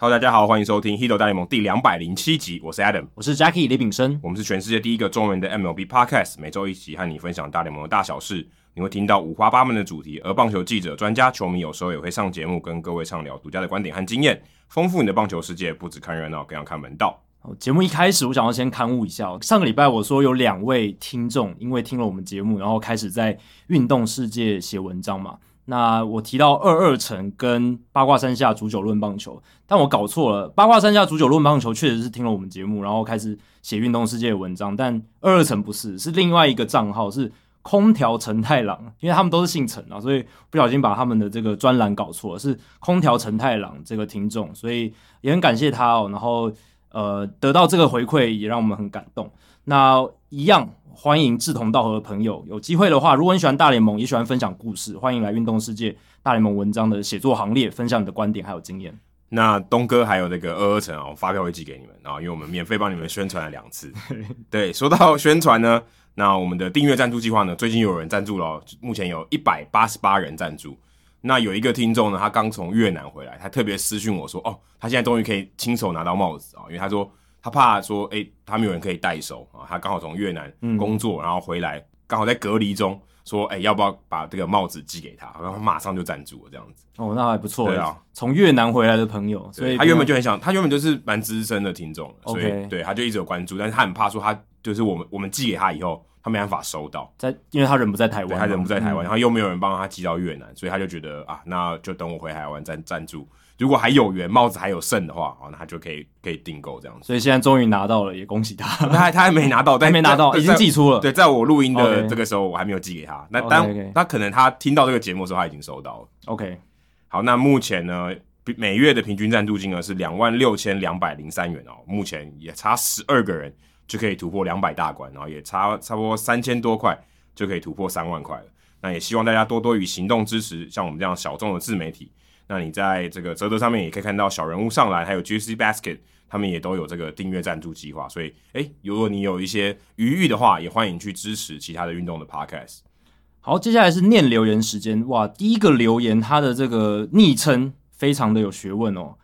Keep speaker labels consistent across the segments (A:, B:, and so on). A: Hello，大家好，欢迎收听《h i d o 大联盟》第两百零七集，我是 Adam，
B: 我是 Jackie 李炳生。
A: 我们是全世界第一个中文的 MLB Podcast，每周一集和你分享大联盟的大小事，你会听到五花八门的主题，而棒球记者、专家、球迷有时候也会上节目，跟各位畅聊独家的观点和经验，丰富你的棒球世界，不只看热闹，更要看门道。
B: 好节目一开始，我想要先刊物一下哦。上个礼拜我说有两位听众因为听了我们节目，然后开始在运动世界写文章嘛。那我提到二二城跟八卦山下煮酒论棒球，但我搞错了。八卦山下煮酒论棒球确实是听了我们节目，然后开始写运动世界的文章，但二二城不是，是另外一个账号是空调陈太郎，因为他们都是姓陈啊，所以不小心把他们的这个专栏搞错了，是空调陈太郎这个听众，所以也很感谢他哦。然后呃，得到这个回馈也让我们很感动。那一样欢迎志同道合的朋友，有机会的话，如果你喜欢大联盟，也喜欢分享故事，欢迎来运动世界大联盟文章的写作行列，分享你的观点还有经验。
A: 那东哥还有那个二二城啊，我发票会寄给你们啊，因为我们免费帮你们宣传了两次。对，说到宣传呢，那我们的订阅赞助计划呢，最近又有人赞助了哦，目前有一百八十八人赞助。那有一个听众呢，他刚从越南回来，他特别私讯我说，哦，他现在终于可以亲手拿到帽子啊、因为他说他怕说，诶、他没有人可以代收啊，他刚好从越南工作，然后回来刚好在隔离中，说，诶、要不要把这个帽子寄给他？然后他马上就赞助了这样子。
B: 哦，那还不错。
A: 对啊，
B: 从越南回来的朋友，所
A: 对
B: 以
A: 他原本就很想，他原本就是蛮资深的听众，所
B: OK
A: 以对他就一直有关注，但是他很怕说他就是我们我们寄给他以后，他没办法收到，
B: 在，因为他人不在台湾
A: 对
B: 嘛，
A: 他人不在台湾，
B: 嗯
A: 然后又没有人帮他寄到越南，所以他就觉得啊，那就等我回台湾再赞助，如果还有缘，帽子还有剩的话，哦，那他就可以可以订购这样子。
B: 所以现在终于拿到了，也恭喜他。
A: 他还他还没拿到，但
B: 还没拿到，
A: 但
B: 已经寄出了。
A: 对，在我录音的
B: OK
A: 这个时候，我还没有寄给他。那
B: OK，
A: 但
B: OK
A: 那可能他听到这个节目的时候，他已经收到了。
B: ，OK，
A: 好，那目前呢，比每月的平均赞助金额是两万六千两百零三元哦，目前也差十二个人就可以突破两百大关，然后也差差不多三千多块就可以突破三万块了。那也希望大家多多与行动支持像我们这样小众的自媒体。那你在这个折德上面也可以看到小人物上篮，还有 Juicy Basket，他们也都有这个订阅赞助计划。所以，诶，如果你有一些余裕的话，也欢迎去支持其他的运动的 Podcast。
B: 好，接下来是念留言时间。哇，第一个留言他的这个昵称非常的有学问哦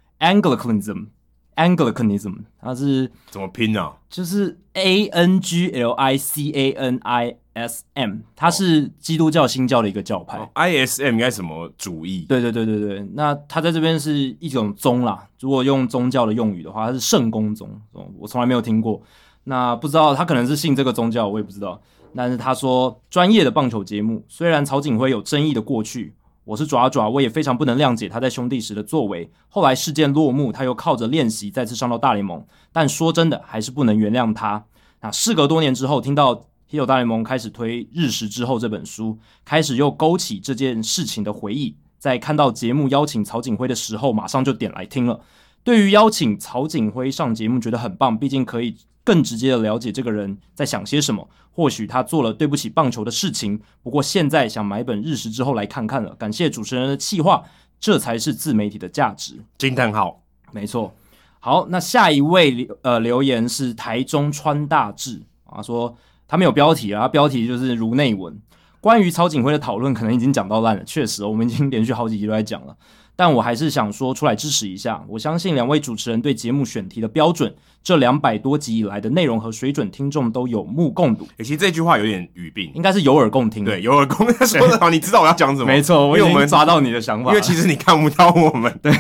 B: ，Anglicanism，Anglicanism，它是
A: 怎么拼呢、啊？
B: 就是 A N G L I C A N I S M，它是基督教新教的一个教派。
A: 哦 ISM 应该什么主义？
B: 哎对对对对对，那它在这边是一种宗啦。如果用宗教的用语的话，它是圣公宗，哦我从来没有听过。那不知道他可能是信这个宗教，我也不知道。但是他说，专业的棒球节目虽然曹景辉有争议的过去，我是爪爪，我也非常不能谅解他在兄弟时的作为。后来事件落幕，他又靠着练习再次上到大联盟，但说真的，还是不能原谅他。那事隔多年之后，听到《啤酒大联盟》开始推《日食之后》这本书，开始又勾起这件事情的回忆。在看到节目邀请曹景辉的时候，马上就点来听了。对于邀请曹景辉上节目，觉得很棒，毕竟可以更直接的了解这个人在想些什么。或许他做了对不起棒球的事情，不过现在想买本《日食之后》来看看了。感谢主持人的企划，这才是自媒体的价值。
A: 惊叹号！
B: 没错。好，那下一位留呃留言是台中川大志啊，说他没有标题啊，他标题就是如内文。关于曹景辉的讨论，可能已经讲到烂了，确实，我们已经连续好几集都在讲了。但我还是想说出来支持一下。我相信两位主持人对节目选题的标准，这两百多集以来的内容和水准，听众都有目共睹，
A: 欸，其实这句话有点语病，
B: 应该是有耳共听。，
A: 对，有耳公在 说的好，你知道我要讲什么？
B: 嗯没错，我已
A: 因为我
B: 经
A: 们
B: 抓到你的想法
A: 因
B: 了。
A: 为其实你看不到我 们，
B: 对，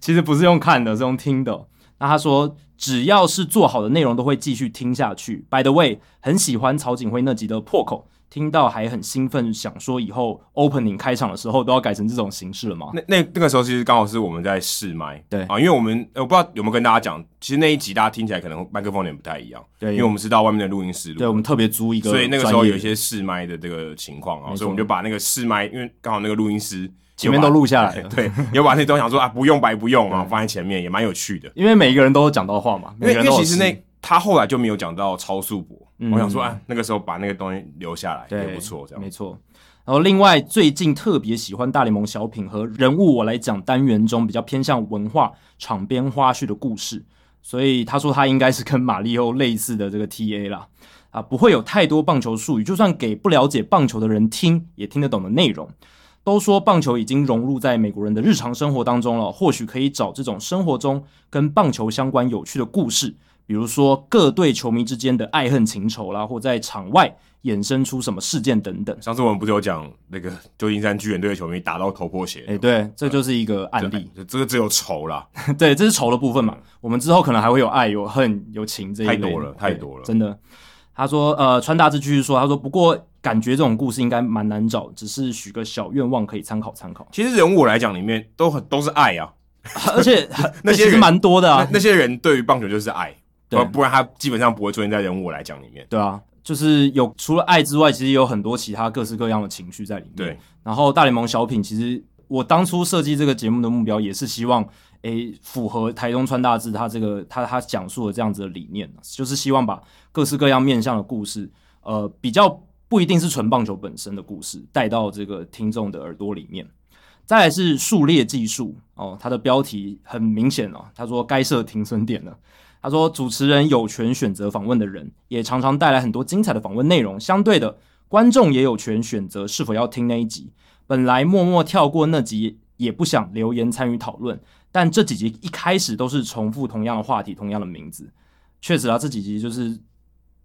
B: 其实不是用看的，是用听的。那他说，只要是做好的内容，都会继续听下去。By the way，很喜欢曹景辉那集的破口，听到还很兴奋，想说以后 opening 开场的时候都要改成这种形式了吗？
A: 那那那个时候其实刚好是我们在试麦，
B: 对
A: 啊，因为我们呃我不知道有没有跟大家讲，其实那一集大家听起来可能麦克风有点不太一样，
B: 对，
A: 因为我们是到外面的录音室
B: 对
A: 录，
B: 我们特别租一个，
A: 所以那个时候有一些试麦的这个情况啊，
B: 没错
A: 所以我们就把那个试麦，因为刚好那个录音师
B: 前面都录下来了，
A: 对，有把那都想说啊不用白不用啊，放在前面也蛮有趣的，
B: 因为每一个人都有讲到话嘛，
A: 因
B: 每
A: 为
B: 个
A: 因
B: 人
A: 为
B: 都有
A: 其实
B: 事
A: 那他后来就没有讲到超速博，
B: 嗯
A: 我想说啊那个时候把那个东西留下来
B: 对，
A: 也不错，这样
B: 没错。然后另外最近特别喜欢大联盟小品和人物，我来讲单元中比较偏向文化场边花絮的故事，所以他说他应该是跟马里奥类似的这个 TA 啦。啊，不会有太多棒球术语，就算给不了解棒球的人听，也听得懂的内容。都说棒球已经融入在美国人的日常生活当中了，或许可以找这种生活中跟棒球相关有趣的故事，比如说各队球迷之间的爱恨情仇啦，或在场外衍生出什么事件等等。
A: 上次我们不是有讲那个旧金山巨人队的球迷打到头破血
B: 哎、
A: 流，
B: 对，这就是一个案例。
A: 这这个只有仇啦，
B: 对， 这是仇的部分嘛。我们之后可能还会有爱、有恨、有情这一类的
A: 太多了太多了。
B: 对真的。他说，呃，川大志继续说，他说，不过感觉这种故事应该蛮难找，只是许个小愿望可以参考参考
A: 其实人物来讲里面都很都是爱啊，
B: 而且
A: 那些
B: 其实
A: 人
B: 蛮多的啊
A: 那，那些人对于棒球就是爱，
B: 对
A: 不不然他基本上不会出现在人物来讲里面。
B: 对啊，就是有除了爱之外，其实有很多其他各式各样的情绪在里面。
A: 对，
B: 然后大联盟小品，其实我当初设计这个节目的目标也是希望，诶，符合台中川大志他这个他他讲述的这样子的理念，啊就是希望把各式各样面向的故事，呃，比较不一定是纯棒球本身的故事，带到这个听众的耳朵里面。再来是数列技术哦，它的标题很明显哦，他说该设停损点了。他说，主持人有权选择访问的人，也常常带来很多精彩的访问内容。相对的，观众也有权选择是否要听那一集。本来默默跳过那集，也不想留言参与讨论，但这几集一开始都是重复同样的话题、同样的名字。确实啊，这几集就是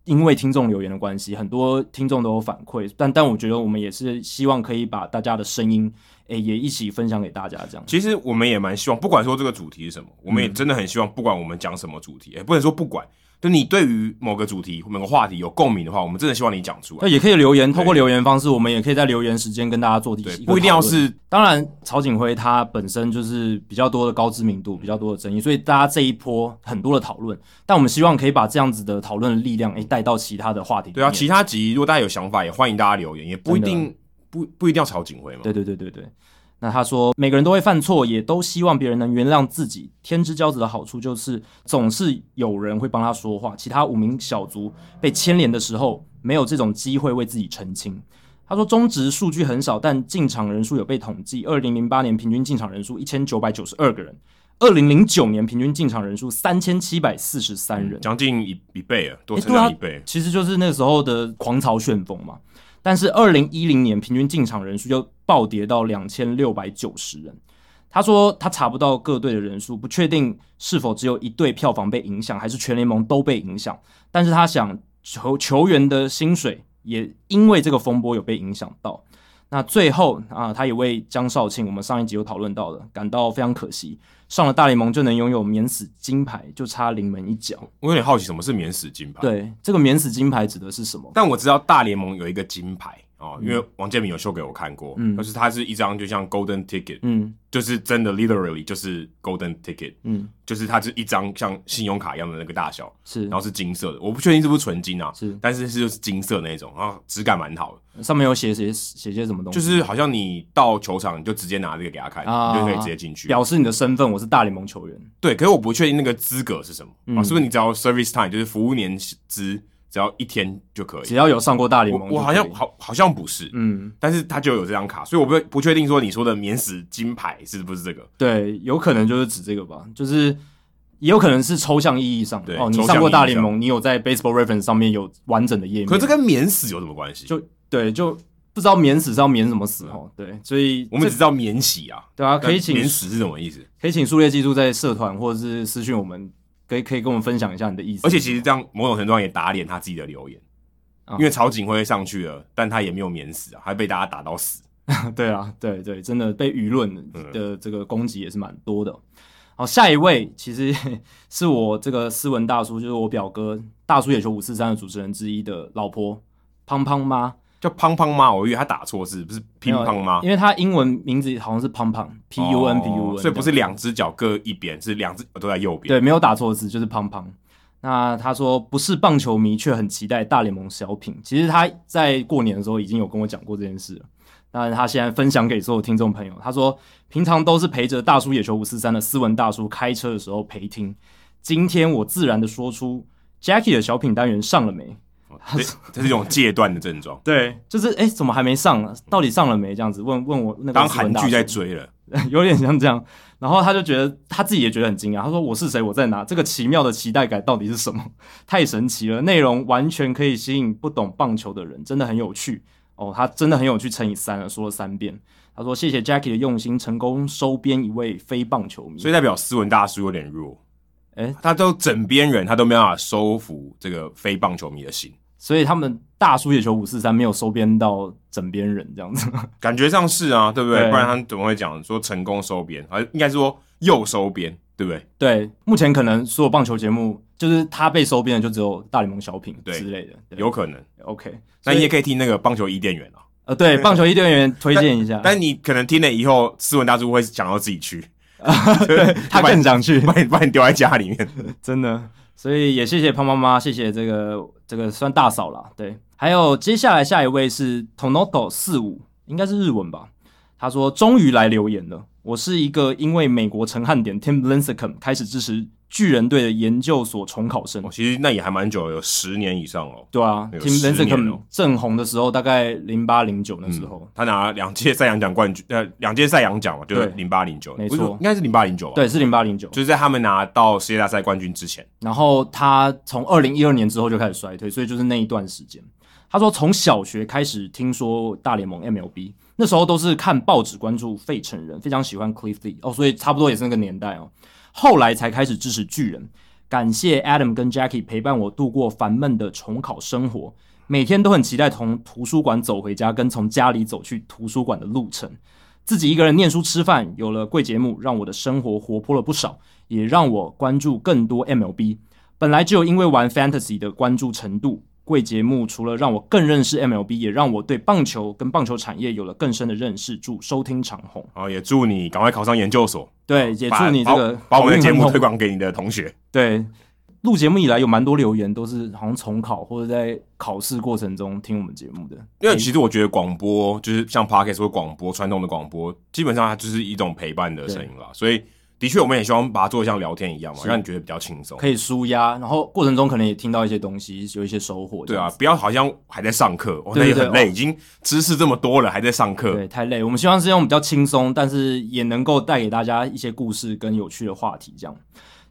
B: 因为听众留言的关系，很多听众都有反馈，但但我觉得我们也是希望可以把大家的声音，诶、也一起分享给大家，这样。
A: 其实我们也蛮希望，不管说这个主题是什么，我
B: 嗯
A: 们也真的很希望，不管我们讲什么主题，也、不能说不管，就你对于某个主题、某个话题有共鸣的话，我们真的希望你讲出
B: 那
A: 来。
B: 也可以留言，透过留言方式，我们也可以在留言时间跟大家做一
A: 对，
B: 个
A: 不一定要
B: 讨论
A: 是
B: 当然，曹景辉他本身就是比较多的高知名度，比较多的争议，所以大家这一波很多的讨论。但我们希望可以把这样子的讨论的力量，诶、带到其他的话题里面。
A: 对
B: 啊
A: 啊。其他集如果大家有想法，也欢迎大家留言，也不一定不不一定要曹景辉嘛。
B: 对对对对对。那他说，每个人都会犯错，也都希望别人能原谅自己。天之骄子的好处就是，总是有人会帮他说话。其他五名小卒被牵连的时候，没有这种机会为自己澄清。他说，中职数据很少，但进场人数有被统计。二零零八年平均进场人数一千九百九十二个人，二零零九年平均进场人数三千七百四十三人。
A: 将近一一倍了，多
B: 欸
A: 成
B: 对啊
A: 长一倍。
B: 其实就是那时候的狂潮旋风嘛。但是二零一零年平均进场人数就暴跌到两千六百九十人。他说他查不到各队的人数，不确定是否只有一队票房被影响，还是全联盟都被影响。但是他想球球员的薪水也因为这个风波有被影响到。那最后啊，他也为江少庆，我们上一集有讨论到的，感到非常可惜。上了大联盟就能拥有免死金牌，就差临门一脚。
A: 我有点好奇什么是免死金牌，
B: 对，这个免死金牌指的是什么？
A: 但我知道大联盟有一个金牌哦，因为王建民有秀给我看过，
B: 嗯
A: 就是它是一张就像 golden ticket，、
B: 嗯
A: 就是真的 literally 就是 golden ticket，
B: 嗯，
A: 就是它是一张像信用卡一样的那个大小，
B: 是
A: 然，后是金色的，我不确定是不是纯金啊，
B: 是
A: 但是是就是金色那种，然后质感蛮好的，
B: 上面有写写写些什么东西，
A: 就是好像你到球场你就直接拿这个给他看，
B: 啊
A: 你就可以直接进去。
B: 表示你的身份我是大联盟球员。
A: 对，可是我不确定那个资格是什么、
B: 嗯
A: 啊，是不是你只要 service time 就是服务年资只要一天就可
B: 只
A: 以？
B: 要有上过大联
A: 我
B: 盟
A: 我
B: 就
A: 好
B: 可以
A: 像好好像不是，
B: 嗯，
A: 但是他就有这张卡，所以我不不确定说你说的免死金牌是不是这个？
B: 对，有可能就是指这个吧，就是也有可能是抽象意义上的
A: 对
B: 哦，你
A: 抽象
B: 上过
A: 意义
B: 大联
A: 上
B: 盟，你有在 Baseball Reference 上面有完整的页面，
A: 可这跟免死有什么关系？
B: 就对就。不知道免死是要免什么死哦，对，所以
A: 我们
B: 这
A: 只知道免洗啊，
B: 对啊，可以
A: 但
B: 请
A: 免死是什么意思？
B: 可以请数列技术在社团或者是私讯我们，可以可以跟我们分享一下你的意思。
A: 而且其实这样某种程度上也打脸他自己的留言，
B: 啊
A: 因为曹景辉上去了，但他也没有免死啊，还被大家打到死。
B: 对啊，对对，真的被舆论
A: 嗯
B: 的这个攻击也是蛮多的。好，下一位其实 是我这个斯文大叔，就是我表哥大叔野球五四三的主持人之一的老婆胖胖妈，
A: 叫胖胖妈，我以为他打错字，不是乒乓吗
B: 因为她英文名字好像是胖胖 P U N P
A: 哦
B: U N，
A: 所以不是两只脚各一边，哦是两只都在右边。
B: 对，没有打错字，就是胖胖。那他说不是棒球迷，却很期待大联盟小品。其实他在过年的时候已经有跟我讲过这件事了。那他现在分享给所有听众朋友，他说平常都是陪着大叔野球五四三的斯文大叔开车的时候陪听，今天我自然的说出 Jackie 的小品单元上了没？
A: 哦这 这是一种戒断的症状，
B: 对，就是哎、诶怎么还没上呢？到底上了没？这样子问问我那个
A: 当
B: 斯文
A: 韩
B: 大
A: 剧在
B: 叔嗯
A: 追了。
B: 有点像这样。然后他就觉得他自己也觉得很惊讶，他说：“我是谁？我在哪？这个奇妙的期待感到底是什么？太神奇了！内容完全可以吸引不懂棒球的人，真的很有趣哦。他真的很有趣，乘以三了，说了三遍。他说谢谢 Jackie 的用心，成功收编一位非棒球迷。
A: 所以代表斯文大叔有点弱。
B: 诶
A: 他都整边人，他都没办法收服这个非棒球迷的心，
B: 所以他们大叔野球五四三没有收编到枕边人这样子，
A: 感觉上是啊，对不对？
B: 对
A: 不然他们怎么会讲说成功收编，而应该是说又收编，对不对？
B: 对，目前可能所有棒球节目就是他被收编的就只有大联盟小品
A: 对
B: 之类的，对
A: 有可能。
B: OK，
A: 那
B: 所以
A: 你也可以听那个棒球伊甸园啊，
B: 呃对棒球伊甸园推荐一下，
A: 但你可能听了以后，斯文大叔会想到自己 去，
B: 对 他更想去，
A: 把你把你丢在家里面。
B: 真的。所以也谢谢胖妈妈，谢谢这个这个算大嫂啦。对，还有接下来下一位是 Tonoto 四五，应该是日文吧？他说终于来留言了，我是一个因为美国陈汉典 Tim Lincecum 开始支持巨人队的研究所重考生
A: 哦，。其实那也还蛮久了，有十年以上哦。
B: 对啊
A: 有
B: ，Tim
A: 10年
B: Lincecum
A: 了
B: 正红的时候，大概零八零九那时候。
A: 他拿两届赛扬奖冠军，呃，两届赛扬奖嘛，就是
B: 对
A: 零八零九，
B: 没
A: 不是
B: 错
A: 应该是零八零九吧？，
B: 对，是零八零九，
A: 就是在他们拿到世界大赛冠军之前，
B: 然后他从二零一二年之后就开始衰退，所以就是那一段时间。他说从小学开始听说大联盟 MLB，那时候都是看报纸关注费城人，非常喜欢 Cliff Lee 哦，所以差不多也是那个年代哦。后来才开始支持巨人，感谢 Adam 跟 Jackie 陪伴我度过烦闷的重考生活，每天都很期待从图书馆走回家，跟从家里走去图书馆的路程。自己一个人念书吃饭，有了贵节目，让我的生活活泼了不少，也让我关注更多 MLB。本来只有因为玩 Fantasy 的关注程度，贵节目除了让我更认识 MLB，也让我对棒球跟棒球产业有了更深的认识。祝收听长虹，
A: 然后也祝你赶快考上研究所，
B: 对，也
A: 把
B: 祝你这个
A: 啊把把我们的节目
B: 好运亨
A: 推
B: 通
A: 广给你的同学。
B: 对，录节目以来有蛮多留言都是好像重考或者在考试过程中听我们节目的，
A: 因为其实我觉得广播就是像 podcast 或广播传统的广播，基本上它就是一种陪伴的声音啦，所以的确我们也希望把它做得像聊天一样嘛，
B: 是
A: 让你觉得比较轻松。
B: 可以舒压，然后过程中可能也听到一些东西，有一些收获。
A: 对
B: 这样
A: 啊
B: 子，，
A: 不要好像还在上课，哦，那
B: 对
A: 也
B: 对对
A: 很累，
B: 哦
A: 已经知识这么多了，还在上课
B: 对，。太
A: 嗯
B: 累。我们希望是用比较轻松，但是也能够带给大家一些故事跟有趣的话题。这样，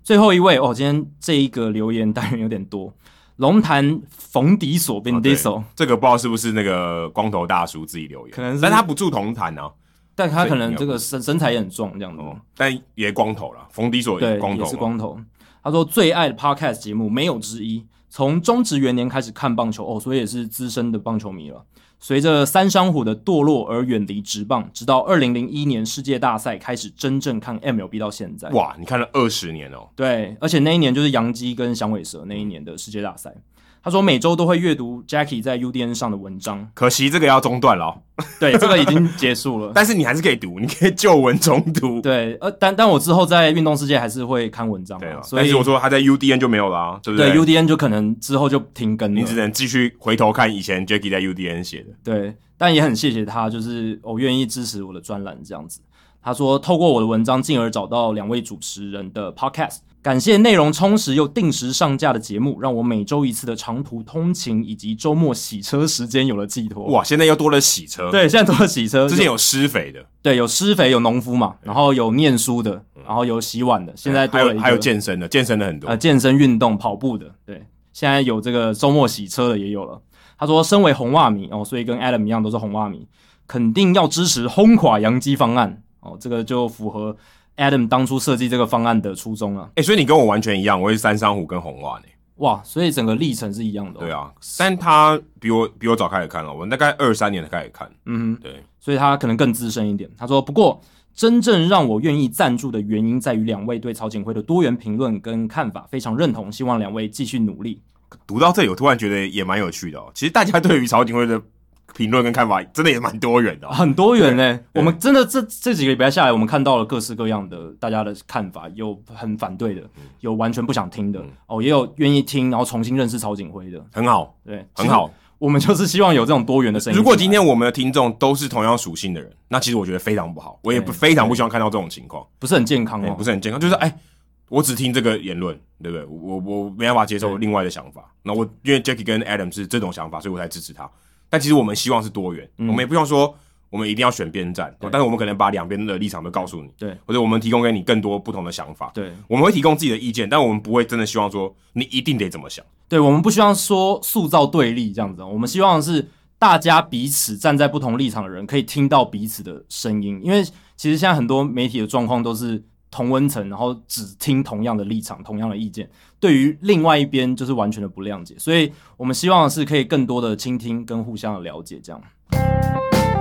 B: 最后一位哦，今天这一个留言单元有点多。龙潭冯迪索 v i
A: 哦
B: n d
A: 对
B: i s o
A: 这个不知道是不是那个光头大叔自己留言，
B: 可能是
A: 但他不住同坛啊，
B: 但他可
A: 所以你
B: 能
A: 要
B: 这个身身材也很壮，这样子。
A: 哦，但也光头了，冯迪所
B: 对，
A: 光头
B: 也是
A: 嘛
B: 光头。他说最爱的 podcast 节目没有之一，从中职元年开始看棒球哦，所以也是资深的棒球迷了。随着三山虎的堕落而远离职棒，直到二零零一年世界大赛开始真正看 MLB 到现在。
A: 哇，你看了二十年哦，
B: 对，而且那一年就是杨基跟响尾蛇那一年的世界大赛。他说每周都会阅读 Jackie 在 UDN 上的文章，
A: 可惜这个要中断了哦，
B: 对，这个已经结 束了。
A: 但是你还是可以读，你可以旧文重读。
B: 对，呃，但但我之后在运动世界还是会看文章
A: 对啊
B: 嘛，，所
A: 但
B: 以
A: 是我说他在 UDN 就没有了啊，对不
B: 对 UDN 就可能之后就停更了。
A: 你只能继续回头看以前 Jackie 在 UDN 写的。
B: 对，但也很谢谢他，就是我愿意支持我的专栏这样子。他说，透过我的文章，进而找到两位主持人的 podcast。感谢内容充实又定时上架的节目，让我每周一次的长途通勤以及周末洗车时间有了寄托。，
A: 哇，现在又多了洗车，，
B: 对，现在多了洗车，
A: 之前
B: 有
A: 有施肥的，
B: 对有施肥，有农夫嘛，然后有念书的，然后有洗碗的，现在多
A: 还
B: 了一
A: 有
B: 个
A: 嗯还有健身的，健身的很多。
B: 呃健身运动、跑步的，对，现在有这个周末洗车的也有了。他说，身为红袜迷哦，所以跟 Adam 一样都是红袜迷，肯定要支持轰垮洋基方案哦，这个就符合 Adam 当初设计这个方案的初衷了。啊
A: 哎、所以你跟我完全一样，我也是三商虎跟红袜呢、
B: 哇，所以整个历程是一样的、哦
A: 对，啊，但他比我比我早开始看了，我大概二三年才开始看。
B: 嗯哼，
A: 对，
B: 所以他可能更资深一点。他说，不过真正让我愿意赞助的原因在于两位对曹景辉的多元评论跟看法非常认同，希望两位继续努力。
A: 读到这里，我突然觉得也蛮有趣的哦。其实大家对于曹景辉的评论跟看法，真的也蛮多元的、哦。
B: 很多元呢、欸
A: 对
B: 我们真的这这几个礼拜下来，我们看到了各式各样的大家的看法，有很反对的，有完全不想听的，哦，也有愿意听，然后重新认识曹景辉的，
A: 很好，
B: 对，
A: 很。好。
B: 我们就是希望有这种多元的声音。
A: 如果今天我们的听众都是同样属性的人，那其实我觉得非常不好，我也不
B: 对
A: 非常不希望看到这种情况。
B: 不是很健康
A: 哎、
B: 哦，
A: 不是很健康，就是哎、我只听这个言论，对不对？我我我没办法接受另外的想法。那我因为 Jackie 跟 Adam 是这种想法，所以我才支持他。但其实我们希望是多元，
B: 嗯
A: 我们也不希望说我们一定要选边站，但是我们可能把两边的立场都告诉你，
B: 对，
A: 或者我们提供给你更多不同的想法。
B: 对
A: 我们会提供自己的意见，但我们不会真的希望说你一定得怎么想。
B: 对，我们不希望说塑造对立这样子哦，我们希望是大家彼此站在不同立场的人可以听到彼此的声音，因为其实现在很多媒体的状况都是同温层，然后只听同样的立场、同样的意见，对于另外一边就是完全的不谅解。所以我们希望的是可以更多的倾听跟互相的了解，这样。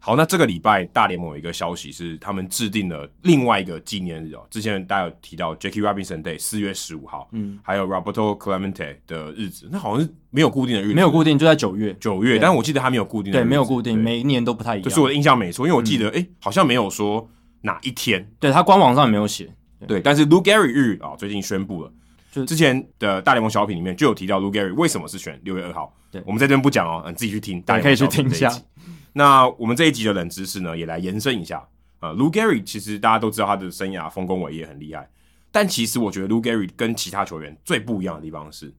A: 好，那这个礼拜大联盟有一个消息是，他们制定了另外一个纪念日哦。之前大家有提到 Jackie Robinson Day，四月十五号，
B: 嗯，
A: 还有 Roberto Clemente 的日子，那好像是没有固定的日子，
B: 没有固定，就在九月。
A: 九月，
B: 对
A: 但我记得他没有固定的日
B: 对，
A: 子，
B: 没有嗯固定，
A: 对
B: 每一年都不太一
A: 就
B: 样。
A: 是我的印象没错，因为我记得，哎、好像没有说哪一天。
B: 对他官网上也没有写。
A: 对，但是 Lou Gary 日啊、最近宣布了，
B: 就是
A: 之前的大联盟小品里面就有提到 Lou Gary 为什么是选六月二号。
B: 对
A: 我们在这边不讲哦，嗯，自己去听，大
B: 大
A: 家
B: 家可以去听一下。
A: 那我们这一集的冷知识呢，也来延伸一下啊、呃 Lou Gehrig 其实大家都知道他的生涯丰功伟业很厉害，但其实我觉得 Lou Gehrig 跟其他球员最不一样的地方是，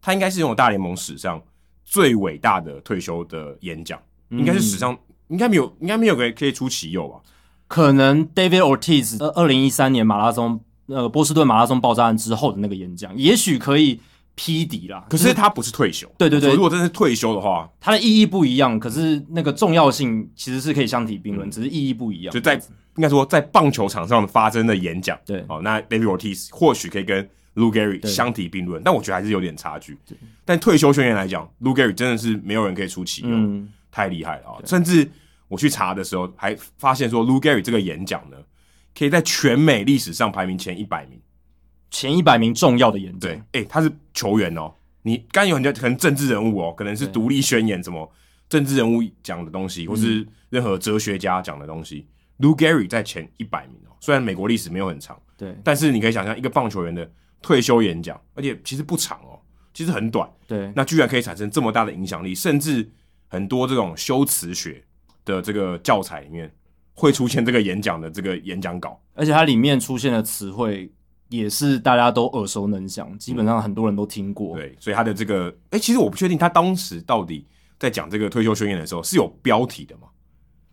A: 他应该是拥有大联盟史上最伟大的退休的演讲，
B: 嗯
A: 应该是史上应该没有应该没有个可以出其右吧？
B: 可能 David Ortiz 呃，二零一三年马拉松呃波士顿马拉松爆炸案之后的那个演讲，也许可以匹敌啦。
A: 可
B: 就是
A: 他不是退休，
B: 对对
A: 所
B: 对
A: 以如果真的是退休的话，
B: 它的意义不一样，可是那个重要性其实是可以相提并论，只是意义不一样。
A: 嗯就在应该说在棒球场上发生的演讲，
B: 对
A: 哦，那 David Ortiz 或许可以跟 Lou Gehrig
B: 对
A: 相提并论，但我觉得还是有点差距。但退休宣言来讲，Lou Gehrig 真的是没有人可以出其右，
B: 嗯，
A: 太厉害了啊、甚至我去查的时候，还发现说 Lou Gehrig 这个演讲呢，可以在全美历史上排名前一百名。
B: 前一百名重要的演讲
A: 对，，哎、他是球员哦，你刚刚有很多可能政治人物哦，可能是独立宣言什么政治人物讲的东西，或是任何哲学家讲的东西。Lou Gehrig 在前一百名哦，虽然美国历史没有很长，
B: 对
A: 但是你可以想象一个棒球员的退休演讲，而且其实不长哦，其实很短，
B: 对
A: 那居然可以产生这么大的影响力，甚至很多这种修辞学的这个教材里面会出现这个演讲的这个演讲稿。
B: 而且它里面出现的词汇也是大家都耳熟能详，基本上很多人都听
A: 嗯
B: 过。
A: 对，所以他的这个，哎、其实我不确定他当时到底在讲这个退休宣言的时候是有标题的吗？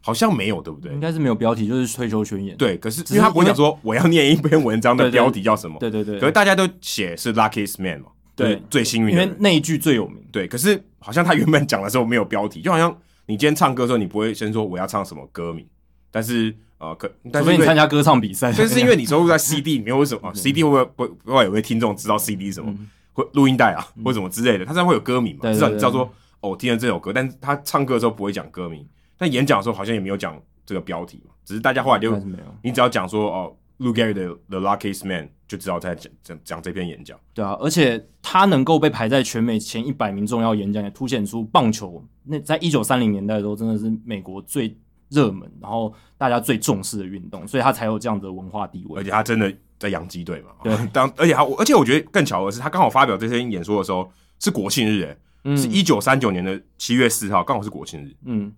A: 好像没有，对不对
B: 应？该是没有标题，就是退休宣言。
A: 对，可是
B: 嗯只
A: 因
B: 是
A: 为他不会
B: 因为
A: 讲说我要念一篇文章的
B: 对对
A: 标题叫什么，
B: 对对对
A: 可是大家都写是 luckiest man 嘛，就是
B: 对
A: 最幸运
B: 因
A: 的
B: 为
A: 人。
B: 那一句最有名。
A: 对，可是好像他原本讲的时候没有标题，就好像你今天唱歌的时候，你不会先说我要唱什么歌名，但是呃，可但是
B: 除非
A: 因
B: 你
A: 为
B: 参加歌唱比赛，
A: 但是因为你收录
B: 嗯
A: 在 CD 里面，为什么、啊、CD 会不会不会不会有位听众知道 CD 是什么，或录音带啊，或什么之类的，他这样会有歌名嘛？
B: 嗯对对
A: 至少你知道
B: 对
A: 说哦，我听了这首歌，但是他唱歌的时候不会讲歌名，但演讲的时候好像也没有讲这个标题嘛，只是大家后来就
B: 但是没有。
A: 你只要讲说哦，Lou Gehrig 的 The Luckiest Man 就知道在讲讲讲这篇演讲。
B: 对啊，而且他能够被排在全美前一百名重要演讲，也凸显出棒球那在一九三零年代的时候，真的是美国最热门，然后大家最重视的运动，所以他才有这样的文化地
A: 而
B: 位。
A: 且他真的在洋基队嘛。
B: 对，
A: 当而且他，而且我觉得更巧的是，他刚好发表这篇演说的时候是国庆日，哎、
B: 嗯
A: 是一九三九年的七月四号，刚好是国庆日，
B: 嗯，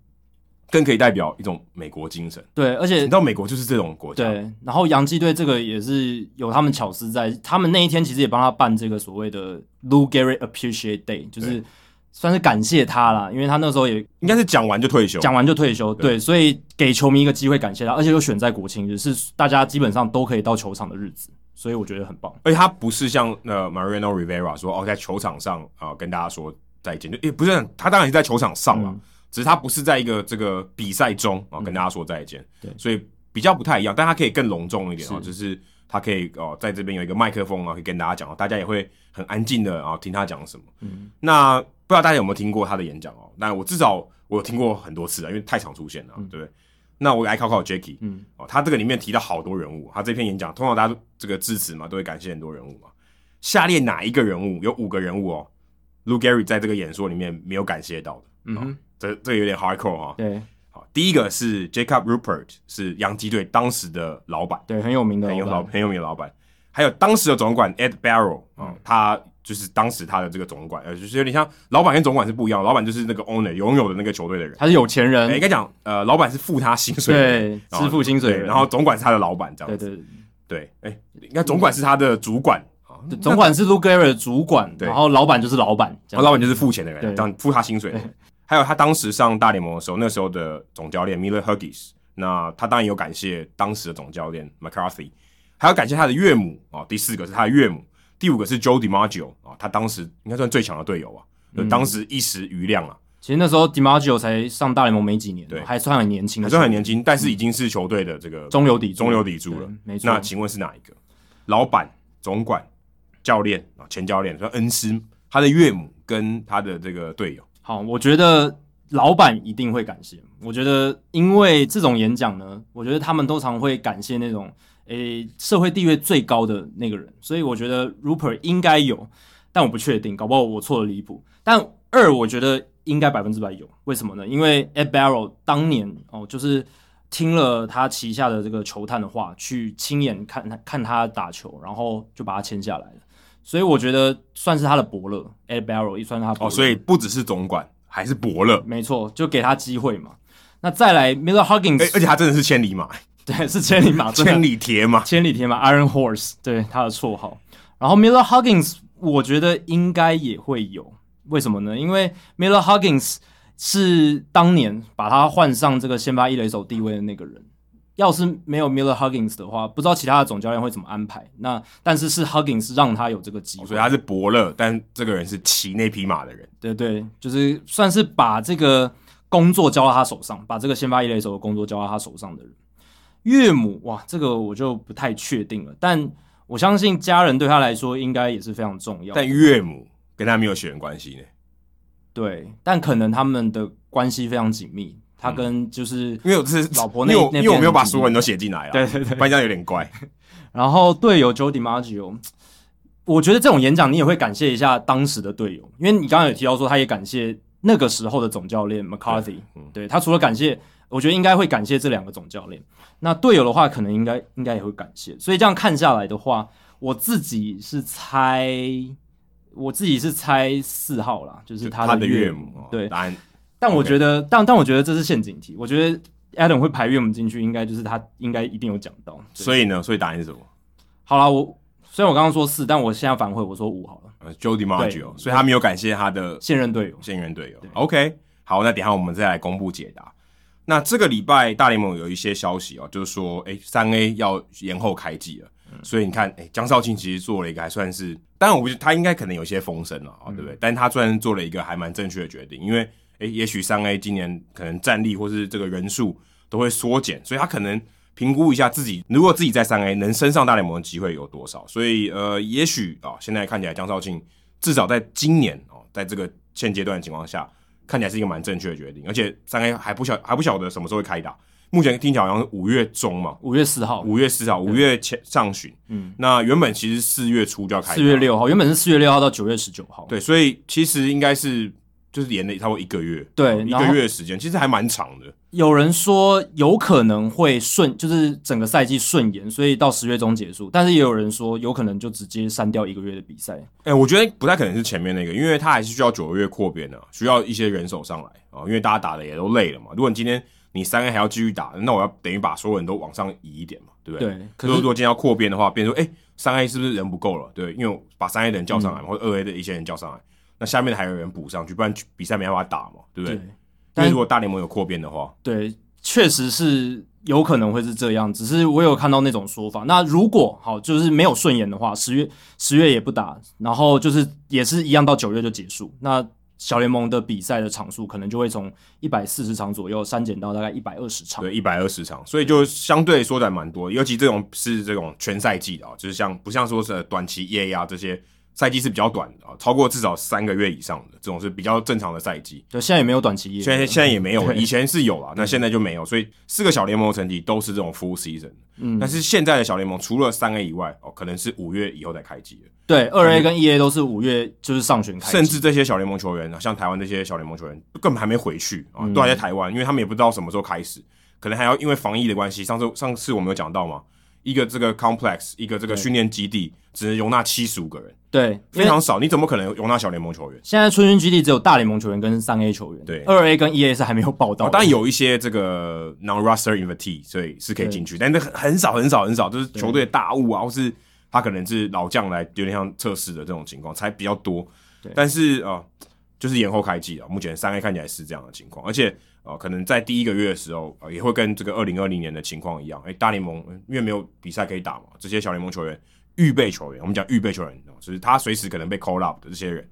A: 更可以代表一种美国精神。
B: 对，而
A: 你
B: 且
A: 知道美国就是这种国家，
B: 对，然后洋基队这个也是有他们巧思在，他们那一天其实也帮他办这个所谓的 Lou Gehrig Appreciate Day，就是算是感谢他啦，因为他那时候也
A: 应该是讲完就退休。
B: 讲完就退休，
A: 对
B: 对，所以给球迷一个机会感谢他，而且又选在国庆日，是大家基本上都可以到球场的日子，所以我觉得很棒。
A: 而且他不是像呃 Mariano Rivera 说哦，在球场上啊、呃跟大家说再见，就也不是很他当然是在球场上了，
B: 嗯
A: 只是他不是在一个这个比赛中啊、跟大家说再见，
B: 对
A: 所以比较不太一样，但他可以更隆重一点啊、哦，
B: 是
A: 就是他可以哦、在这边有一个麦克风啊，可以跟大家讲哦，大家也会很安静的啊、听他讲什么。
B: 嗯
A: 那不知道大家有没有听过他的演讲哦？那我至少我有听过很多次啊，因为太常出现了啊，对不对？那我来考考 Jacky，
B: 嗯，
A: 哦，他这个里面提到好多人物，他这篇演讲通常大家都这个致辞嘛，都会感谢很多人物嘛。下列哪一个人物有五个人物哦？Lou Gehrig 在这个演说里面没有感谢到的，
B: 嗯
A: 哼
B: 哼，
A: 这这个有点 hardcore 哈、
B: 对
A: 好，第一个是 Jacob Rupert，是洋基队当时的老板，
B: 对，很有名的
A: 很有
B: 老
A: 老
B: 板，
A: 很有名的老板，还有当时的总管 Ed Barrow 啊、
B: 嗯
A: 他就是当时他的这个总管，呃，就是有点像老板跟总管是不一样，老板就是那个 owner 拥有的那个球队的人。
B: 他是有钱人，
A: 哎应该讲，呃，老板是付他薪水的人，
B: 对，
A: 然后
B: 支付薪水
A: 对，
B: 的人，
A: 然后总管是他的老板，这样子
B: 对。对
A: 对，哎、应该总管是他的主管啊，
B: 对，总 管是 Lou Gehrig 的主管，
A: 对
B: 然后老板就是老板，这
A: 然后
B: 样
A: 老板就是付钱的人，
B: 对
A: 这样付他薪水的人。还有他当时上大联盟的时候，那时候的总教练 Miller Huggies，那他当然有感谢当时的总教练 McCarthy，还要感谢他的岳母啊、哦。第四个是他的岳母，第五个是 Joe DiMaggio 啊、哦，他当时应该算最强的队友啊，
B: 嗯
A: 就当时一时余量啊，
B: 其实那时候 DiMaggio 才上大联盟没几年，
A: 对
B: 还算很年轻的
A: 还
B: 时
A: 算
B: 候，嗯
A: 很年轻，但是已经是球队的这个
B: 中流砥柱
A: 中流砥柱了
B: 对。没错。
A: 那请问是哪一个？老板、总管、教练啊，前教练，说恩师，他的岳母跟他的这个队友，
B: 好，我觉得老板一定会感谢。我觉得，因为这种演讲呢，我觉得他们通常会感谢那种诶、社会地位最高的那个人，所以我觉得 Rupert 应该有，但我不确定，搞不好我错的离谱。但二，我觉得应该百分之百有，为什么呢？因为 Ed Barrow 当年哦，就是。听了他旗下的这个球探的话，去亲眼看他看他打球，然后就把他签下来了，所以我觉得算是他的伯乐，Ed Barrow 也算是他的伯
A: 哦，
B: 乐
A: 所以不只是总管，还是伯乐，
B: 没错，就给他机会嘛。那再来 Miller
A: 哎、
B: Huggins，、
A: 而且他真的是千里马，
B: 对，是千里马，啊 真的
A: 千里铁马，
B: 千里铁马 Iron Horse，对他的绰号。然后 Miller Huggins，我觉得应该也会有，为什么呢？因为 Miller Huggins 是当年把他换上这个先发一垒手地位的那个人。要是没有 Miller Huggins 的话，不知道其他的总教练会怎么安排。那但是是 Huggins 让他有这个机会，
A: 哦所以他是伯乐，但这个人是骑那匹马的人，
B: 对对，就是算是把这个工作交到他手上，把这个先发一垒手的工作交到他手上的人。岳母哇，这个我就不太确定了，但我相信家人对他来说应该也是非常重要。
A: 但岳母跟他没有血缘关系呢，
B: 对，但可能他们的关系非常紧密，他跟就是、
A: 嗯因为我这是
B: 老婆
A: 因
B: 那
A: 为我
B: 那边
A: 因为我没有把所有人都写进来啊，
B: 对对对，
A: 不然这样有点怪。
B: 然后队友 Joe DiMaggio，我觉得这种演讲你也会感谢一下当时的队友，因为你刚刚有提到说他也感谢那个时候的总教练 McCarthy，
A: 对嗯
B: 对他除了感谢，我觉得应该会感谢这两个总教练。那队友的话，可能应该应该也会感谢。所以这样看下来的话，我自己是猜，我自己是猜四号啦， 就是他
A: 他的
B: 岳
A: 母，哦
B: 对，
A: 答案
B: 但我觉得但但我觉得这是陷阱题，我觉得 Adam 会排岳母进去，应该就是他应该一定有讲到，对
A: 所以呢，所以答案是什么？
B: 好啦，我虽然我刚刚说四，但我现在反悔，我说五好了。
A: 呃，Jody Maggio，所以他没有感谢他的
B: 现任队友，
A: 现任队友。OK，好，那等一下我们再来公布解答。那这个礼拜大联盟有一些消息哦，就是说，哎、三 A 要延后开季了，所以你看，哎、江少庆其实做了一个还算是，当然我不觉得他应该可能有些风声了啊、哦对不对？但是他虽然做了一个还蛮正确的决定，因为，哎、也许三 A 今年可能战力或是这个人数都会缩减，所以他可能评估一下自己，如果自己在三 A 能升上大联盟的机会有多少。所以呃，也许啊、现在看起来江少庆至少在今年哦，在这个现阶段的情况下，看起来是一个蛮正确的决定。而且三 A 还不晓还不晓得什么时候会开打，目前听起来好像是五月中嘛，
B: 五月四号，
A: 五月四号，五月前上旬。
B: 哦嗯，
A: 那原本其实四月初就要开打，
B: 四月六号，原本是四月六号到九月十九号。
A: 对，所以其实应该是就是延了差不多一个月，哦
B: 对
A: 一
B: 然
A: 个
B: 后
A: 月的时间，其实还蛮长的。
B: 有人说有可能会顺，就是整个赛季顺延，所以到十月中结束。但是也有人说有可能就直接删掉一个月的比赛。
A: 哎、我觉得不太可能是前面那个，因为他还是需要九个月扩编的、啊需要一些人手上来啊、因为大家打的也都累了嘛。如果你今天你三 A 还要继续打，那我要等于把所有人都往上移一点嘛，对不对？
B: 对，
A: 可
B: 可
A: 是如
B: 是
A: 果今天要扩编的话，变成说，哎、三 A 是不是人不够了？对，因为我把三 A 的人叫上来嘛，或者二 A 的一些人叫上来，那下面的还有人补上去，不然比赛没办法打嘛，对不对？
B: 对
A: 因
B: 但
A: 为如果大联盟有扩编的话，
B: 对，确实是有可能会是这样。只是我有看到那种说法。那如果好，就是没有顺延的话，十月十月也不打，然后就是也是一样到九月就结束。那小联盟的比赛的场数可能就会从一百四十场左右删减到大概一百二十场。
A: 对，一百二十场，所以就
B: 嗯
A: 相对缩短蛮多。尤其这种是这种全赛季的啊，就是像不像说是短期 EA 啊这些赛季是比较短的啊，超过至少三个月以上的这种是比较正常的赛季。
B: 对，现在也没有短期业。
A: 现在现在也没有了，
B: 对嗯
A: 以前是有啊，那现在就没有，所以四个小联盟的成绩都是这种 full season。嗯，但是现在的小联盟除了三 A 以外，哦，可能是五月以后才开机的，
B: 对二 A 跟 EA 都是五月就是上旬开机，
A: 甚至这些小联盟球员，啊，像台湾这些小联盟球员，根本还没回去啊，
B: 嗯
A: 都还在台湾，因为他们也不知道什么时候开始，可能还要因为防疫的关系。上次上次我们有讲到嘛，一个这个 complex，一个这个
B: 对
A: 训练基地只能容纳七十五个人，
B: 对，因
A: 非
B: 为
A: 常少，你怎么可能容纳小联盟球员？
B: 现在春训基地只有大联盟球员跟三 A 球员，
A: 对
B: 二 A 跟 EA 是还没有报到
A: 哦
B: 的、，
A: 当然有一些这个 non-roster invitee，所以是可以进去，但那很很少很少很少，就是球队的大物啊，或是他可能是老将来，有点像测试的这种情况才比较多
B: 对。
A: 但是啊、呃就是延后开季啊。目前三 A 看起来是这样的情况，而且呃，可能在第一个月的时候，呃，也会跟这个二零二零年的情况一样，哎、大联盟呃因为没有比赛可以打嘛，这些小联盟球员、预备球员，我们讲预备球员，哦就是他随时可能被 call up 的这些人。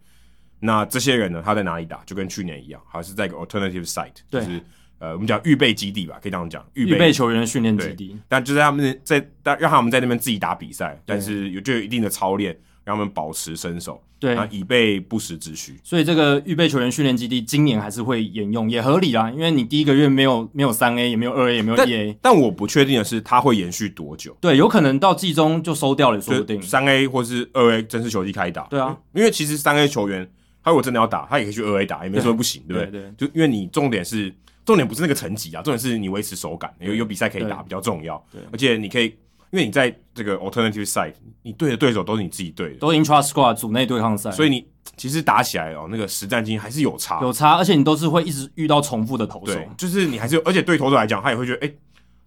A: 那这些人呢，他在哪里打？就跟去年一样，还是在一个 alternative site，就
B: 对
A: 是呃，我们讲预备基地吧，可以这样讲，预
B: 预
A: 备
B: 备球员的训练基地，
A: 但就在他们在但让他们在那边自己打比赛，但是有就有一定的操练，让他们保持身手，
B: 对，
A: 那以备不时之需。
B: 所以这个预备球员训练基地今年还是会沿用，也合理啦，因为你第一个月没有没有三 A，也没有二 A，也没有一 A，
A: 但我不确定的是，它会延续多久，
B: 对，有可能到季中就收掉了，也说不定。
A: 三 A 或是二 A 正式球季开打。
B: 对啊，
A: 因为其实三 A 球员他如果真的要打，他也可以去二 A 打，也没什么不行，对不
B: 对
A: 对？
B: 对
A: 就因为你重点是重点不是那个成绩啊，重点是你维持手感，有有比赛可以打
B: 对
A: 比较重要
B: 对，
A: 而且你可以。因为你在这个 alternative side，你对的对手都是你自己对的，
B: 都 intra squad 组内对抗赛，
A: 所
B: 以
A: 以你其实打起来哦，那个实战经验还是有差，
B: 有差，而且你都是会一直遇到重复的投手
A: 对，，就是你还是有，而且对投手来讲，他也会觉得，哎、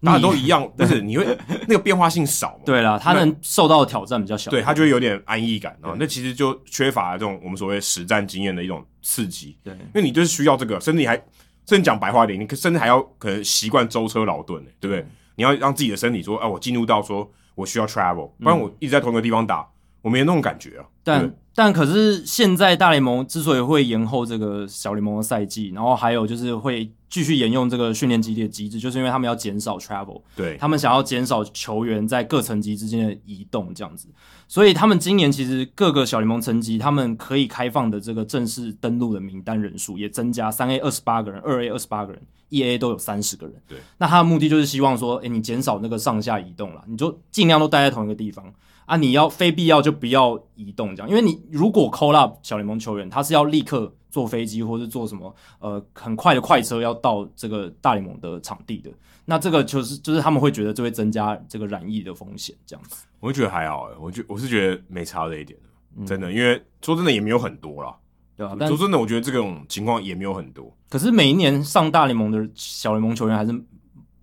A: 大家
B: 腻
A: 都一样，不是你会那个变化性少嘛？
B: 对啦，他能受到的挑战比较小，
A: 对，他就会有点安逸感啊。那其实就缺乏这种我们所谓实战经验的一种刺激，
B: 对
A: 因为你就是需要这个，甚至你还甚至讲白话一点，你甚至还要可能习惯舟车劳顿、对不对？你要让自己的身体说，啊，我进入到说我需要 travel，不然我一直在同一个地方打，我没有那种感觉啊。对
B: 但但可是现在大联盟之所以会延后这个小联盟的赛季，然后还有就是会继续沿用这个训练基地的机制，就是因为他们要减少 travel，
A: 对，
B: 他们想要减少球员在各层级之间的移动，这样子。所以他们今年其实各个小联盟层级，他们可以开放的这个正式登录的名单人数也增加，三 A 二十八个人，二 A 二十八个人，一 A 都有三十个人。
A: 对，
B: 那他的目的就是希望说，诶、你减少那个上下移动了，你就尽量都待在同一个地方啊，你要非必要就不要移动这样，因为你如果 call up 小联盟球员，他是要立刻坐飞机或是坐什么呃很快的快车要到这个大联盟的场地的，那这个就是就是他们会觉得这会增加这个染疫的风险这样子。
A: 我就觉得还好、欸，我觉我是觉得没差这一点，真的，因为说真的也没有很多啦。
B: 对啊，但
A: 说真的，我觉得这种情况也没有很多。
B: 可是每一年上大联盟的小联盟球员还是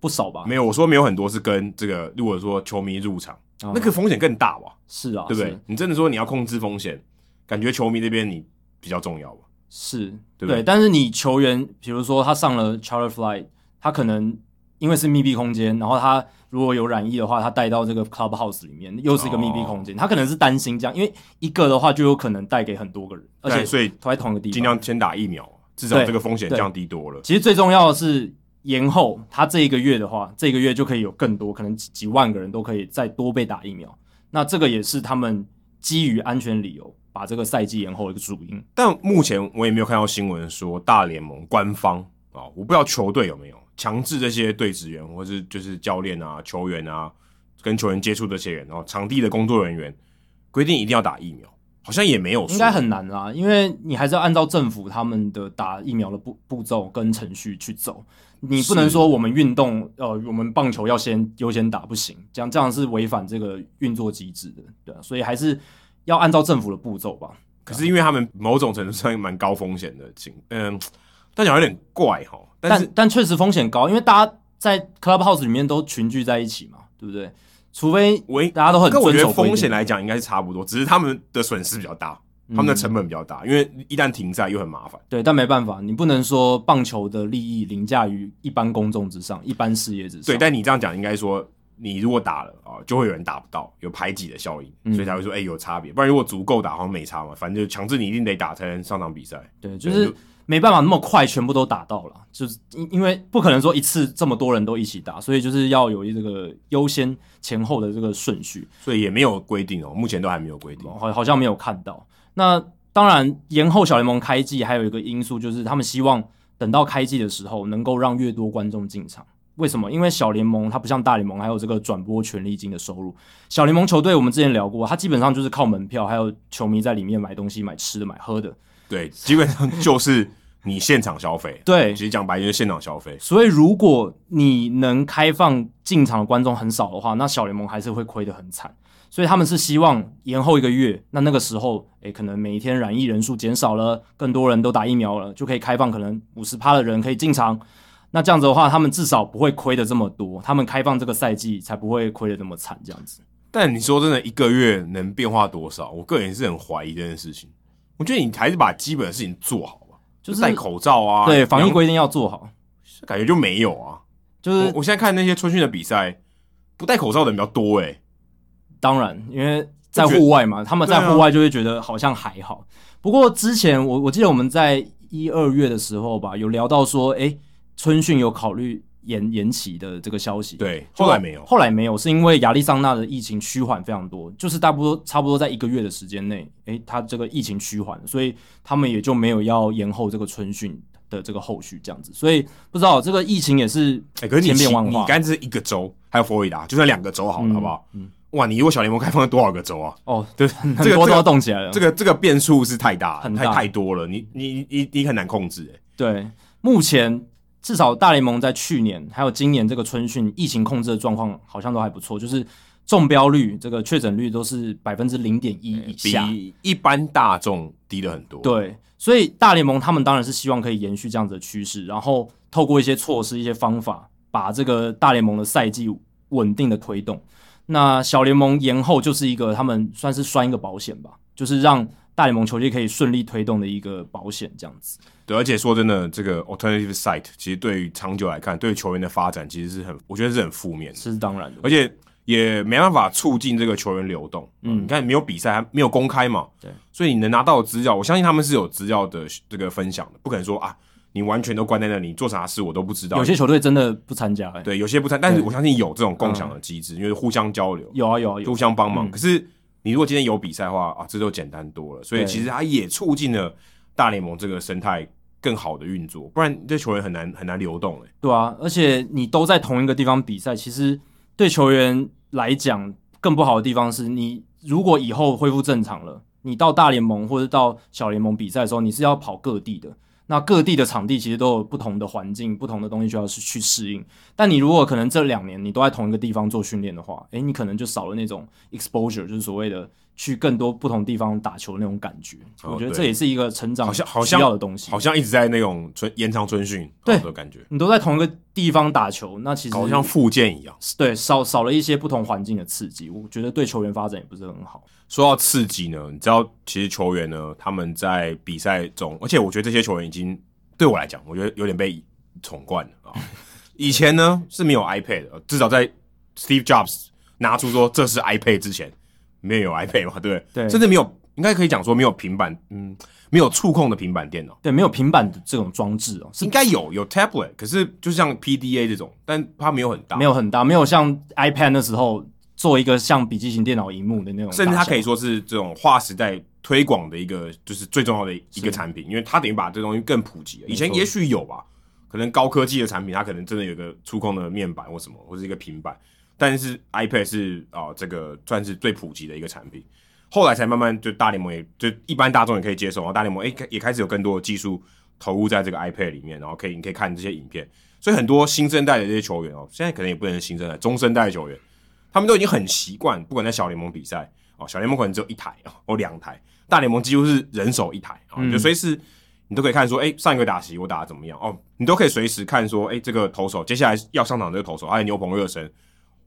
B: 不少吧？
A: 没有，我说没有很多是跟这个，如果说球迷入场，
B: 啊
A: 那个风险更大吧，
B: 是啊，
A: 对不对？你真的说你要控制风险，感觉球迷这边你比较重要吧？
B: 是？是，
A: 对不对
B: 对。但是你球员，比如说他上了 charter flight，他可能因为是密闭空间，然后他如果有染疫的话，他带到这个 clubhouse 里面又是一个密闭空间，他可能是担心这样，因为一个的话就有可能带给很多个人，而
A: 对
B: 且
A: 所以
B: 都在同一个地方，
A: 尽量先打疫苗，至少
B: 对
A: 这个风险降低多了。
B: 其实最重要的是延后，他这一个月的话，这个月就可以有更多，可能几几万个人都可以再多被打疫苗。那这个也是他们基于安全理由把这个赛季延后的一个主因。
A: 但目前我也没有看到新闻说大联盟官方啊、哦我不知道球队有没有强制这些队职员或是就是教练啊、球员啊，跟球员接触这些人，然、后场地的工作人员规定一定要打疫苗，好像也没有说，
B: 应该很难啦，因为你还是要按照政府他们的打疫苗的步步骤跟程序去走，你不能
A: 是
B: 说我们运动，呃，我们棒球要先优先打不行，这样这样是违反这个运作机制的，对啊、所以还是要按照政府的步骤吧。
A: 可是因为他们某种程度上蛮高风险的情，嗯，但讲有点怪哈。但是
B: 但但确实风险高，因为大家在 clubhouse 里面都群聚在一起嘛，对不对？除非
A: 我
B: 大家都很
A: 跟我
B: 遵
A: 觉得
B: 守
A: 风
B: 规定
A: 险来讲应该是差不多，只是他们的损失比较大，
B: 嗯
A: 他们的成本比较大，因为一旦停赛又很麻烦。
B: 对，但没办法，你不能说棒球的利益凌驾于一般公众之上、一般事业之上。
A: 对，但你这样讲应该说，你如果打了啊、就会有人打不到，有排挤的效应，
B: 嗯
A: 所以才会说哎、有差别。不然如果足够打，好像没差嘛，反正就强制你一定得打才能上场比赛。
B: 对，就
A: 对
B: 是没办法那么快全部都打到了，就是因因为不可能说一次这么多人都一起打，所以就是要有这个优先前后的这个顺序。
A: 所以也没有规定哦，目前都还没有规定。
B: 好好像没有看到。那当然，延后小联盟开季还有一个因素就是，他们希望等到开季的时候能够让越多观众进场。为什么？因为小联盟它不像大联盟，还有这个转播权利金的收入。小联盟球队我们之前聊过，它基本上就是靠门票，还有球迷在里面买东西、买吃的、买喝的。
A: 对，基本上就是你现场消费。
B: 对
A: 其，实讲白就是现场消费。
B: 所以如果你能开放进场的观众很少的话，那小联盟还是会亏得很惨。所以他们是希望延后一个月，那那个时候，诶、可能每一天染疫人数减少了，更多人都打疫苗了，就可以开放可能五十趴的人可以进场。那这样子的话，他们至少不会亏的这么多，他们开放这个赛季才不会亏的这么惨。这样子，
A: 但你说真的，一个月能变化多少？我个人是很怀疑这件事情。我觉得你还是把基本的事情做好吧。
B: 就是
A: 戴口罩啊，
B: 对防疫
A: 规
B: 规定要做好，
A: 感觉就没有啊。
B: 就
A: 我
B: 是
A: 我现在看那些春训的比赛，不戴口罩的人比较多哎、
B: 当然，因为在户外嘛，他们在户外就会觉得好像还好。不过之前我我记得我们在一二月的时候吧，有聊到说，诶，春训有考虑延延期的这个消息。，
A: 对，后来没有，
B: 后来没有，是因为亚利桑那的疫情趋缓非常多，就是大不多差不多在一个月的时间内，诶，它这个疫情趋缓，所以他们也就没有要延后这个春训的这个后续这样子。所以不知道这个疫情也是
A: 哎、可是你
B: 千变
A: 骑
B: 万
A: 你
B: 化
A: 干这一个州，还有佛罗里达，就算两个州好了，
B: 嗯
A: 好不好？
B: 嗯
A: 哇，你如果小联盟开放了多少个州啊？
B: 哦，
A: 对，
B: 很
A: 这个
B: 多都
A: 这
B: 要
A: 个
B: 动起来了。
A: 这个这个变数是太大，
B: 很
A: 太
B: 大
A: 太多了，你你你你很难控制、欸。
B: 对，目前至少大联盟在去年还有今年这个春训疫情控制的状况好像都还不错，就是中标率、这个确诊率都是百分之零点一以下。
A: 比一般大众低了很多。，
B: 对，所以大联盟他们当然是希望可以延续这样子的趋势，然后透过一些措施、一些方法，把这个大联盟的赛季稳定的推动。那小联盟延后就是一个他们算是拴一个保险吧，就是让大联盟球队可以顺利推动的一个保险，这样子。
A: 对，而且说真的，这个 alternative site 其实对于长久来看，对于球员的发展其实是很，我觉得是很负面的，
B: 这是当然的。
A: 而且也没办法促进这个球员流动。
B: 嗯
A: 你看没有比赛，还没有公开嘛，
B: 对，
A: 所以你能拿到的资料，我相信他们是有资料的这个分享的，不可能说啊，你完全都关在那里，你做啥事我都不知道。
B: 有些球队真的不参加、欸，
A: 啊对，有些不参，但是
B: 对嗯
A: 我相信有这种共享的机制，因为互相交流。
B: 有啊有啊有
A: 互相帮忙。
B: 嗯
A: 可是你如果今天有比赛的话啊，这就简单多了。所以
B: 对
A: 其实它也促进了大联盟这个生态更好的运作，不然这球员很难很难流动、欸。
B: 对啊，而且你都在同一个地方比赛，其实对球员来讲更不好的地方是你如果以后恢复正常了，你到大联盟或者到小联盟比赛的时候，你是要跑各地的。那各地的场地其实都有不同的环境、不同的东西需要去去适应。但你如果可能这两年你都在同一个地方做训练的话，诶，你可能就少了那种 exposure，就是所谓的去更多不同地方打球的那种感觉。
A: 哦
B: 我觉得
A: 对
B: 这也是一个成长
A: 好像好像
B: 需要的东西，
A: 好像一直在那种春延长春训
B: 对
A: 的感觉，
B: 你都在同一个地方打球，那其实
A: 搞得像复健一样。
B: 对少少了一些不同环境的刺激，我觉得对球员发展也不是很好。
A: 说到刺激呢，你知道其实球员呢他们在比赛中，而且我觉得这些球员已经对我来讲，我觉得有点被宠惯了啊。以前呢是没有 iPad 的，至少在 Steve Jobs 拿出说这是 iPad 之前，没有 iPad 嘛，对不对？
B: 对
A: 甚至没有，应该可以讲说没有平板，嗯，没有触控的平板电脑，
B: 对，没有平板的这种装置哦，是
A: 应该有有 tablet，可是就像 PDA 这种，但它没有很大，
B: 没有很大，没有像 iPad 那时候做一个像笔记型电脑荧幕的那种大小，
A: 甚至它可以说是这种划时代推广的一个，就是最重要的一个产品，因为它等于把这东西更普及了。以前也许有吧，可能高科技的产品，它可能真的有个触控的面板或什么，或是一个平板，但是 iPad 是啊、这个算是最普及的一个产品。后来才慢慢就大联盟也就一般大众也可以接受，然后大联盟哎、也开始有更多的技术投入在这个 iPad 里面，然后可以你可以看这些影片，所以很多新生代的这些球员哦，现在可能也不能是新生代，中生代的球员，他们都已经很习惯，不管在小联盟比赛哦，小联盟可能只有一台哦或两台，大联盟几乎是人手一台啊、哦，
B: 嗯
A: 你就随时你都可以看说，哎、上一个打席我打的怎么样哦，你都可以随时看说，哎、这个投手接下来要上场的这个投手，哎，牛棚热身。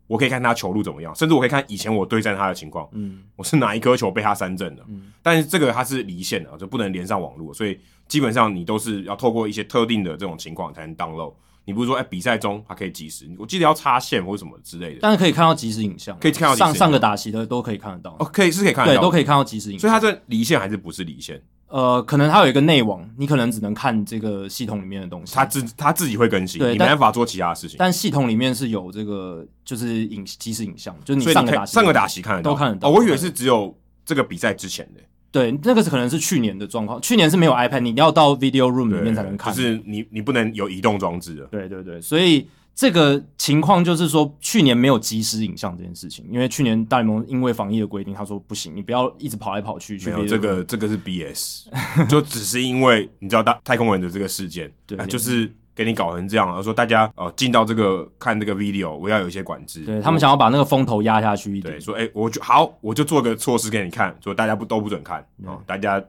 A: 我可以看他球路怎么样，甚至我可以看以前我对战他的情况，
B: 嗯，
A: 我是哪一颗球被他三振的，
B: 嗯
A: 但是这个它是离线的，哦就不能连上网络，所以基本上你都是要透过一些特定的这种情况才能 download。你不是说哎、比赛中它可以及时，我记得要插线或什么之类的，
B: 但是可以看到即时影像，
A: 可以看到即时影像
B: 上上个打席的都可以看得到，
A: 哦，可以是可以看得
B: 对，
A: 到，
B: 都可
A: 以。
B: 以看到即时影
A: 所
B: 像。
A: 以它这离线还是不是离线，
B: 呃，可能它有一个内网，你可能只能看这个系统里面的东西，
A: 它自它自己会更新，
B: 对
A: 你没
B: 但
A: 办法做其他的事情。
B: 但系统里面是有这个就是影即时影像，就是
A: 所以
B: 上
A: 你可
B: 个打
A: 以
B: 席
A: 上个打席看得到，
B: 都看得到
A: 哦，我以为是只有这个比赛之前的，
B: 对，那个是可能是去年的状况，去年是没有 iPad，你一定要到 Video Room
A: 对
B: 嗯里面才能看。
A: 就是你你不能有移动装置的。
B: 对对对，所以这个情况就是说，去年没有及时影像这件事情，因为去年大联盟因为防疫的规定，他说不行，你不要一直跑来跑去去
A: 没有
B: video
A: 这
B: room
A: 个，这个是 BS，就只是因为你知道大太空人的这个事件，
B: 对
A: 啊就是给你搞成这样，然后说大家呃进到这个看这个 video，我要有一些管制，
B: 对他们想要把那个风头压下去一
A: 对
B: 点。
A: 说哎、我就好，我就做个措施给你看，说大家不都不准看啊、哦大家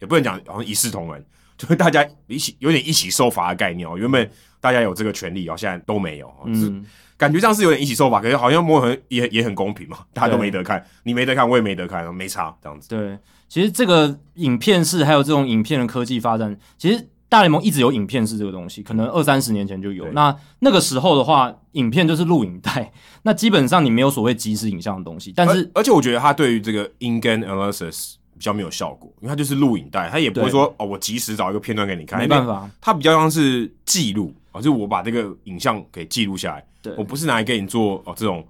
A: 也不能讲好像一视同仁，就是大家一起有点一起受罚的概念哦，原本大家有这个权利哦，现在都没有，哦是
B: 嗯，
A: 感觉上是有点一起受罚，可是好像摸很也也很公平嘛，大家都
B: 对
A: 没得看，你没得看，我也没得看，没差这样子。
B: 对，其实这个影片是还有这种影片的科技发展，其实大联盟一直有影片是这个东西，可能二三十年前就有。
A: 对
B: 那那个时候的话，影片就是录影带， 那基本上你没有所谓即时影像的东西，但是
A: 而而且我觉得他对于这个 in game analysis 比较没有效果，因为他就是录影带，他也不会
B: 对
A: 说哦，我及时找一个片段给你看，
B: 没办
A: 因为
B: 法，
A: 他比较像是记录，哦，就是我把这个影像给记录下来，
B: 对
A: 我不是拿来给你做哦这种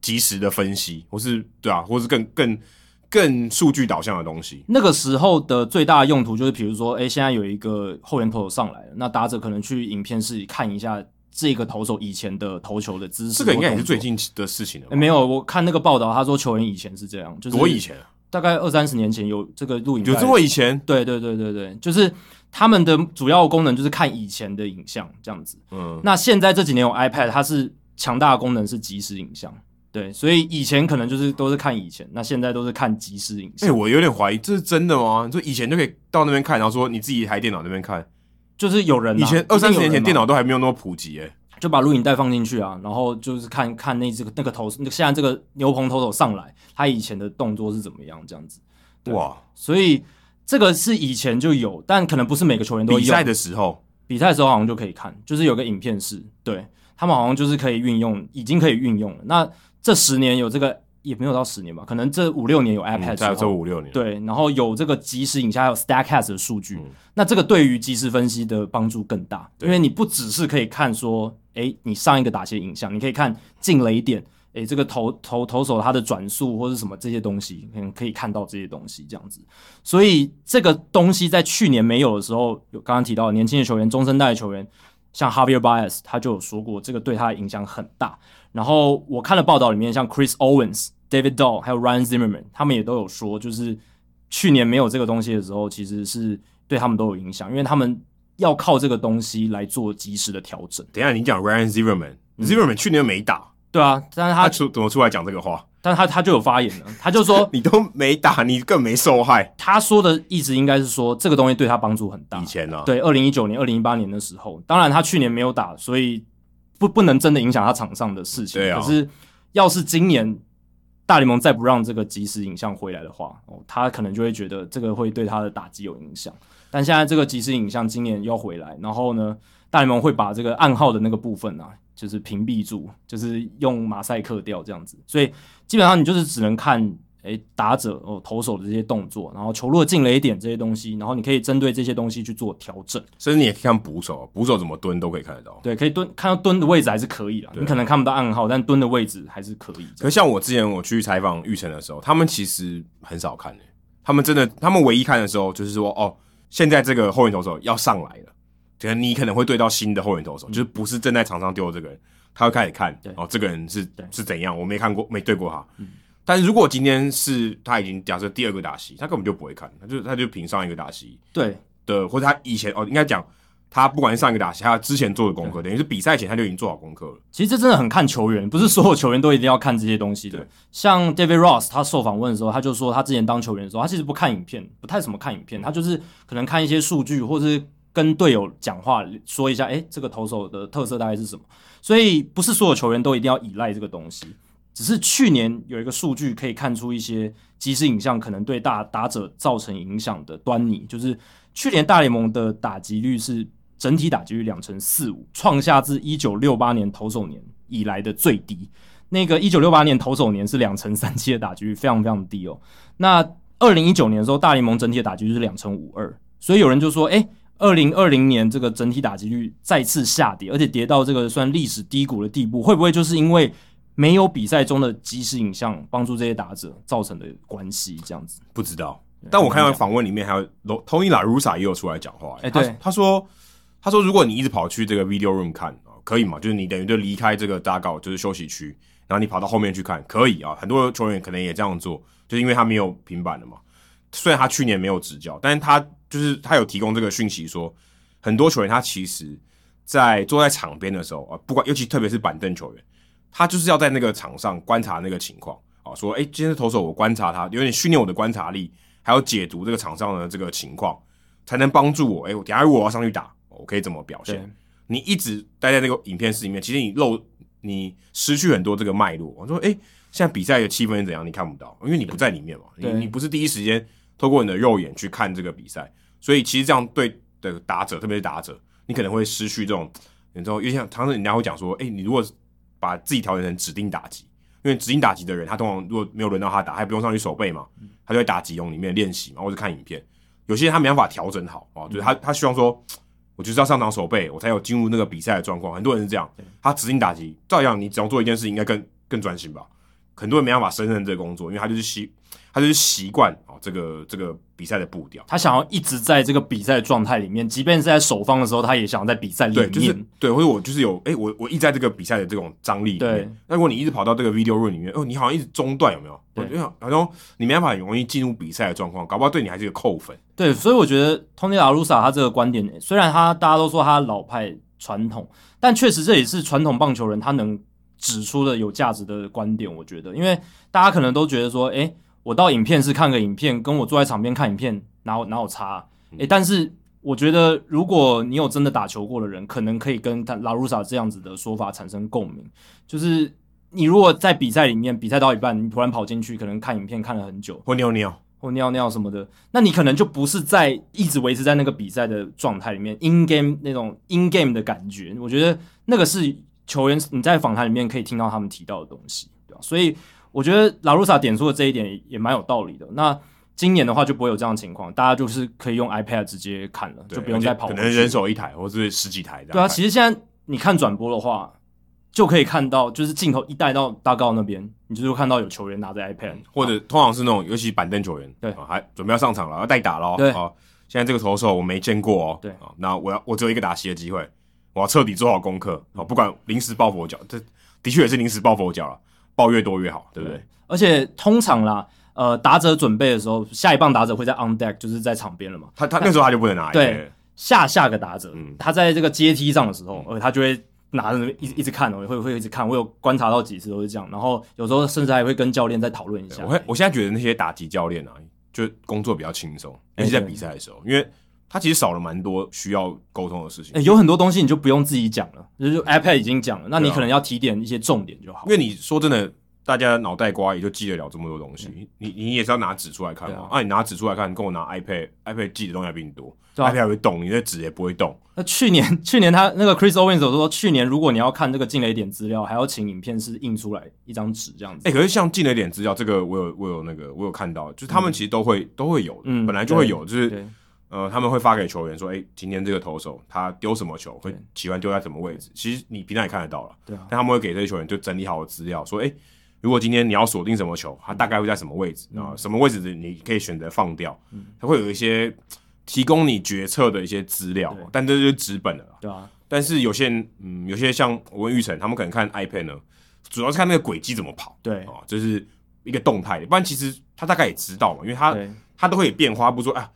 A: 及时的分析，或是对啊，或是更更更数据导向的东西，
B: 那个时候的最大的用途就是，比如说，哎、现在有一个后援投手上来了，那打者可能去影片室看一下这个投手以前的投球的姿
A: 这
B: 势或动作。
A: 个应该也是最近的事情了吧、
B: 诶、没有，我看那个报道，他说球员以前是这样，就是
A: 多以，前啊，
B: 大概二三十年前有这个录影带，
A: 有这么以前，
B: 对对对对对，就是他们的主要功能就是看以前的影像这样子。
A: 嗯，
B: 那现在这几年有 iPad，它是强大的功能是即时影像，对，所以以前可能就是都是看以前，那现在都是看即时影
A: 哎、
B: 像。
A: 我有点怀疑这是真的吗？你说以前就可以到那边看，然后说你自己台电脑那边看，
B: 就是有人、
A: 以
B: 啊、
A: 前二三十年前电
B: 脑。
A: 脑都还没有那么普及、哎。
B: 就把录影带放进去啊，然后就是看看那这个那个投那现在这个牛棚投手上来，他以前的动作是怎么样这样子，对
A: 哇，
B: 所以这个是以前就有，但可能不是每个球员都有。
A: 比赛的时候，
B: 比赛的时候好像就可以看，就是有个影片室，对他们好像就是可以运用，已经可以运用了。那这十年有这个也没有到十年吧，可能这五六年有啊
A: 嗯
B: iPad 之
A: 在这
B: 后，
A: 五六年，，
B: 对，然后有这个即时影像，还有 Stacks 的数据，
A: 嗯
B: 那这个对于即时分析的帮助更大，
A: 对
B: 因为你不只是可以看说，诶，你上一个打些影像，你可以看进雷点，诶，这个投投投手他的转速或是什么这些东西，嗯，可以看到这些东西这样子。所以这个东西在去年没有的时候，有刚刚提到的年轻的球员、中生代的球员，像 Javier Baez 他就有说过，这个对他的影响很大。然后我看了报道里面，像 Chris Owens、David Dahl 还有 Ryan Zimmerman，他们也都有说，就是去年没有这个东西的时候，其实是对他们都有影响，因为他们要靠这个东西来做及时的调整。
A: 等一下你讲 Ryan
B: 嗯
A: Zimmerman，Zimmerman、去年没打，
B: 对啊，但是
A: 他
B: 他，
A: 出怎么出来讲这个话？
B: 但他他就有发 言了，他就说
A: 你都没打，你更没受害。
B: 他说的意思应该是说这个东西对他帮助很大
A: 以。前呢、啊，，
B: 对，二零一九年、二零一八年的时候，当然他去年没有打，所以不不能真的影响他场上的事情。
A: 对啊
B: 可是要是今年大联盟再不让这个即时影像回来的话，哦，他可能就会觉得这个会对他的打击有影响。但现在这个即时影像今年要回来，然后呢，大联盟会把这个暗号的那个部分啊，就是屏蔽住，就是用马赛克掉这样子，所以基本上你就是只能看。诶，打者哦，投手的这些动作，然后球落进雷点这些东西，然后你可以针对这些东西去做调整。
A: 甚至你也可以看捕手，捕手怎么蹲都可以看得到。
B: 对，可以蹲，看到蹲的位置还是可以的。
A: 对啊
B: 你可能看不到暗号，但蹲的位置还是可以
A: 可
B: 这样。
A: 是像我之前我去采访玉成的时候，他们其实很少看的、他们真的，他们唯一看的时候就是说，哦，现在这个后援投手要上来了，可能你可能会对到新的后援投手，就是不是正在场上丢的这个人，他会开始看
B: 嗯对，
A: 哦，这个人是
B: 对嗯
A: 是怎样，我没看过，没对过他。但是如果今天是他已经假设第二个打席，他根本就不会看，他就他就凭上一个打席
B: 对
A: 的，或者他以前哦，应该讲他不管是上一个打席，他之前做的功课，等于是比赛前他就已经做好功课了。
B: 其实这真的很看球员，不是所有球员都一定要看这些东西的
A: 对。
B: 像 David Ross 他受访问的时候，他就说他之前当球员的时候，他其实不看影片，不太怎么看影片，他就是可能看一些数据，或是跟队友讲话说一下，诶，这个投手的特色大概是什么。所以不是所有球员都一定要依赖这个东西。只是去年有一个数据可以看出一些即时影像可能对大打者造成影响的端倪，就是去年大联盟的打击率是整体打击率两成四五，创下自一九六八年投手年以来的最低。那个一九六八年投手年是两成三七的打击率，非常非常低哦。那二零一九年的时候，大联盟整体的打击率是两成五二，所以有人就说，哎、2二零二零年这个整体打击率再次下跌，而且跌到这个算历史低谷的地步，会不会就是因为没有比赛中的即时影像帮助这些打者造成的关系？这样子，
A: 不知道。但我看到访问里面还有 Lo- Tony La Russa 也有出来讲话、
B: 啊哎
A: 他
B: 对
A: 他说他说如果你一直跑去这个 video room 看啊，可以吗？就是你等于就离开这个大告，就是休息区，然后你跑到后面去看，可以啊。很多球员可能也这样做，就是因为他没有平板了嘛。虽然他去年没有执教，但是他就是他有提供这个讯息说，很多球员他其实在坐在场边的时候啊，不管尤其特别是板凳球员，他就是要在那个场上观察那个情况啊，说哎、诶今天的投手我观察他，有点训练我的观察力，还有解读这个场上的这个情况，才能帮助我。哎、我等一下如果我要上去打，哦我可以怎么表
B: 对
A: 现？你一直待在那个影片室里面，其实你漏你失去很多这个脉络。我说哎、诶现在比赛的气氛是怎样？你看不到，因为你不在里面嘛，你
B: 对
A: 你不是第一时间透过你的肉眼去看这个比赛，所以其实这样对。的打者，特别是打者，你可能会失去这种，你知道，因为像常常人家会讲说，哎、你如果把自己调整成指定打击，因为指定打击的人，他通常如果没有轮到他打，他也不用上去守备嘛，他就会打击笼里面练习嘛，或者看影片。有些人他没办法调整好啊，就是他他希望说，我就是要上场守备，我才有进入那个比赛的状况。很多人是这样，他指定打击，照样你只要做一件事，应该更更专心吧。很多人没办法胜任这个工作，因为他就是习他就是习惯啊这个这个比赛的步调。
B: 他想要一直在这个比赛的状态里面，即便是在首放的时候，他也想要在比赛里
A: 对，
B: 面。
A: 就是对，或者我就是有，哎、我我一直在这个比赛的这种张力里
B: 对
A: 面。那如果你一直跑到这个 video room 里面，哦，你好像一直中断，有没有？我
B: 对
A: 就想，好像你没办法很容易进入比赛的状况，搞不好对你还是一个扣分。
B: 对，所以我觉得 Tony La Russa 他这个观点，虽然他大家都说他老派传统，但确实这也是传统棒球人他能指出的有价值的观点。我觉得，因为大家可能都觉得说，诶，我到影片室看个影片，跟我坐在场边看影片哪有哪有差啊、诶，但是我觉得，如果你有真的打球过的人，可能可以跟他拉鲁萨这样子的说法产生共鸣。就是你如果在比赛里面，比赛到一半，你突然跑进去，可能看影片看了很久，
A: 或妞妞，
B: 或尿尿什么的，那你可能就不是在一直维持在那个比赛的状态里面，in game 那种 in game 的感觉，我觉得那个是球员你在访谈里面可以听到他们提到的东西，对吧、所以我觉得拉鲁萨点出的这一点也蛮有道理的。那今年的话就不会有这样的情况，大家就是可以用 iPad 直接看了，
A: 对
B: 就不用
A: 而且
B: 再跑
A: 可
B: 回去。
A: 能人手一台或者是十几台这样看。
B: 对啊，其实现在你看转播的话，就可以看到，就是镜头一带到大高那边，你就会看到有球员拿着 iPad，
A: 或者通常是那种尤其板凳球员，
B: 对
A: 啊，还准备要上场了，要代打了，
B: 对
A: 啊，现在这个投手我没见过哦，
B: 对
A: 啊，那我要我只有一个打席的机会，我要彻底做好功课，啊，不管临时抱佛脚，这的确也是临时抱佛脚了，抱越多越好，对不对？
B: 而且通常啦，呃，打者准备的时候，下一棒打者会在 on deck，就是在场边了嘛。
A: 他他那时候他就不能拿，
B: 对，下下个打者，
A: 嗯
B: 他在这个阶梯上的时候，呃，他就会拿着那边一直一直看哦，会会一直看。我有观察到几次都是这样，然后有时候甚至还会跟教练再讨论一
A: 对
B: 下。
A: 我会我现在觉得那些打击教练啊，就工作比较轻松，尤
B: 哎
A: 其在比赛的时候，因为他其实少了蛮多需要沟通的事情
B: 诶，有很多东西你就不用自己讲了，就是 iPad 已经讲了，那你
A: 对啊
B: 可能要提点一些重点就好。
A: 因为你说真的，大家脑袋瓜也就记得了这么多东西，你你也是要拿纸出来看嘛。啊，你拿纸出来看，跟我拿 iPad，iPad 记的东西还比你多、
B: 对啊
A: i p a d 会动，你的纸也不会动。
B: 那去年 去年他那个 Chris Owens 有说，去年如果你要看这个进雷点资料，还要请影片是印出来一张纸这样子。
A: 哎、可是像进了一点资料，这个我有我有那个我有看到，就是他们其实都会、都会有的，
B: 嗯
A: 本来就会有，就是
B: 对，
A: 呃他们会发给球员说，哎、今天这个投手他丢什么球，会
B: 对
A: 喜欢丢在什么位置。其实你平常也看得到了，
B: 对啊
A: 但他们会给这些球员就整理好的资料，说，哎、如果今天你要锁定什么球，它大概会在什么位置
B: 嗯
A: 啊？什么位置你可以选择放掉，它会有一些提供你决策的一些资料
B: 对，
A: 但这就是纸本的啦。
B: 对啊，
A: 但是有些人，嗯，有些像我跟玉成，他们可能看 iPad 呢，主要是看那个轨迹怎么跑
B: 对
A: 啊，就是一个动态的，不然其实他大概也知道嘛，因为他
B: 对
A: 他都会有变化，不是说啊，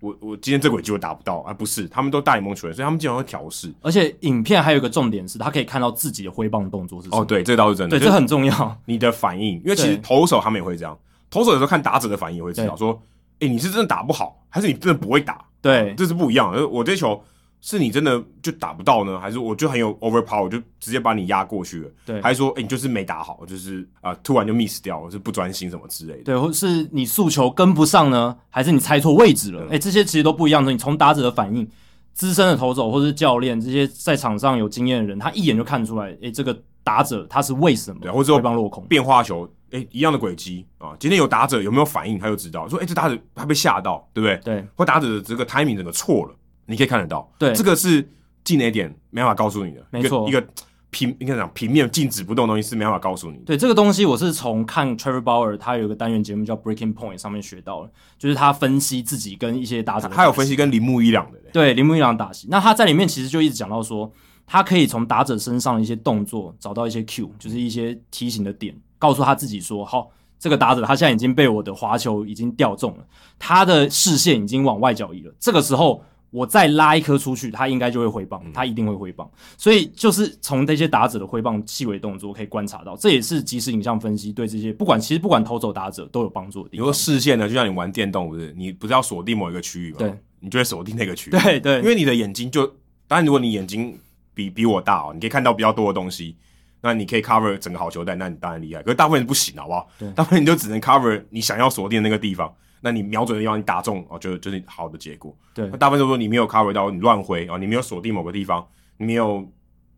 A: 我我今天这轨迹我达不到啊，不是，他们都大联盟球员，所以他们经常会调试。
B: 而且影片还有一个重点是，他可以看到自己的挥棒动作是什么。
A: 哦，对，这倒是真的，
B: 对，
A: 就是
B: 这很 重要。
A: 你的反应，因为其实
B: 对
A: 投手他们也会这样，投手有时候看打者的反应也会知道
B: 对
A: 说，哎、你是真的打不好，还是你真的不会打？
B: 对
A: 这是不一样的。我这球是你真的就打不到呢，还是我就很有 overpower，我就直接把你压过去了？
B: 对
A: 还是说，哎、你就是没打好，就是啊、突然就 miss 掉，或是不专心什么之类的。
B: 对，或是你诉求跟不上呢，还是你猜错位置了？哎、这些其实都不一样的。你从打者的反应，资深的投手或是教练，这些在场上有经验的人，他一眼就看出来，哎、这个打者他是为什么
A: 对或者说
B: 挥棒落空。
A: 变化球，哎、一样的轨迹啊，今天有打者有没有反应，他就知道说，哎、这打者他被吓到，对不对？
B: 对
A: 或打者的这个 timing 整个错了，你可以看得到。
B: 对
A: 这个是近哪点没办法告诉你的，
B: 没错
A: 一个一个平应该讲平面静止不动的东西是没办法告诉你的。
B: 对，这个东西我是从看 Trevor Bauer 他有一个单元节目叫 Breaking Point 上面学到的，就是他分析自己跟一些打者的
A: 他有
B: 打
A: 分
B: 戏
A: 析跟铃木一朗的嘞，
B: 对，铃木一朗打戏。那他在里面其实就一直讲到说，他可以从打者身上的一些动作找到一些 Q，就是一些提醒的点，告诉他自己说，好，这个打者他现在已经被我的滑球已经吊中了，他的视线已经往外角移了。这个时候我再拉一颗出去，他应该就会挥
A: 嗯
B: 棒，他一定会挥棒。所以就是从这些打者的挥棒细微动作可以观察到，这也是即时影像分析对这些不管其实不管投手打者都有帮助的地
A: 你说
B: 方。
A: 视线啊呢，就像你玩电动不是？你不是要锁定某一个区域吗？
B: 对，
A: 你就会锁定那个区域。
B: 对对，
A: 因为你的眼睛就，当然如果你眼睛比比我大哦，你可以看到比较多的东西，那你可以 cover 整个好球带，那你当然厉害。可是大部分人不行，好不好
B: 对？
A: 大部分人就只能 cover 你想要锁定的那个地方，那你瞄准的地方你打中哦，就就是好的结果。
B: 对
A: 那大部分都说你没有 cover 到，你乱挥哦，你没有锁定某个地方，你没有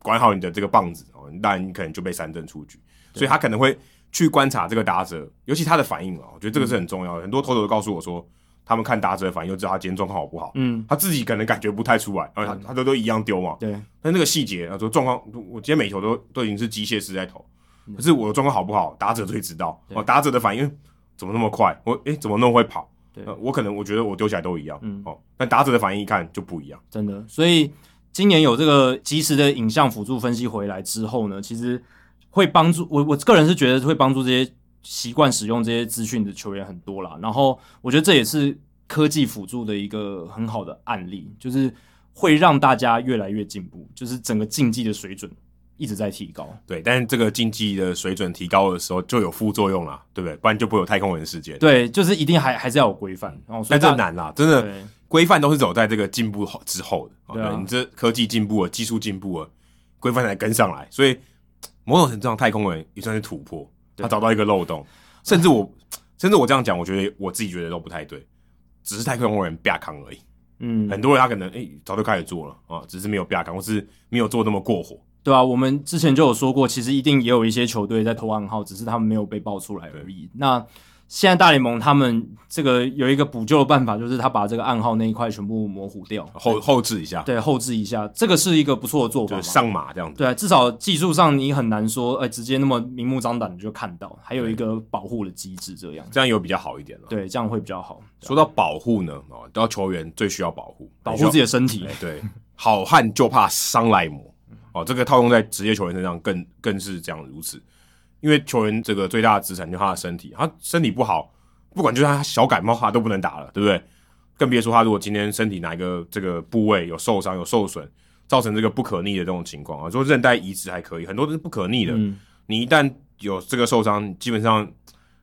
A: 管好你的这个棒子哦，那你可能就被三振出局。所以他可能会去观察这个打者，尤其他的反应哦，我觉得
B: 嗯
A: 这个是很重要的。很多投手都告诉我说，他们看打者的反应就知道他今天状况好不好。
B: 嗯，
A: 他自己可能感觉不太出来，啊、他他都都一样丢嘛，
B: 对，
A: 但那个细节，啊，说状况，我今天每球都都已经是机械式在投，可是我的状况好不好，打者最知道。
B: 嗯对
A: 哦，打者的反应怎么那么快？我诶、怎么那么会跑？
B: 对
A: 呃我可能我觉得我丢起来都一样，
B: 嗯
A: 哦，但打者的反应一看就不一样。
B: 真的。所以今年有这个及时的影像辅助分析回来之后呢，其实会帮助我，我个人是觉得会帮助这些习惯使用这些资讯的球员很多啦。然后我觉得这也是科技辅助的一个很好的案例，就是会让大家越来越进步，就是整个竞技的水准一直在提高。
A: 对，但是这个竞技的水准提高的时候就有副作用啦，对不对？不然就不会有太空人事件。，
B: 对，就是一定还还是要有规范。然后所以
A: 但这
B: 大
A: 难啦，真的
B: 对
A: 规范都是走在这个进步后之后的。哦
B: 对啊
A: 你这科技进步了，技术进步了，规范才跟上来，所以某种程度上，太空人也算是突破，
B: 对
A: 他找到一个漏洞。甚至我，甚至我这样讲，我觉得我自己觉得都不太对，只是太空人亚康而已。
B: 嗯，
A: 很多人他可能诶、早就开始做了啊，只是没有亚康，或是没有做那么过火。
B: 对啊，我们之前就有说过，其实一定也有一些球队在偷暗号，只是他们没有被爆出来而已。那现在大联盟他们这个有一个补救的办法，就是他把这个暗号那一块全部模糊掉，
A: 哦后后置一下，
B: 对后置一下，这个是一个不错的做法
A: 就
B: 嘛
A: 是。上马这样子。
B: 对啊，至少技术上你很难说，呃，直接那么明目张胆的就看到，还有一个保护的机制，这样
A: 这样有比较好一点了。
B: 对，这样会比较好，
A: 说到保护呢，哦，到球员最需要保护，
B: 保护自己的身体
A: 哎，。对，好汉就怕伤来磨哦，这个套用在职业球员身上更更是这样如此，因为球员这个最大的资产就是他的身体，他身体不好，不管就是他小感冒他都不能打了，对不对？更别说他如果今天身体哪一个这个部位有受伤有受损，造成这个不可逆的这种情况啊，说韧带移植还可以，很多都是不可逆的，
B: 嗯，
A: 你一旦有这个受伤，基本上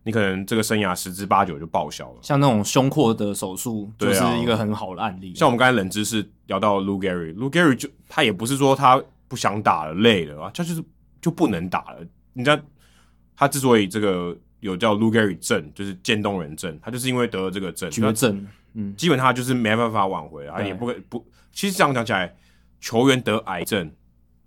A: 你可能这个生涯十之八九就报销了。
B: 像那种胸廓的手术就
A: 对
B: 是
A: 啊
B: 一个很好的案例。
A: 像我们刚才冷知识聊到 l u Gary l u Gary 就他也不是说他不想打了、累了啊，他就是就不能打了。人家他之所以这个有叫 l u Gary 症，就是渐冻人症，他就是因为得了这个症，
B: 绝症，嗯，
A: 基本上就是没办法挽回啊，
B: 对
A: 也不可不。其实这样讲起来，球员得癌症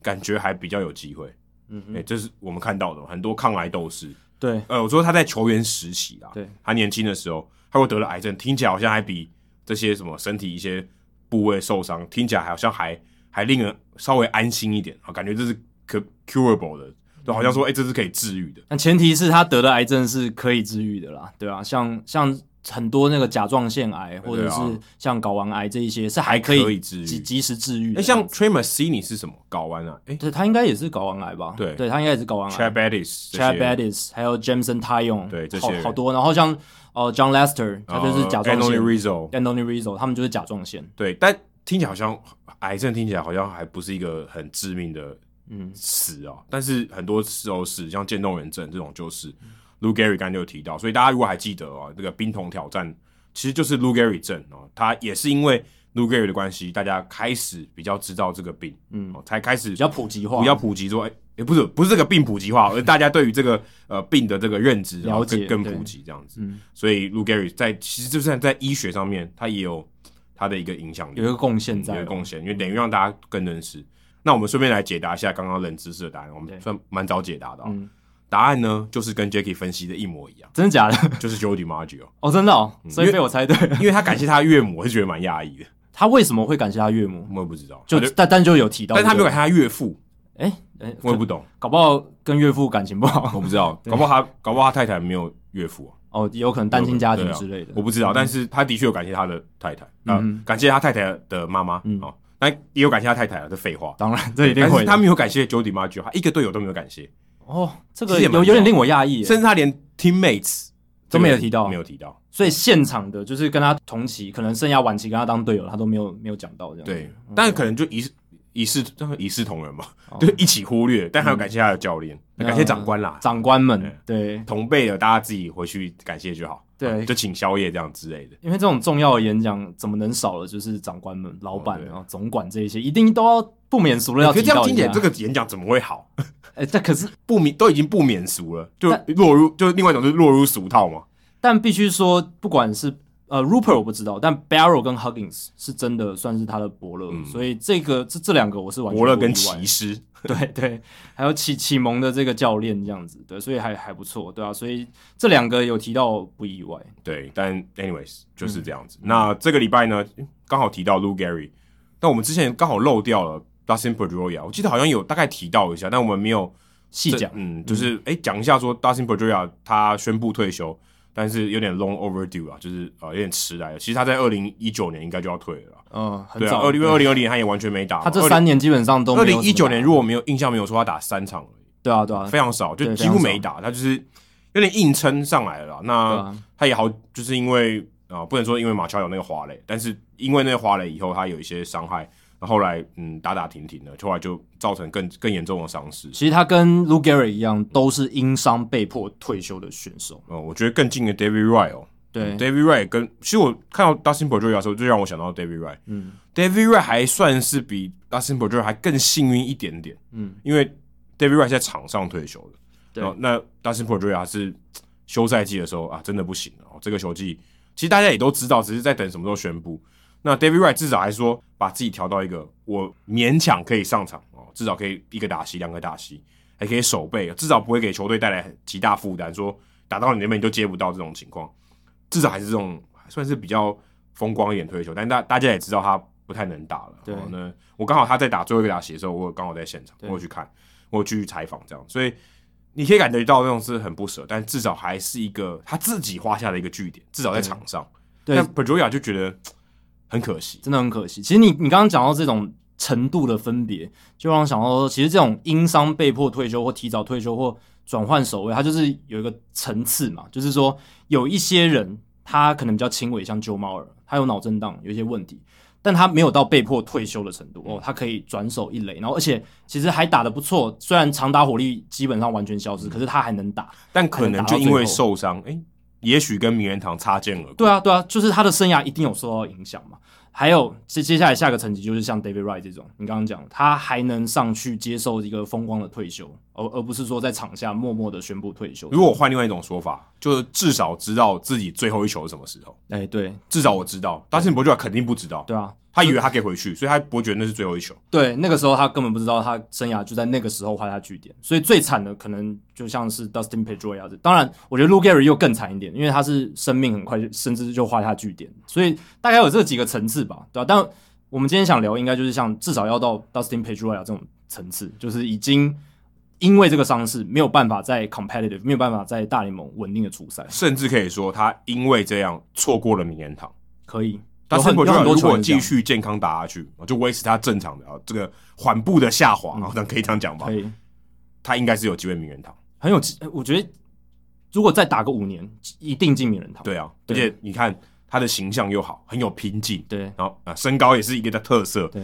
A: 感觉还比较有机会，
B: 嗯
A: 哎、这是我们看到的很多抗癌斗士。
B: 对，
A: 呃，我说他在球员时期啊，
B: 对，
A: 他年轻的时候，他会得了癌症，听起来好像还比这些什么身体一些部位受伤，听起来好像还还令人稍微安心一点啊，感觉这是可 curable 的，就好像说，哎、这是可以治愈的。
B: 但前提是他得的癌症是可以治愈的啦，对啊，像像很多那个甲状腺癌或者是像睾丸癌这一些是还可
A: 啊还可以
B: 以
A: 治愈
B: 及及时治愈
A: 哎、
B: 的。
A: 像 t r e m a c i n i 是什么睾丸啊？哎、
B: 对他应该也是睾丸癌吧？
A: 对
B: 对他应该也是睾丸
A: c h a
B: 癌。
A: b a d i s
B: Chad Bettis 还有 Jameson Taillon，
A: 对这些
B: 好
A: 人
B: 好多。然后像呃 John Lester，他就是甲状
A: a
B: 腺
A: n o 哦 Rizzo，
B: ，Anthony Rizzo 他们就是甲状腺。
A: 对，但听起来好像癌症听起来好像还不是一个很致命的
B: 嗯，
A: 死啊、但是很多时候是像渐冻人症这种，就是
B: 嗯
A: Lou Gehrig 刚才就有提到，所以大家如果还记得啊、哦，这个冰桶挑战其实就是 Lou Gehrig 症哦，他也是因为 Lou Gehrig 的关系，大家开始比较知道这个病，
B: 嗯
A: 哦，才开始比
B: 比较普及化，
A: 比较普及说，哎、也不是不是这个病普及 化，而大家对于这个呃病的这个认知然后
B: 了解
A: 更
B: 对
A: 更普及这样子，
B: 嗯
A: 所以 Lou Gehrig 在其实就算在医学上面，他也有他的一个影响力，嗯
B: 有一个贡献在
A: 有
B: 哦。
A: 贡献，因为等于让大家更认识。那我们顺便来解答一下刚刚冷知识的答案，我
B: 对
A: 们算蛮早解答的、哦。
B: 嗯
A: 答案呢，就是跟 Jacky 分析的一模一样，
B: 真的假的？
A: 就是 Jody Maggio，
B: 哦，真的哦，所以被我猜对了。
A: 嗯因为他感谢他的岳母，我是觉得蛮讶异的，
B: 他为什么会感谢他岳母？
A: 我也不知道，
B: 就
A: 他
B: 但但就有提到
A: 但
B: 这
A: 是
B: 个，
A: 他没有感谢他岳父，
B: 哎哎，
A: 我也
B: 可
A: 不 懂，
B: 搞不好跟岳父感情不好
A: 我不知道，搞不好他搞不好他太太没有岳父、啊，
B: 哦，也有可能单亲家庭
A: 对啊
B: 之类的
A: 我。不知道，但是他的确有感谢他的太太，啊、
B: 嗯
A: 感谢他太太的妈妈，
B: 嗯
A: 哦，那也有感谢他太太啊，这废话，
B: 当然，这一定
A: 但
B: 会
A: 是他
B: 的。
A: 没有感谢 Jody Maggio，他一个队友都没有感谢，
B: 哦，这
A: 其
B: 个
A: 实也
B: 有
A: 蛮
B: 有点令我讶异耶。
A: 甚至他连 teammates
B: 都没有提到
A: 没有提到。
B: 所以现场的就是跟他同期，可能生涯晚期跟他当队友，他都没有没有讲到这样。嗯
A: 对，但可能就一视一视一视同仁嘛，就一起忽略。但还要感谢他的教练，
B: 哦嗯
A: 感谢长官啦，
B: 长官们对
A: 同辈的大家自己回去感谢就好。
B: 对
A: 就请宵夜这样之类的。
B: 因为这种重要的演讲怎么能少了？就是长官们、老板
A: 哦对哎
B: 啊、总管这一些，一定都要不免俗了要
A: 可是
B: 提
A: 这样
B: 到一
A: 听起来，
B: 下。
A: 这个演讲怎么会好？
B: 哎，这可是
A: 不免都已经不免俗了，就
B: 但
A: 落入就另外一种就是落入俗套嘛。
B: 但必须说，不管是呃 Rupert 我不知道，但 Barrow 跟 Huggins 是真的算是他的伯乐，
A: 嗯
B: 所以这个这这两个我是完全
A: 伯乐
B: 不
A: 跟
B: 意外的
A: 骑 师，
B: 对对，还有启启蒙的这个教练这样子，对，所以还还不错，对啊，所以这两个有提到不意外，
A: 对，但 anyways 就是这样子。那这个礼拜呢，刚好提到 Lou Gary，那我们之前刚好漏掉了 Dustin Pedroia，我记得好像有大概提到一下，但我们没有
B: 细讲
A: 这，嗯，就是哎讲、一下说 Dustin Pedroia 他宣布退休，但是有点 long overdue 啊，就是呃有点迟来了。其实他在二零一九年应该就要退了啦，
B: 嗯，很
A: 对啊，
B: 早，
A: 二零二零二零他也完全没打嘛，
B: 他这三年基本上都
A: 二
B: 没有
A: 零一九
B: 什么打
A: 年如果没有印象没有说他打三场而已。
B: 对啊对啊，
A: 非常少，就
B: 对
A: 几乎
B: 非常少
A: 没打，他就是有点硬撑上来了啦。那、
B: 对啊
A: 他也好，就是因为啊、呃不能说因为马乔有那个滑垒，但是因为那个滑垒以后，他有一些伤害，然后后来嗯打打停停的，后来就造成更更严重的伤势。
B: 其实他跟 Lou Gehrig 一样，都是因伤被迫退休的选手，
A: 呃，我觉得更近的 David Wright 哦
B: 对，
A: ，David Wright 跟其实我看到 Dustin Pedroia 的时候，就让我想到 David Wright。
B: 嗯
A: David Wright 还算是比 Dustin Pedroia 还更幸运一点点，
B: 嗯，
A: 因为 David Wright 是在场上退休的，
B: 对
A: 然后那 Dustin Pedroia 是休赛季的时候啊，真的不行了。哦这个球季其实大家也都知道，只是在等什么时候宣布。那 David Wright 至少还说把自己调到一个我勉强可以上场哦，至少可以一个打席，两个打席，还可以守备，至少不会给球队带来极大负担，说打到你那边你就接不到这种情况。至少还是这种算是比较风光一点退休，但大大家也知道他不太能打了。
B: 对
A: 哦那我刚好他在打最后一个打席的时候，我有刚好在现场，我
B: 对
A: 有去看，我有去采访这样，所以你可以感觉到那种是很不舍，但至少还是一个他自己画下的一个据点，至少在场上。
B: 对
A: 但 p e d r o i a 就觉得嘖很可惜，
B: 真的很可惜。其实你你刚刚讲到这种程度的分别，就让我想到说，其实这种因伤被迫退休或提早退休或转换守卫，它就是有一个层次嘛，就是说有一些人他可能比较轻微，像鸠猫儿，他有脑震荡，有一些问题。但他没有到被迫退休的程度哦，他可以转手一垒，然后而且其实还打得不错，虽然长打火力基本上完全消失，可是他还能打，
A: 但可能就因
B: 还能打到
A: 为
B: 最后
A: 受伤，哎、也许跟名人堂擦肩而过。
B: 对啊，对啊，就是他的生涯一定有受到影响嘛。还有接接下来下个层级就是像 David Wright 这种，你刚刚讲，他还能上去接受一个风光的退休，而而不是说在场下默默的宣布退休。
A: 如果我换另外一种说法，就是至少知道自己最后一球是什么时候，
B: 哎、对
A: 至少我知道。但是 p e d r o i a 肯定不知道，
B: 对啊，
A: 他以为他可以回去，所以他不会觉得那是最后一球。
B: 对，那个时候他根本不知道他生涯就在那个时候画下句点，所以最惨的可能就像是 Dustin Pedroia 这，当然我觉得 Lou Gehrig 又更惨一点，因为他是生命很快就甚至就画下句点，所以大概有这几个层次吧，对吧、但我们今天想聊，应该就是像至少要到 Dustin Pedroia 这种层次，就是已经因为这个伤势没有办法在 competitive，没有办法在大联盟稳定的出赛，
A: 甚至可以说他因为这样错过了名人堂。
B: 可以。
A: 但
B: 有
A: 是
B: 很
A: 伯
B: 有
A: 爵
B: 很多啊
A: 如
B: 球
A: 果
B: 员是这
A: 继
B: 样
A: 续健康打下去，就维持他正常的啊这个缓步的下滑，然后可以这样讲吧
B: 嗯可，以，
A: 他应该是有机会名人堂。
B: 很有机，我觉得如果再打个五年，一定进名人堂。
A: 对啊，而
B: 对
A: 且你看他的形象又好，很有拼劲，
B: 对。
A: 然后啊、身高也是一个的特色。
B: 对，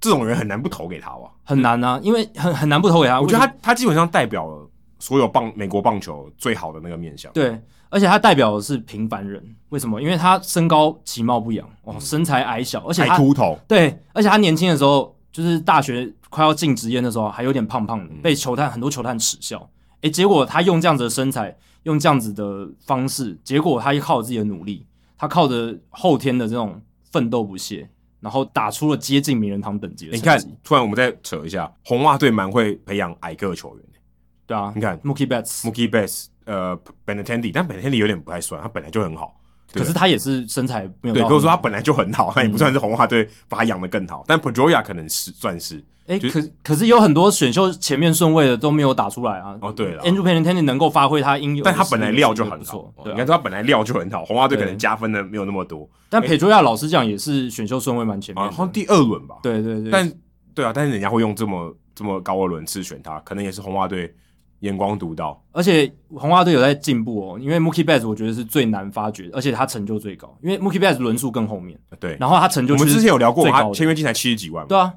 A: 这种人很难不投给他哇。
B: 很难啊，因为很很难不投给他。
A: 嗯我觉得
B: 为什
A: 他
B: 么
A: 他基本上代表了所有棒美国棒球最好的那个面相。
B: 对，而且他代表的是平凡人。为什么？因为他身高其貌不扬，哦，身材矮小，而且
A: 还
B: 他
A: 嗯秃头，
B: 对，而且他年轻的时候，就是大学快要进职业的时候，还有点胖胖
A: 嗯
B: 的，被球探很多球探耻笑。诶、结果他用这样子的身材，用这样子的方式，结果他靠自己的努力，他靠着后天的这种奋斗不懈，然后打出了接近名人堂等级的
A: 你
B: 成绩。
A: 看，突然我们再扯一下，红袜队蛮会培养矮个球员的。
B: 对啊，
A: 你看
B: Mookie Betts，
A: Mookie Betts，呃，Benatendi，但 Benatendi 有点不太算，他本来就很好。对
B: 可是他也是身材没有
A: 对，
B: 到
A: 可以
B: 很
A: 说
B: 好嗯
A: 他本来就很好，那也不算是红袜队把他养得更好。但 Pedroia 可能是算是
B: 哎、
A: 就
B: 可可是有很多选秀前面顺位的都没有打出来啊。
A: 哦，对了，
B: Andrew p e n t e n d 能够发挥他应有的
A: 但
B: 实力，
A: 他本来料就
B: 我觉得
A: 很
B: 不
A: 好
B: 错，，
A: 哦
B: 对
A: 应
B: 啊
A: 该。说他本来料就很好，红袜队可能
B: 对
A: 加分的没有那么多，
B: 但 Pedroia 老实讲也是选秀顺位蛮前面
A: 啊，好
B: 的，
A: 像第二轮吧。
B: 对对对，
A: 但对啊，但是人家会用这么这么高的轮次选他，可能也是红袜队眼光独到。
B: 而且红袜队有在进步哦，因为 Mookie Betts 我觉得是最难发掘，而且他成就最高，因为 Mookie Betts 轮数更后面，
A: 对，
B: 然后他成就
A: 我们
B: 却是
A: 之前有聊过嘛，
B: 最高
A: 他
B: 的
A: 签约金才七十几万嘛。
B: 对啊，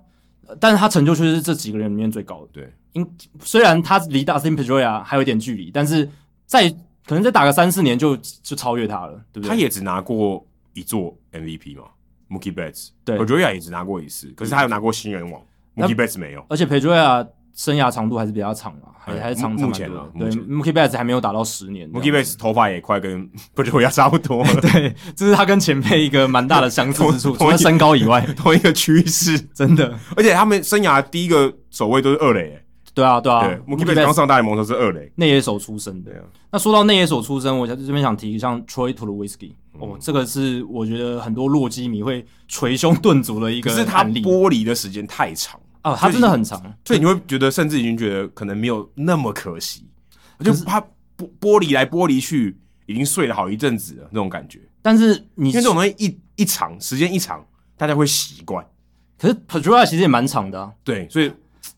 B: 呃但是他成就却是这几个人里面最高的。
A: 对，
B: 因虽然他离 Dustin Pedroia 还有一点距离，但是在可能再打个三四年就就超越他了，对不对？
A: 他也只拿过一座 MVP 嘛，Mookie Betts，
B: 对
A: p e d r o i a 也只拿过一次，可是他有拿过新人王
B: 那
A: ，Mookie Betts 没有。
B: 而且 Pedroia 生涯长度还是比较长嘛，还
A: 哎
B: 还是长
A: 目
B: 长
A: 目
B: 蛮
A: 前
B: 多的
A: 啊
B: 对
A: 目前
B: ，Mookie Betts 还没有打到十年
A: m o o k i Base 头发也快跟 不就要差不多了，
B: 对，这是他跟前辈一个蛮大的相似之处，
A: 同
B: 除了身高以外，
A: 同一个趋势。
B: 真的，
A: 而且他们生涯第一个守卫都是二垒、
B: 对啊，对啊
A: 欸，对 m o o k i Base 刚上大联盟的时候是二垒，
B: 内野手出身的
A: 对啊。
B: 那说到内野手出身，我在这边想提像 Troy t u l w i s k y
A: 嗯
B: 哦，这个是我觉得很多洛基迷会捶胸顿足的一个
A: 可是他
B: 案例
A: 剥离的时间太长，
B: 啊，他真的很长，
A: 所以你会觉得甚至已经觉得可能没有那么可惜，就怕剥剥离来剥离去，已经睡了好一阵子了那种感觉。
B: 但是你
A: 因为这种东西一一长时间一长，大家会习惯。
B: 可是 Pedroia 其实也蛮长的、啊。
A: 对，所以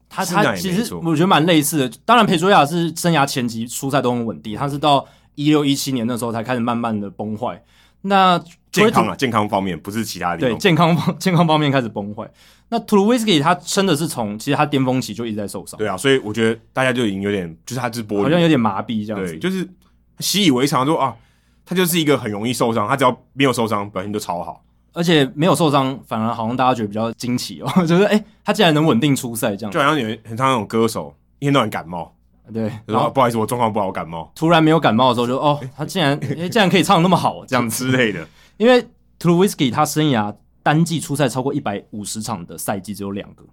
B: 他
A: 是那也
B: 他
A: 没
B: 其实
A: 错
B: 我觉得蛮类似的，当然裴卓亚是生涯前期出赛都很稳定，他是到一六一七年那时候才开始慢慢的崩坏。那
A: 健康啊，健康方面不是其他地
B: 对
A: 方。
B: 健康方 健康方面开始崩坏。那 t u l w i s k y 他真的是从其实他巅峰期就一直在受伤，
A: 对啊，所以我觉得大家就已经有点，就是他就是玻
B: 好像有
A: 璃，
B: 点麻痹这样
A: 对，
B: 子。
A: 就是习以为常说啊，他就是一个很容易受伤，他只要没有受伤，表现都超好。
B: 而且没有受伤，反而好像大家觉得比较惊奇哦， 就是哎、诶他竟然能稳定出赛这样
A: 就。好像有人很常那种歌手一天到晚感冒，就
B: 对，然
A: 说啊
B: 后
A: 不好意思，我状况不好，我感冒
B: 突然没有感冒的时候就哦，他竟然、诶竟然可以唱得那么好这
A: 这
B: 样
A: 样
B: 子。
A: 之类的。
B: 因为 t u l w i s k y 他生涯单季出赛超过一百五十场的赛季只有两个，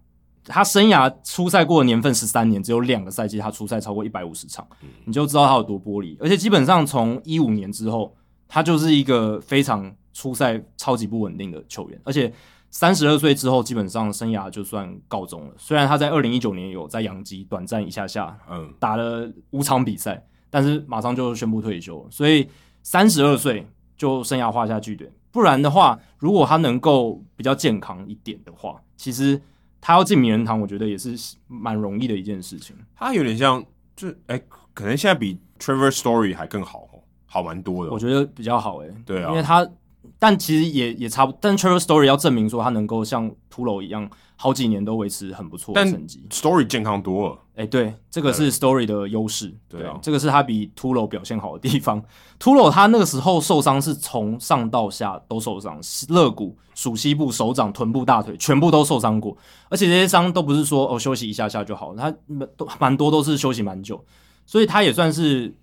B: 他生涯出赛过的年份十三年，只有两个赛季他出赛超过一百五十场，你就知道他有多玻璃。而且基本上从一五年之后，他就是一个非常出赛超级不稳定的球员，而且。三十二岁之后，基本上生涯就算告终了。虽然他在二零一九年有在洋基短暂一下下
A: 嗯，
B: 打了五场比赛，但是马上就宣布退休了，所以三十二岁就生涯画下句点。不然的话，如果他能够比较健康一点的话，其实他要进名人堂，我觉得也是蛮容易的一件事情。
A: 他有点像，就哎、可能现在比 Trevor Story 还更好哦，好蛮多的哦、
B: 我觉得比较好诶、欸
A: 对啊
B: 因为他，但其实也也差不，但 Trevor Story 要证明说他能够像骷髅一样，好几年都维持很不错的
A: 但
B: 成绩。
A: Story 健康多了。
B: 哎、对，这个是 Story 的优势。
A: 对啊
B: 这个是他比 Tulo 表现好的地方。Tulo 他那个时候受伤是从上到下都受伤，肋骨、属膝部、手掌、臀部、大腿全部都受伤过，而且这些伤都不是说哦休息一下下就好，他蛮都蛮多都是休息蛮久，所以他也算是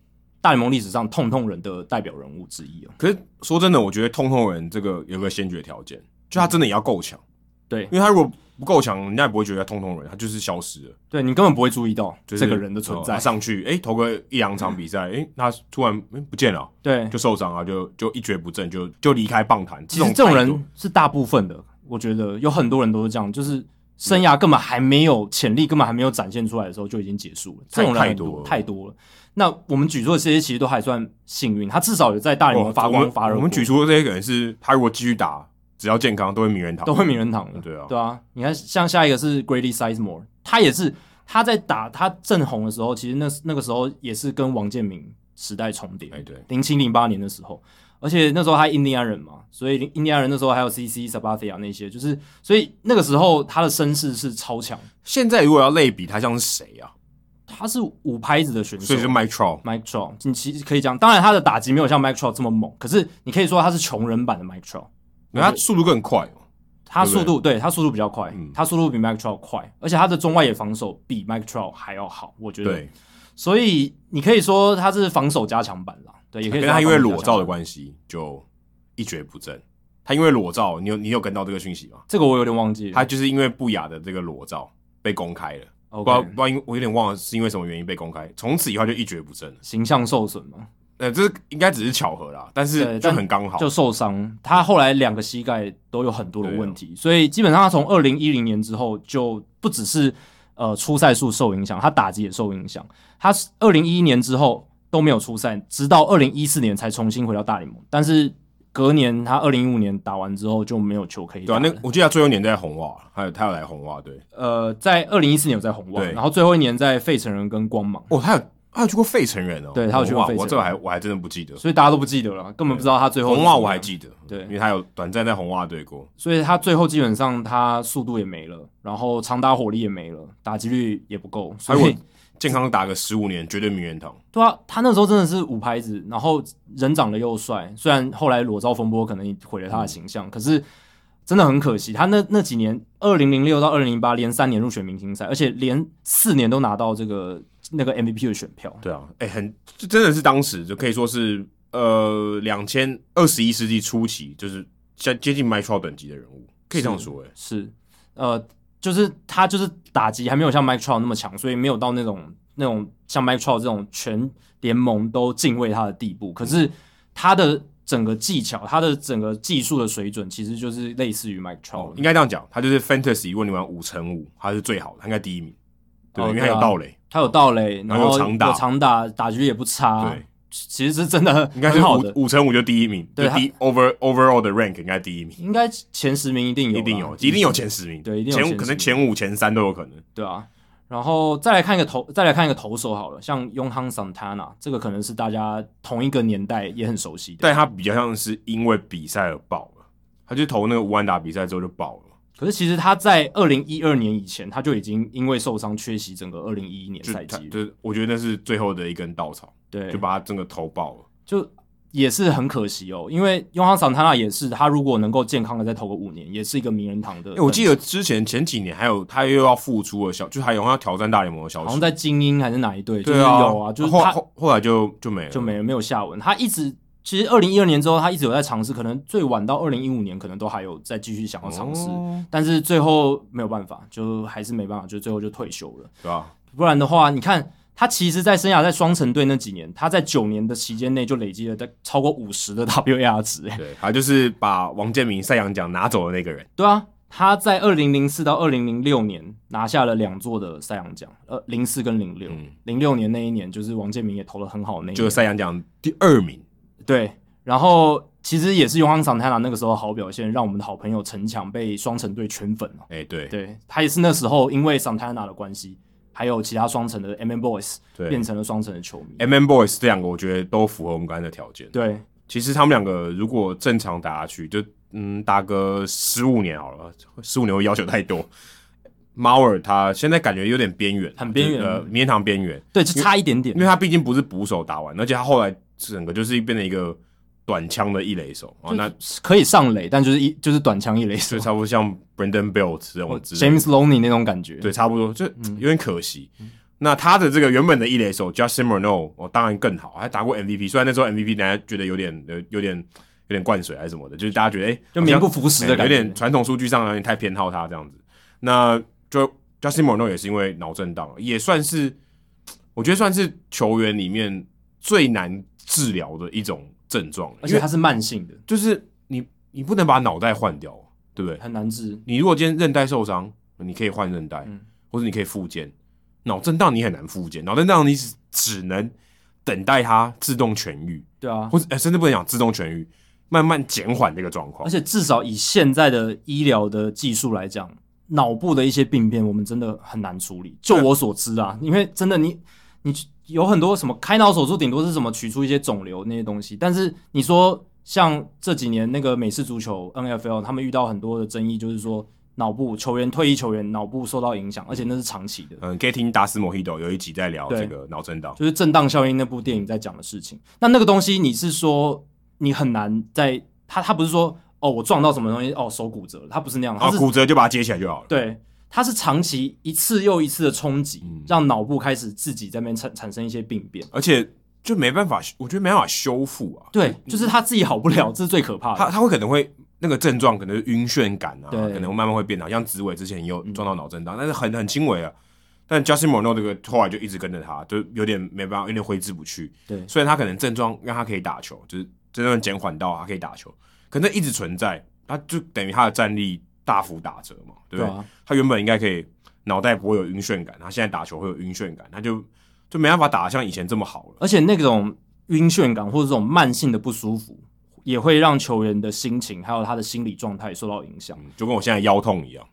B: 大联盟历史上痛痛人的代表人物之一哦。
A: 可是说真的，我觉得通透人这个有个先决条件，就他真的也要够强，
B: 对，
A: 因为他如果不够强，人家也不会觉得他通透人，他就是消失了。
B: 对你根本不会注意到
A: 就是
B: 这个人的存
A: 哦
B: 在
A: 他。上去，哎、投个一两场比赛，哎、他突然、哎不见了，
B: 对，
A: 就受伤啊，就就一蹶不振，就就离开棒坛。
B: 其实这
A: 这
B: 种
A: 态度
B: 人是大部分的，我觉得有很多人都是这样，就是生涯根本还没有潜力，根本还没有展现出来的时候就已经结束了。这
A: 太
B: 种人
A: 太
B: 很
A: 多了
B: 太多了。那我们举出的这些其实都还算幸运，他至少有在大联盟
A: 哦
B: 发
A: 我
B: 光
A: 们
B: 发热
A: 我
B: 过
A: 们举出的这些可能是他如果继续打，只要健康都会名人堂，
B: 都会名人堂的。
A: 对啊
B: 对啊，你看像下一个是 Grady Sizemore，他也是他在打他正红的时候，其实那那个时候也是跟王建民时代重叠。
A: 哎对
B: 零七零八年的时候，而且那时候他印第安人嘛，所以印第安人那时候还有 CC Sabathia 那些，就是所以那个时候他的身世是超强，
A: 现在如果要类比，他像是谁啊？
B: 他是哦嗯五拍子的选手。
A: 所以是 Mike Trout，
B: Mike Trout，你其实可以讲，当然他的打击没有像 Mike Trout 这么猛，可是你可以说他是穷人版的 Mike Trout。
A: 因为他速度更快哦。
B: 他
A: 对不对
B: 速度对他速度比较快，
A: 嗯
B: 他速度比 Mike Trout 快，而且他的中外野防守比 Mike Trout 还要好，我觉得。
A: 对，
B: 所以你可以说他是防守加强版啦，对，也可以
A: 跟
B: 说
A: 他因为裸照的
B: 系。
A: 关系就一蹶不振。他因为裸照，你有你有跟到这个讯息吗？
B: 这个我有点忘记了，
A: 他就是因为不雅的这个裸照被公开了，不知道
B: OK
A: 不知道因为我有点忘了是因为什么原因被公开，从此以后就一蹶不振了。
B: 形象受损嘛，
A: 呃，这应该只是巧合啦，但
B: 对
A: 是就
B: 但
A: 很刚好。
B: 就受伤，他后来两个膝盖都有很多的问
A: 哦
B: 题，所以基本上他从二零一零年之后就不只是呃出赛数受影响，他打击也受影响。他二零一一年之后都没有出赛，直到二零一四年才重新回到大联盟。但是隔年他二零一五年打完之后就没有球可以
A: 对
B: 打
A: 啊，
B: 了。
A: 那我记得他最后一年在红袜，还有他有来红袜队。
B: 呃，在二零一四年有在红袜，
A: 对
B: 然后最后一年在费城人跟光芒，
A: 哦，他有他有去过费城人哦，
B: 对他有去过
A: 红袜
B: 费城
A: 我这个还我还真的不记得。
B: 所以大家都不记得了，根本不知道他最后是
A: 红袜
B: 怎么
A: 我还
B: 样
A: 记得，
B: 对
A: 因为他有短暂在红袜队过。
B: 所以他最后基本上他速度也没了，然后长打火力也没了，打击率也不够，
A: 他
B: 所
A: 如果
B: 以
A: 健康打个十五年，绝对名人堂。
B: 对啊，他那时候真的是五拍子，然后人长得又帅，虽然后来裸照风波可能毁了他的形象，可是真的很可惜。他那那几年，二零零六到二零零八连三年入选明星赛，而且连四年都拿到这个那个 MVP 的选票。
A: 对啊，哎、很这真的是当时就可以说是呃，两千二十一世纪初期，就是接接近 Mike Trout 等级的人物，可以这样说哎、
B: 是，呃，就是他就是打击还没有像 Mike Trout 那么强，所以没有到那种那种像 Mike Trout 这种全联盟都敬畏他的地步。可是他的整个技巧，他的整个技术的水准，其实就是类似于 Mike
A: 哦
B: Trout，、，
A: 应该这样讲，他就是 Fantasy，如果你玩五乘五，他是最好的，他应该第一名，对，
B: 哦
A: 因为
B: 对
A: 他有
B: 啊
A: 道垒，
B: 他有盗垒，
A: 然
B: 然
A: 后有
B: 后
A: 长打
B: 有长打，打局也不差
A: 对，
B: 其实是真的
A: 应该是
B: 很好的，
A: 五五乘五就第一名，
B: 对
A: 就第 over overall 的 rank 应该第一名，
B: 应该前十名一定有啦，
A: 一定有，一定有前十名，
B: 对一定有
A: 前五
B: 前十
A: 可能
B: 名
A: 前五前三都有可能，
B: 对啊，然后再来看一个投，再来看一个投手好了，像 Yohan Santana，这个可能是大家同一个年代也很熟悉的。
A: 但他比较像是因为比赛而爆了，他就投那个乌安达比赛之后就爆了，
B: 可是其实他在二零一二年以前，他就已经因为受伤缺席整个二零一一年
A: 就
B: 赛
A: 他
B: 季了。
A: 就是我觉得那是最后的一根稻草，
B: 对，
A: 就把他整个投爆了。
B: 就也是很可惜哦，因为 Yohan Santana 也是他如果能够健康的再投个五年，也是一个名人堂的等
A: 哎、
B: 级。
A: 我记得之前前几年还有他又要复出了消，就还有要挑战大联盟的消
B: 好
A: 息
B: 像，在精英还是哪一队，就是
A: 对啊，
B: 有啊，就是
A: 后
B: 他
A: 后后来就就没了，
B: 就没了没有下文。他一直其实二零一二年之后，他一直有在尝试，可能最晚到二零一五年，可能都还有再继续想要尝试，
A: 哦
B: 但是最后没有办法，就还是没办法，就最后就退休了。
A: 对吧？
B: 不然的话，你看他其实，在生涯在双城队那几年，他在九年的期间内就累积了在超过五十的 WAR 值、欸。
A: 对，他就是把王建民赛扬奖拿走的那个人，
B: 对啊，他在二零零四到二零零六年拿下了两座的赛扬奖，呃，零四跟零六、
A: 嗯
B: 零六年那一年就是王建民也投了很好的那一年，
A: 就是赛扬奖第二名。
B: 对，然后其实也是永康桑泰纳啊那个时候的好表现，让我们的好朋友陈强被双城队圈粉了。
A: 哎、对
B: 对他也是那时候因为桑泰纳的关系，还有其他双城的 M N Boys
A: 对
B: 变成了双城的球迷。
A: m m Boys 这两个我觉得都符合我们刚才的条件。
B: 对
A: 其实他们两个如果正常打下去，就嗯打个十五年好了，十五年会要求太多。猫儿他现在感觉有点边缘，
B: 很边缘
A: 就是呃，名人堂边缘，
B: 对，就差一点点
A: 因。为他毕竟不是捕手打完，而且他后来整个就是变成一个短枪的一垒手哦，那
B: 就是可以上垒，但就是一就是短枪一垒手
A: 就差不多像 Brandon Belt 这 种哦之类的
B: 哦，James 嗯 Loney 那种感觉。
A: 对，差不多，就有点可惜。那他的这个原本的一垒手 Justin Morneau，哦，当然更好，还打过 MVP。虽然那时候 MVP 大家觉得有点呃有点有点灌水还是什么的，就是大家觉得哎、
B: 就
A: 好像
B: 名不符实的
A: 哎
B: 感
A: 有
B: 觉
A: 点传统数据上有点太偏好他这样子。那就 Justin Morneau 也是因为脑震荡，也算是我觉得算是球员里面最难治疗的一种症状，
B: 而
A: 因
B: 且
A: 为
B: 他是慢性的，
A: 就是你你不能把脑袋换掉，对不对？
B: 很难治。
A: 你如果今天韧带受伤，你可以换韧带，
B: 嗯
A: 或者你可以复健。脑震荡你很难复健，脑震荡你只只能等待它自动痊愈，
B: 对啊，
A: 或者、呃甚至不能讲自动痊愈，慢慢减缓这个状况
B: 而。且至少以现在的医疗的技术来讲，脑部的一些病变，我们真的很难处理。就我所知啊，因为真的你你有很多什么开脑手术，顶多是什么取出一些肿瘤那些东西，但是你说像这几年那个美式足球 NFL，他们遇到很多的争议，就是说脑部球员退役球员脑部受到影响，而且那是长期的。
A: 嗯，可以听达斯莫希斗有一集在聊
B: 对
A: 这个脑震荡，
B: 就是《震荡效应》那部电影在讲的事情。那那个东西，你是说你很难在他他不是说哦我撞到什么东西哦手骨折了，他不是那样，
A: 然
B: 他
A: 后
B: 是、
A: 啊骨折就把它接起来就好了。
B: 对，它是长期一次又一次的冲击，
A: 嗯
B: 让脑部开始自己在那边产产生一些病变。
A: 而且就没办法，我觉得没办法修复啊。
B: 对，就是 他自己好不了，这是最可怕
A: 他
B: 的。
A: 他会可能会那个症状可能是晕眩感啊，
B: 对嗯
A: 可能慢慢会变好，像紫伟之前也有撞到脑震荡，但是很很轻微啊。但 Justin Morneau 这个后来就一直跟着他，就有点没办法，有点挥之不去。
B: 对
A: 虽然他可能症状让他可以打球，就是真正减缓到他可以打球，可那一直存在，他就等于他的战力大幅打折嘛，对不
B: 对
A: 对？
B: 啊，
A: 他原本应该可以脑袋不会有晕眩感，他现在打球会有晕眩感，他就就没办法打得像以前这么好了。
B: 而且那种晕眩感或者这种慢性的不舒服，也会让球员的心情还有他的心理状态受到影响。
A: 嗯，就跟我现在腰痛一样。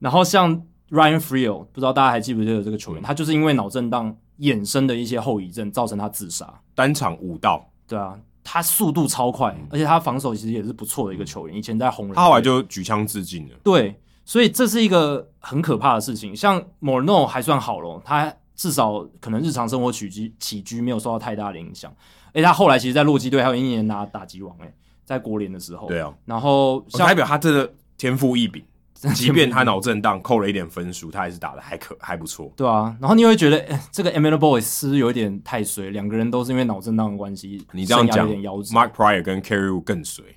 B: 然后像 Ryan Friel，不知道大家还记不记得这个
A: 嗯
B: 球员，他就是因为脑震荡衍生的一些后遗症，造成他自杀。
A: 单场五道，
B: 对啊，他速度超快，而且他防守其实也是不错的一个球员。以前在红人
A: 嗯
B: 队，
A: 他后来就举枪自尽了。
B: 对，所以这是一个很可怕的事情。像 Morno 还算好咯，他至少可能日常生活起居起居没有受到太大的影响。诶，他后来其实，在洛基队还有一年拿打击王、诶，在国联的时候。
A: 对啊，
B: 然后
A: 我代
B: 像
A: 表他真的 天赋异禀，即便他脑震荡扣了一点分数，他还是打的还可还不错。
B: 对啊，然后你会觉得、哎这个 m l Boy 是不是有一点太衰？两个人都是因为脑震荡的关系，
A: 你这样
B: 生涯有
A: 讲
B: 点夭折。
A: ，Mark Pryor 跟 Carry Wu 更水。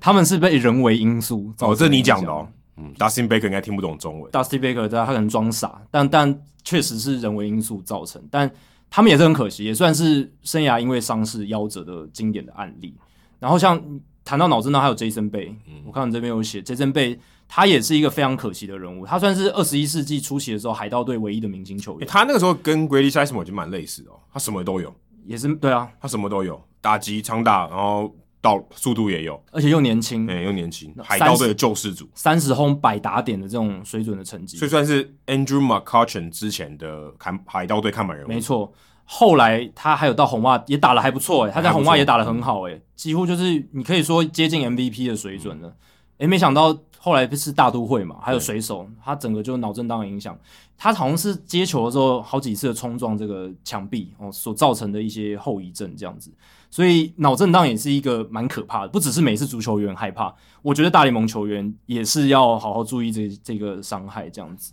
B: 他们是被人为因素造成
A: 哦，
B: 的
A: 这你讲
B: 影
A: 的
B: 响
A: 哦。嗯，Dustin Baker 应该听不懂中文。
B: Dusty Baker，对啊，他可能装傻，但但确实是人为因素造成，但他们也是很可惜，也算是生涯因为伤势夭折的经典的案例。然后像谈到脑震荡，还有 Jason Bay，、我
A: 嗯
B: 看你这边有写 Jason Bay，他也是一个非常可惜的人物，他算是二十一世纪初期的时候海盗队唯一的明星球
A: 欸
B: 员，
A: 他那个时候跟 Grady Sizemore 就蛮类似的哦，他什么都有，
B: 也是对啊，
A: 他什么都有，打击、长打，然后到速度也有，
B: 而且又年轻，
A: 哎、又年轻，
B: 那
A: 海盗队的救世主，
B: 三嗯十轰百打点的这种水准的成绩
A: 所以，算是 Andrew McCutchen 之前的看海盗队看板人
B: 没
A: 物。
B: 错，后来他还有到红袜也打了还不错诶、欸他在红袜
A: 还不错
B: 也打得很好诶、几乎就是你可以说接近 MVP 的水准了。诶、没想到后来是大都会嘛，还有水手，他整个就脑震荡的影响，他好像是接球的时候好几次的冲撞这个墙壁哦，所造成的一些后遗症这样子。所以脑震荡也是一个蛮可怕的，不只是每次足球员害怕，我觉得大联盟球员也是要好好注意这这个伤害这样子。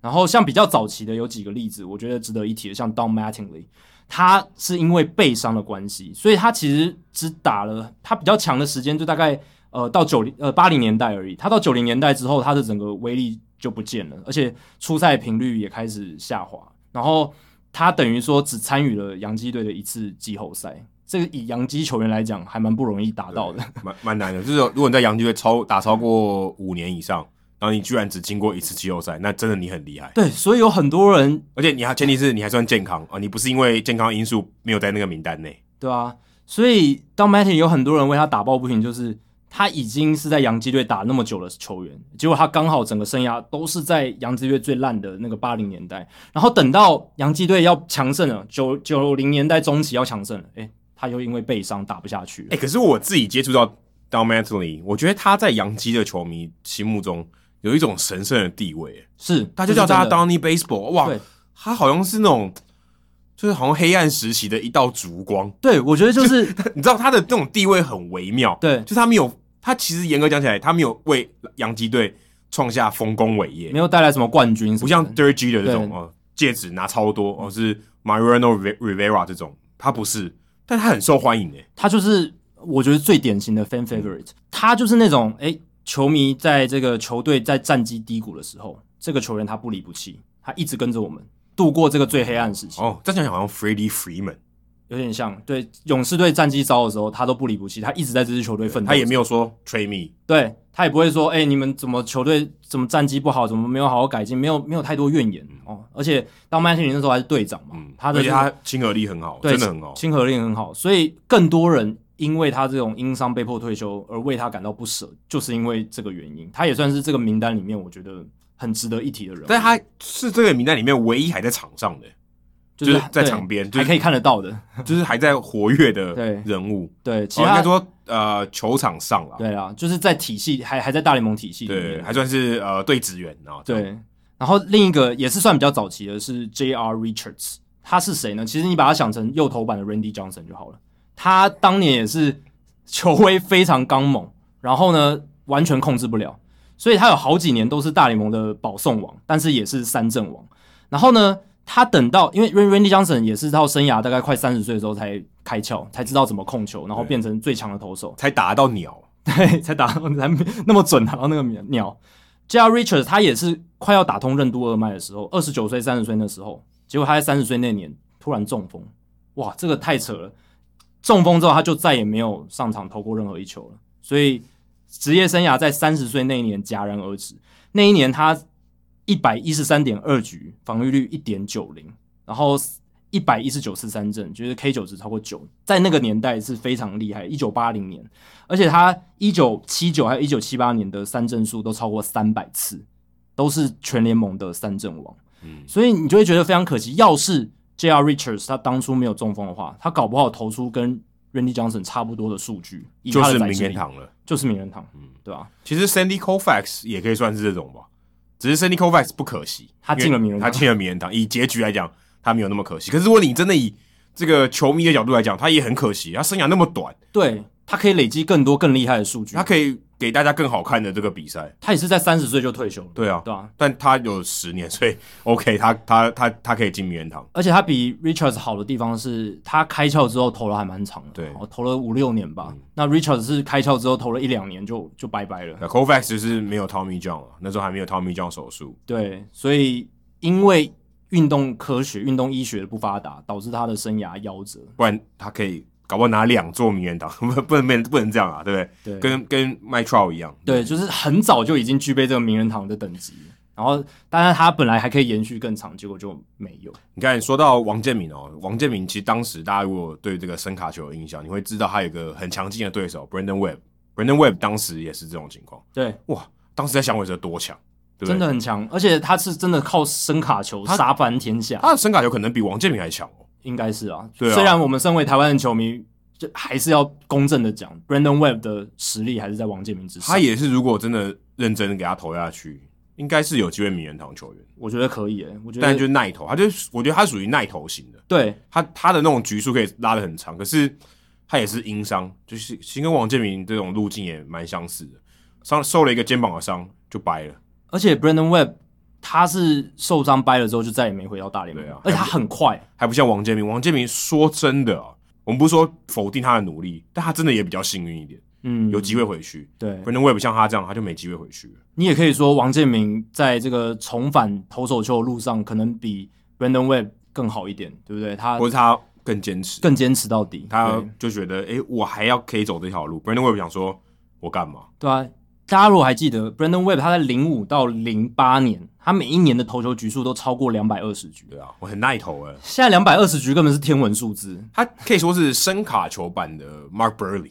B: 然后像比较早期的有几个例子，我觉得值得一提的，像 Don Mattingly，他是因为背伤的关系，所以他其实只打了他比较强的时间，就大概呃到九零呃八零年代而已。他到九零年代之后，他的整个威力就不见了，而且出赛频率也开始下滑。然后他等于说只参与了洋基队的一次季后赛，这个以洋基球员来讲还蛮不容易达到的。
A: 蛮蛮难的，就是如果你在洋基队超打超过五年以上，然后你居然只经过一次季后赛，那真的你很厉害。
B: 对，所以有很多人
A: 而且你还前提是你还算健康啊、你不是因为健康因素没有在那个名单内。
B: 对啊，所以当 Matty 有很多人为他打抱不平，就是他已经是在洋基队打那么久的球员，结果他刚好整个生涯都是在洋基队最烂的那个八零年代，然后等到洋基队要强盛了，九九零年代中期要强盛了，诶、他又因为背伤打不下去了
A: 哎、可是我自己接触到 d o m a t l y 我觉得他在洋基的球迷心目中有一种神圣的地位，哎
B: 是，
A: 他就叫
B: 这是
A: 他
B: 真的
A: Donny Baseball，哇
B: 对，
A: 他好像是那种，就是好像黑暗时期的一道烛光，
B: 对，我觉得就是
A: 你知道他的这种地位很微妙，
B: 对，
A: 就是他没有，他其实严格讲起来，他没有为洋基队创下丰功伟业
B: 没，有带来什么冠军什 么的，
A: 不像 Dirty 的这种
B: 对
A: 哦，戒指拿超多哦，是 Mariano Rive- Rivera 这种，他不是，但他很受欢迎诶，
B: 他就是我觉得最典型的 fan favorite，他就是那种诶，球迷在这个球队在战绩低谷的时候，这个球员他不离不弃，他一直跟着我们度过这个最黑暗时期，
A: 哦，再想想好像 Freddie Freeman，
B: 有点像对勇士队战绩糟的时候，他都不离不弃，他一直在这支球队奋斗，
A: 他也没有说 Trade me，
B: 对他也不会说，哎、你们怎么球队怎么战绩不好，怎么没有好好改进，没有没有太多怨言哦。而且当曼联那时候还是队长嘛，
A: 嗯，
B: 他的
A: 而且
B: 这个
A: 他亲和力很好，
B: 对
A: 哦真的很好，
B: 亲和力很好，所以更多人因为他这种因伤被迫退休而为他感到不舍，就是因为这个原因。他也算是这个名单里面我觉得很值得一提的人物，
A: 但他是这个名单里面唯一还在场上的，
B: 就是
A: 就是在
B: 对
A: 场边就是
B: 还可以看得到的。
A: 就是还在活跃的
B: 对
A: 人物。
B: 对，其
A: 哦，应
B: 他、
A: 该说呃，球场上啦，
B: 对啊，就是在体系还还在大联盟体系里
A: 对，
B: 面，
A: 还算是呃队职员啊。这样，
B: 对。然后另一个也是算比较早期的是 J.R. Richards，他是谁呢？其实你把他想成右投版的 Randy Johnson 就好了。他当年也是球威非常刚猛，然后呢完全控制不了，所以他有好几年都是大联盟的保送王，但是也是三阵王。然后呢，他等到因为 Randy Johnson 也是到生涯大概快三十岁的时候才开窍，才知道怎么控球，然后
A: 对
B: 变成最强的投手。
A: 才打到鸟。
B: 对，才打到才那么准打到那个鸟。J.R. Richards 他也是快要打通任督二脉的时候，二十九岁、三十岁那时候，结果他在三十岁那年突然中风，哇，这个太扯了！中风之后他就再也没有上场投过任何一球了，所以职业生涯在三十岁那一年戛然而止。那一年他一百一十三点二局，防御率一点九零，然后一百一十九次三振，就是 K 九值超过九，在那个年代是非常厉害。一九八零年，而且他一九七九还有一九七八年的三振数都超过三百次，都是全联盟的三振王。
A: 嗯
B: 所以你就会觉得非常可惜。要是 J.R. Richards 他当初没有中风的话，他搞不好投出跟 Randy Johnson 差不多的数据，以
A: 就
B: 他
A: 是
B: 的
A: 名
B: 宰制
A: 人
B: 力，
A: 堂了。
B: 就是名人堂，
A: 嗯
B: 对吧、
A: 其实 Sandy Koufax 也可以算是这种吧，只是 Sandy Koufax 不可惜，
B: 他进了名人堂
A: 因为他进了名人堂。以结局来讲，他没有那么可惜。可是如果你真的以这个球迷的角度来讲，他也很可惜。他生涯那么短，
B: 对，他可以累积更多更厉害的数据。
A: 他可以给大家更好看的这个比赛。
B: 他也是在三十岁就退休了，
A: 对啊，
B: 对吧、
A: 但他有十年，所以 OK，他他他他可以进名人堂。
B: 而且他比 Richards 好的地方是他开窍之后投了还蛮长的，
A: 对
B: 哦投了五六年吧。那 Richards 是开窍之后投了一两年就就拜拜了，
A: 那 Kovacs 就是没有 Tommy John 了，那时候还没有 Tommy John 手术。
B: 对，所以因为运动科学、运动医学的不发达，导致他的生涯夭折。
A: 不然他可以搞不好拿两座名人堂， 不不能不能这样啊，对不
B: 对，
A: 对？跟跟 m i t r o 一样，嗯
B: 对，就是很早就已经具备这个名人堂的等级，然后当然他本来还可以延续更长，结果就没有。
A: 你看说到王建民哦，王建民其实当时大家如果对这个声卡球有印象，你会知道他有一个很强劲的对手 Brandon Webb。Brandon Webb 当时也是这种情况，
B: 对，
A: 哇，当时在响尾蛇多强，对不对？
B: 真的，很强，而且他是真的靠声卡球
A: 他
B: 杀翻天下，
A: 他的声卡球可能比王建民还强哦。
B: 应该是啊。
A: 对啊
B: 虽然我们身为台湾的球迷，就还是要公正的讲，Brandon Webb 的实力还是在王建民之上。
A: 他也是，如果真的认真给他投下去，应该是有机会名人堂球员，
B: 我觉得可以、欸，我觉
A: 但就
B: 得
A: 是耐投，他就是我觉得他属于耐投型的。
B: 对，
A: 他他的那种局数可以拉得很长，可是他也是因伤，就是其实跟王建民这种路径也蛮相似的，伤受了一个肩膀的伤就掰了，
B: 而且 Brandon Webb 他是受伤掰了之后就再也没回到大联盟，
A: 对啊
B: 而且他很快，
A: 还不像王建民。王建民说真的啊，我们不是说否定他的努力，但他真的也比较幸运一点，
B: 嗯，
A: 有机会回去。
B: 对。
A: Brandon Webb 像他这样，他就没机会回去了。
B: 你也可以说王建民在这个重返投手球的路上，可能比 Brandon Webb 更好一点，对不对？他
A: 或者他更坚持，
B: 更坚持到底，
A: 他
B: 对
A: 就觉得诶，我还要可以走这条路。Brandon Webb 想说，我干嘛？
B: 对啊。大家如果还记得 Brandon Webb，他在零五到零八年，他每一年的投球局数都超过两百二十局。
A: 对啊，我很耐投诶。
B: 现在两百二十局根本是天文数字
A: 他可以说是声卡球版的 Mark Burley，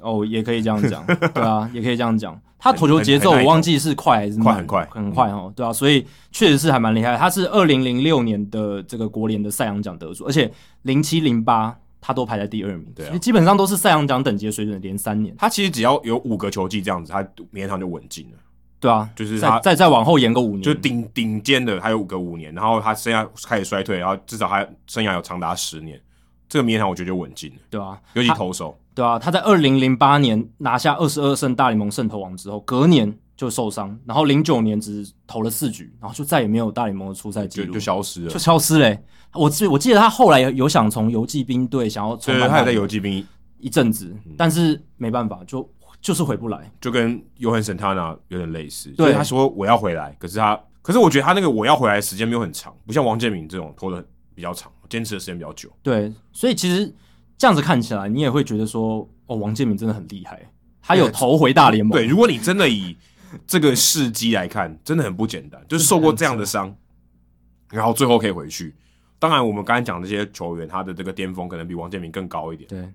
B: 哦，也可以这样 讲，对啊，也可以这样讲。他投球节奏
A: 很很
B: 我忘记是快还是慢
A: 快很快嗯
B: 很快哦，对啊，所以确实是还蛮厉害。他是二零零六年的这个国联的赛扬奖得主，而且零七零八他都排在第二名，
A: 对啊
B: 所以基本上都是赛扬奖等级的水准，连三年，
A: 他其实只要有五个球季这样子，他名人堂就稳进了。
B: 对啊，
A: 就是
B: 再
A: 他
B: 再再往后延个五年，
A: 就顶顶尖的还有五个五年，然后他生涯开始衰退，然后至少他生涯有长达十年，这个名人堂我觉得就稳进了，
B: 对啊，
A: 尤其投手，
B: 对啊，他在二零零八年拿下二十二胜大联盟胜投王之后，隔年就受伤，然后零九年只投了四局，然后就再也没有大联盟的出赛记
A: 就
B: 录，
A: 就消失了
B: 就。消失嘞、欸我记我记得他后来有有想从游击兵队想要重
A: 对，
B: 返
A: 他有
B: 大
A: 在
B: 联盟
A: 游击嗯兵，
B: 一阵子，但是没办法，就就是回不来。
A: 就跟尤恩神塔纳有点类似。
B: 对
A: 所以他说我要回来，可是他，可是我觉得他那个我要回来的时间没有很长，不像王建民这种拖的比较长，坚持的时间比较久。
B: 对，所以其实这样子看起来，你也会觉得说，哦，王建民真的很厉害，他有投回大联盟。
A: 对，如果你真的以这个事迹来看，真的很不简单，就是受过这样的伤，然后最后可以回去。当然，我们刚才讲这些球员，他的这个巅峰可能比王建民更高一点，
B: 对，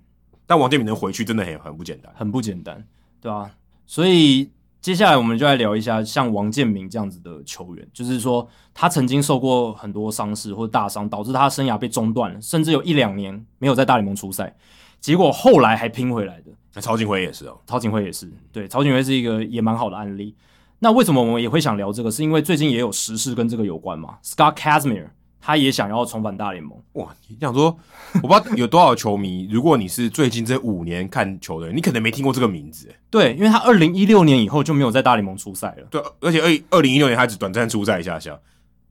A: 但王建民能回去真的很很不简单。
B: 很不简单，对啊，所以接下来我们就来聊一下像王建民这样子的球员，就是说他曾经受过很多伤势或大伤，导致他生涯被中断了，甚至有一两年没有在大联盟出赛，结果后来还拼回来的。
A: 那曹景辉也是哦，
B: 曹景辉也是，对，曹景辉是一个也蛮好的案例。那为什么我们也会想聊这个？是因为最近也有时事跟这个有关嘛？Scott Kazmir 他也想要重返大联盟，
A: 哇！你想说，我不知道有多少球迷，如果你是最近这五年看球的人，你可能没听过这个名字。
B: 对，因为他二零一六年以后就没有在大联盟出赛了。
A: 对，而且哎二二零一六年他只短暂出赛一下下，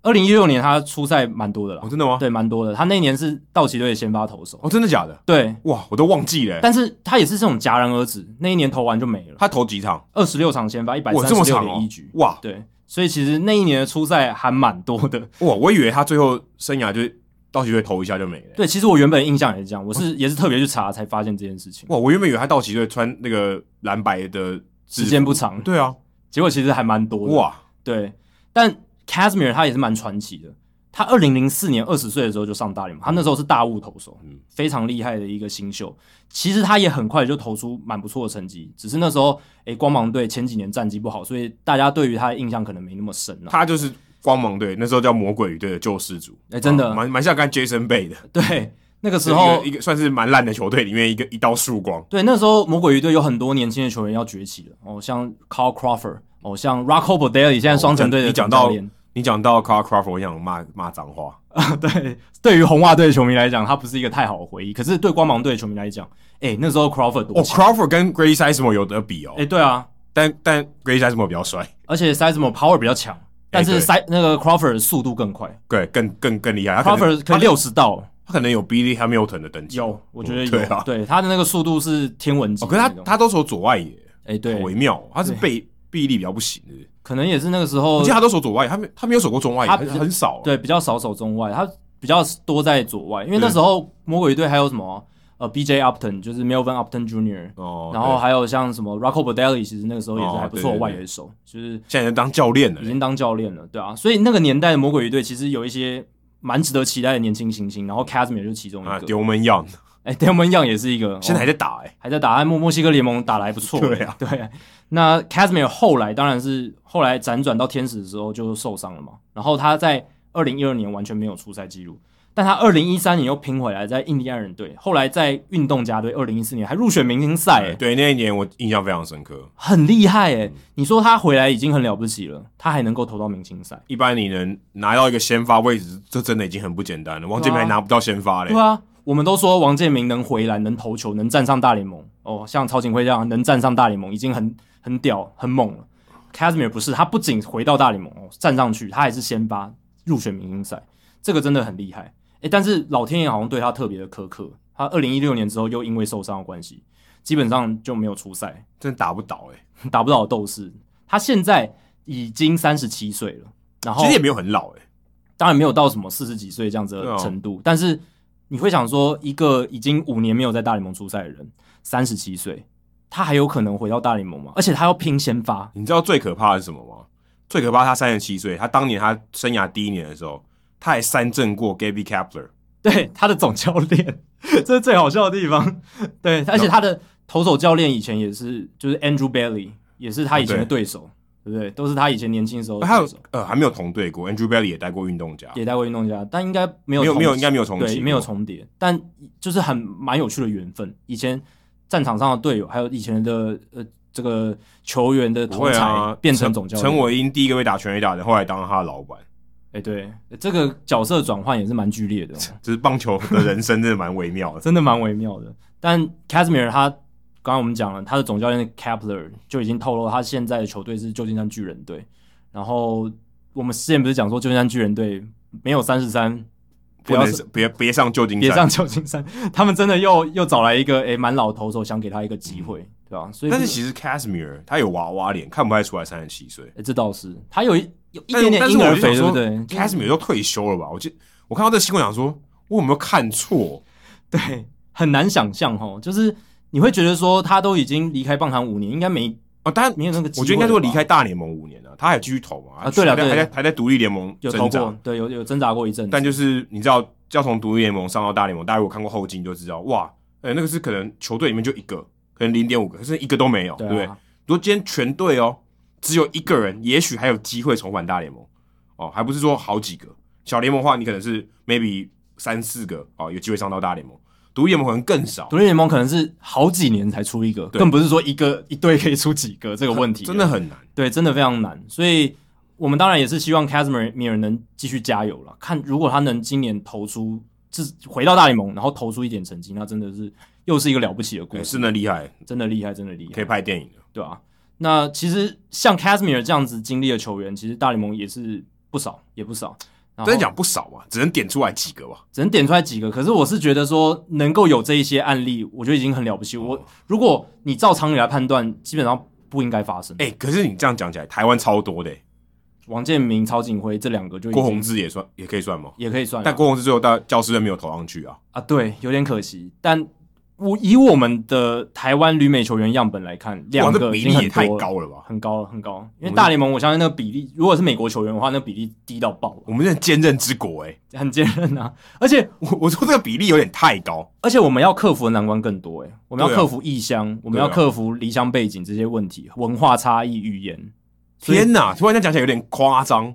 B: 二零一六年他出赛蛮多的啦
A: 哦，，真的吗？
B: 对，蛮多的。他那年是道奇队的先发投手，
A: 哦，真的假的？
B: 对，
A: 哇，我都忘记了欸。
B: 但是他也是这种戛然而止，那一年投完就没了，
A: 他投几场？
B: 二十六场先发，一百
A: 哇，
B: 三
A: 这么
B: 十六
A: 长
B: 点
A: 哦
B: 一局，！
A: 哇
B: 对，所以其实那一年的出赛还蛮多的。
A: 哇，我以为他最后生涯就是道奇队投一下就没了。
B: 对，其实我原本印象也是这样，我是也是特别去查才发现这件事情，
A: 哦哇，我原本以为他道奇队穿那个蓝白的制
B: 时
A: 服
B: 间不长，
A: 对啊，
B: 结果其实还蛮多的。，
A: 哇，
B: 对，但 Casimir 他也是蛮传奇的。他二零零四年二十岁的时候就上大联盟，他那时候是大物投手，
A: 嗯
B: 非常厉害的一个新秀。其实他也很快就投出蛮不错的成绩，只是那时候诶、光芒队前几年战绩不好，所以大家对于他的印象可能没那么深啊了、
A: 他就是光芒队那时候叫魔鬼鱼队的救世主，
B: 哎真的
A: 啊蛮蛮像跟 Jason Bay 的，
B: 对，那个时
A: 之
B: 候
A: 后一个算是蛮烂的球队里面一个一道曙光。
B: 对，那时候魔鬼鱼队有很多年轻的球员要崛起了，哦，像 Carl Crawford，哦，像 Rocco b o d e l l i 现在双城队的
A: 你讲
B: 总教
A: 到
B: 练
A: 你你讲到 Carl Crawford，我想骂骂脏话。
B: 对，对于红袜队的球迷来讲，他不是一个太好的回忆。可是对光芒队的球迷来讲，哎、那时候 Crawford 多
A: 哦
B: 强，
A: ，Crawford 跟 Grady Sizemore 有得比哦，
B: 哎、对啊，
A: 但但 Grady Sizemore 比较帅，
B: 而且 Sizemore power 比较强，但是
A: 哎对
B: Si、那个 Crawford 的速度更快
A: 对，更更更厉害。他可能
B: ，Crawford 可以六十到
A: 他可能有 Billy Hamilton 的等级。
B: 有，我觉得有，
A: 对啊
B: 他的那个速度是天文级
A: 哦，可
B: 的
A: 是
B: 那
A: 他
B: 种、
A: 他都守左外野，好
B: 哎、
A: 微
B: 对，
A: 妙哦，他是背臂力比较不行的。
B: 可能也是那个时候
A: 我记得他都守左外，他没他没有守过中外，
B: 他
A: 很很少。
B: 对，比较少守中外，他比较多在左外，因为那
A: 对
B: 时候魔鬼队还有什么呃 B.J. Upton，就是 Melvin Upton Jr.，、
A: 哦，
B: 然后
A: 对
B: 还有像什么 Rocco Baldelli，其实那个时候也是
A: 哦
B: 还不
A: 对
B: 错的
A: 对
B: 外
A: 对
B: 野手，就是
A: 现在当教练了
B: 已，经当教练了，对啊，所以那个年代的魔鬼鱼队其实有一些蛮值得期待的年轻新星，然后 Casimir 就是其中一
A: 啊
B: 个，
A: 丢 n Young
B: 哎 d a m o n Young 也是一个，
A: 现在还
B: 哦
A: 在打哎，
B: 还在打，墨墨西哥联盟打得还不错，
A: 对啊
B: 对。那 Casimir 后来当然是后来辗转到天使的时候就受伤了嘛，然后他在二零一二年完全没有出赛记录，但他二零一三年又拼回来，在印第安人队，后来在运动家队，二零一四年还入选明星赛、哎
A: 对，那一年我印象非常深刻。
B: 很厉害哎、你说他回来已经很了不起了，他还能够投到明星赛。
A: 一般你能拿到一个先发位置，这真的已经很不简单了。王建民还拿不到先发嘞
B: 啊对，啊，我们都说王建民能回来、能投球、能站上大联盟哦，像曹景辉这样能站上大联盟已经很很屌、很猛了。Casimir 不是，他不仅回到大联盟、哦、站上去，他还是先发入选明星赛，这个真的很厉害。诶，但是老天爷好像对他特别的苛刻，他二零一六年之后又因为受伤的关系，基本上就没有出赛，
A: 真的打不倒哎。
B: 打不到斗士。他现在已经三十七岁了，然后
A: 其实也没有很老哎，
B: 当然没有到什么四十几岁这样子
A: 对
B: 的
A: 啊
B: 程度，但是你会想说，一个已经五年没有在大联盟出赛的人，三十七岁，他还有可能回到大联盟吗？而且他要拼先发，
A: 你知道最可怕的是什么吗？最可怕他三十七岁，他当年他生涯第一年的时候，他还三振过 Gaby Kepler。
B: 对他的总教练， 这是最好笑的地方。对，而且他的投手教练以前也是，就是 Andrew Bailey，也是他以前的
A: 啊对
B: 对手，对不对？都是他以前年轻的时候的
A: 还
B: 对
A: 有
B: 手，
A: 呃还没有同队过，Andrew Bailey 也带过运动家，
B: 也带过运动家，但应该没有
A: 没有
B: 同
A: 没有应该没有重
B: 对，
A: 启，
B: 没有。重叠，但就是很蛮有趣的缘分。以前战场上的队友，还有以前的呃这个球员的
A: 不
B: 同
A: 会
B: 才，
A: 啊，
B: 变成总教练。
A: 陈陈，伟英第一个被打全垒打的，后来当他的老板，
B: 哎、对，这个角色转换也是蛮剧烈的哦、
A: 就是棒球的人生真的蛮微妙的。
B: 真的蛮微妙的。但 Casimir 他刚刚我们讲了，他的总教练 Kepler 就已经透露他现在的球队是旧金山巨人队。然后我们之前不是讲说旧金山巨人队没有三十三，
A: 不
B: 要
A: 能是别别上旧金
B: 别
A: 山
B: 上，旧金山， 他们真的又又找来一个诶蛮、老投手，想给他一个机会，对吧、所以
A: 嗯但是
B: 这个
A: 其实 Casimir 他有娃娃脸，看不太出来三十七岁。
B: 欸，这倒是，他有一有一
A: 但
B: 点
A: 是
B: 点
A: 但是
B: 婴儿
A: 我就想
B: 肥，对不
A: 说
B: 对就是
A: ，Casimir 都退休了吧？我记我看到这新闻，想说我有没有看错？
B: 对，很难想象哦，就是你会觉得说他都已经离开棒坛五年，应该没
A: 啊，当然，
B: 没有那个机
A: 我觉
B: 会吧，
A: 得应该说离开大联盟五年了，他还继续投嘛？
B: 啊对了
A: 还在
B: 对
A: 还在还在独立联盟
B: 有投
A: 挣扎
B: 过，，对，有有挣扎过一阵子，
A: 但就是你知道，要从独立联盟上到大联盟，大家如果看过后进就知道，哇，呃，那个是可能球队里面就一个，可能零点五个，可是一个都没有，对不
B: 对
A: 对？
B: 啊，
A: 如果今天全队哦，只有一个人，也许还有机会重返大联盟哦，还不是说好几个。小联盟的话，你可能是 maybe 三四个哦，有机会上到大联盟。独立联盟可能更少
B: 独，立联盟可能是好几年才出一个，
A: 对
B: 更不是说一个一队可以出几个这个问题，啊
A: 真的很难。
B: 对，真的非常难。所以我们当然也是希望 Casimir 能继续加油了。看如果他能今年投出，是回到大联盟，然后投出一点成绩，那真的是又是一个了不起的故
A: 对，
B: 事，
A: 真的厉害，
B: 真的厉害，真的厉
A: 可以
B: 害，
A: 拍电影的。
B: 对啊。那其实像 Casimir 这样子经历的球员，其实大联盟也是不少，也不少。然后
A: 真的讲不少嘛，只能点出来几个吧。
B: 只能点出来几个，可是我是觉得说能够有这一些案例，我觉得已经很了不起。
A: 哦
B: 我如果你照常理来判断，基本上不应该发生。
A: 哎、可是你这样讲起来，台湾超多的、
B: 王建民、曹景辉这两个就已
A: 郭
B: 经
A: 宏志也算，也可以算吗？
B: 也可以算了，
A: 但郭宏志最后到教师队没有投上去啊。
B: 啊，对，有点可惜。但我以我们的台湾旅美球员样本来看，两
A: 哇，这
B: 个已
A: 比
B: 经
A: 例也
B: 很
A: 太
B: 多了，
A: 高了吧！
B: 很高了，很高。因
A: 我
B: 为
A: 们
B: 大联盟，我相信那个比例，如果是美国球员的话，那比例低到爆
A: 我们这坚韧之国、哎，
B: 了，很坚韧啊。而且
A: 我我说这个比例有点太高。
B: 而且我们要克服的难关更多诶、欸我们要
A: 对啊
B: 克服异乡，我们
A: 对啊
B: 要克服离乡背景这些问题，文化差异、语言。所以
A: 天哪！突然 间讲起来有点夸张。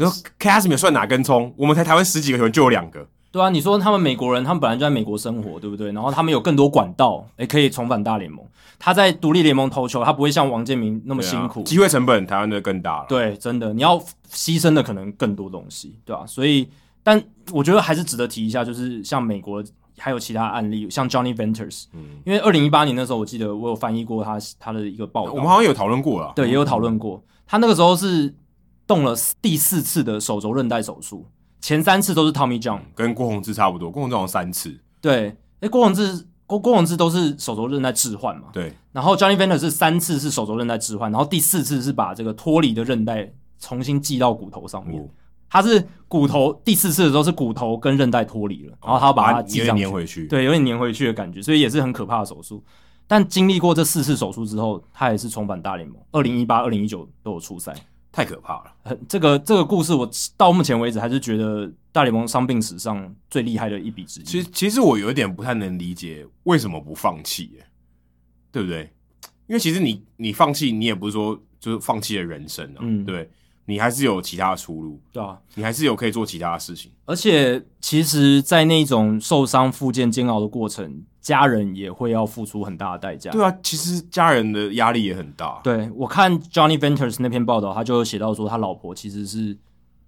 A: 然后 Casimir 算哪根葱？我们才台湾十几个球员就有两个，
B: 对啊，你说他们美国人，他们本来就在美国生活，对不对？然后他们有更多管道，诶，可以重返大联盟。他在独立联盟投球，他不会像王建民那么
A: 对啊
B: 辛苦。
A: 机会成本台湾的更大了。
B: 对，真的，你要牺牲的可能更多东西，对吧、啊所以，但我觉得还是值得提一下，就是像美国还有其他案例，像 Johnny Venters，、
A: 嗯
B: 因为二零一八年那时候，我记得我有翻译过他他的一个报道，
A: 我们好像有讨论过了。嗯
B: 对也有讨论过，他那个时候是动了第四次的手肘韧带手术，前三次都是 Tommy John，
A: 跟郭宏志差不多，郭宏志好像三次。
B: 对，哎，郭宏志郭郭宏志都是手肘韧带置换嘛，
A: 对，
B: 然后 Johnny Venter 是三次是手肘韧带置换，然后第四次是把这个脱离的韧带重新系到骨头上面。
A: 我
B: 他是骨头第四次的时候是骨头跟韧带脱离了，然后他要哦把它系
A: 有点
B: 上去
A: 哦粘，回去。
B: 对，有点粘回去的感觉，所以也是很可怕的手术。但经历过这四次手术之后，他也是重返大联盟，二零一八、二零一九都有出赛。
A: 太可怕了。
B: 很这个这个故事，我到目前为止还是觉得大联盟伤病史上最厉害的一笔之一。
A: 其实，其实我有一点不太能理解为什么不放弃、耶对不对？因为其实你你放弃，你也不是说就是放弃了人生啊，
B: 嗯
A: 对不对，你还是有其他的出路，
B: 对啊，
A: 你还是有可以做其他的事情。
B: 而且其实，在那种受伤、复健、煎熬的过程，家人也会要付出很大的代价。
A: 对啊，其实家人的压力也很大。
B: 对我看 Johnny Venters 那篇报道，他就有写到说，他老婆其实是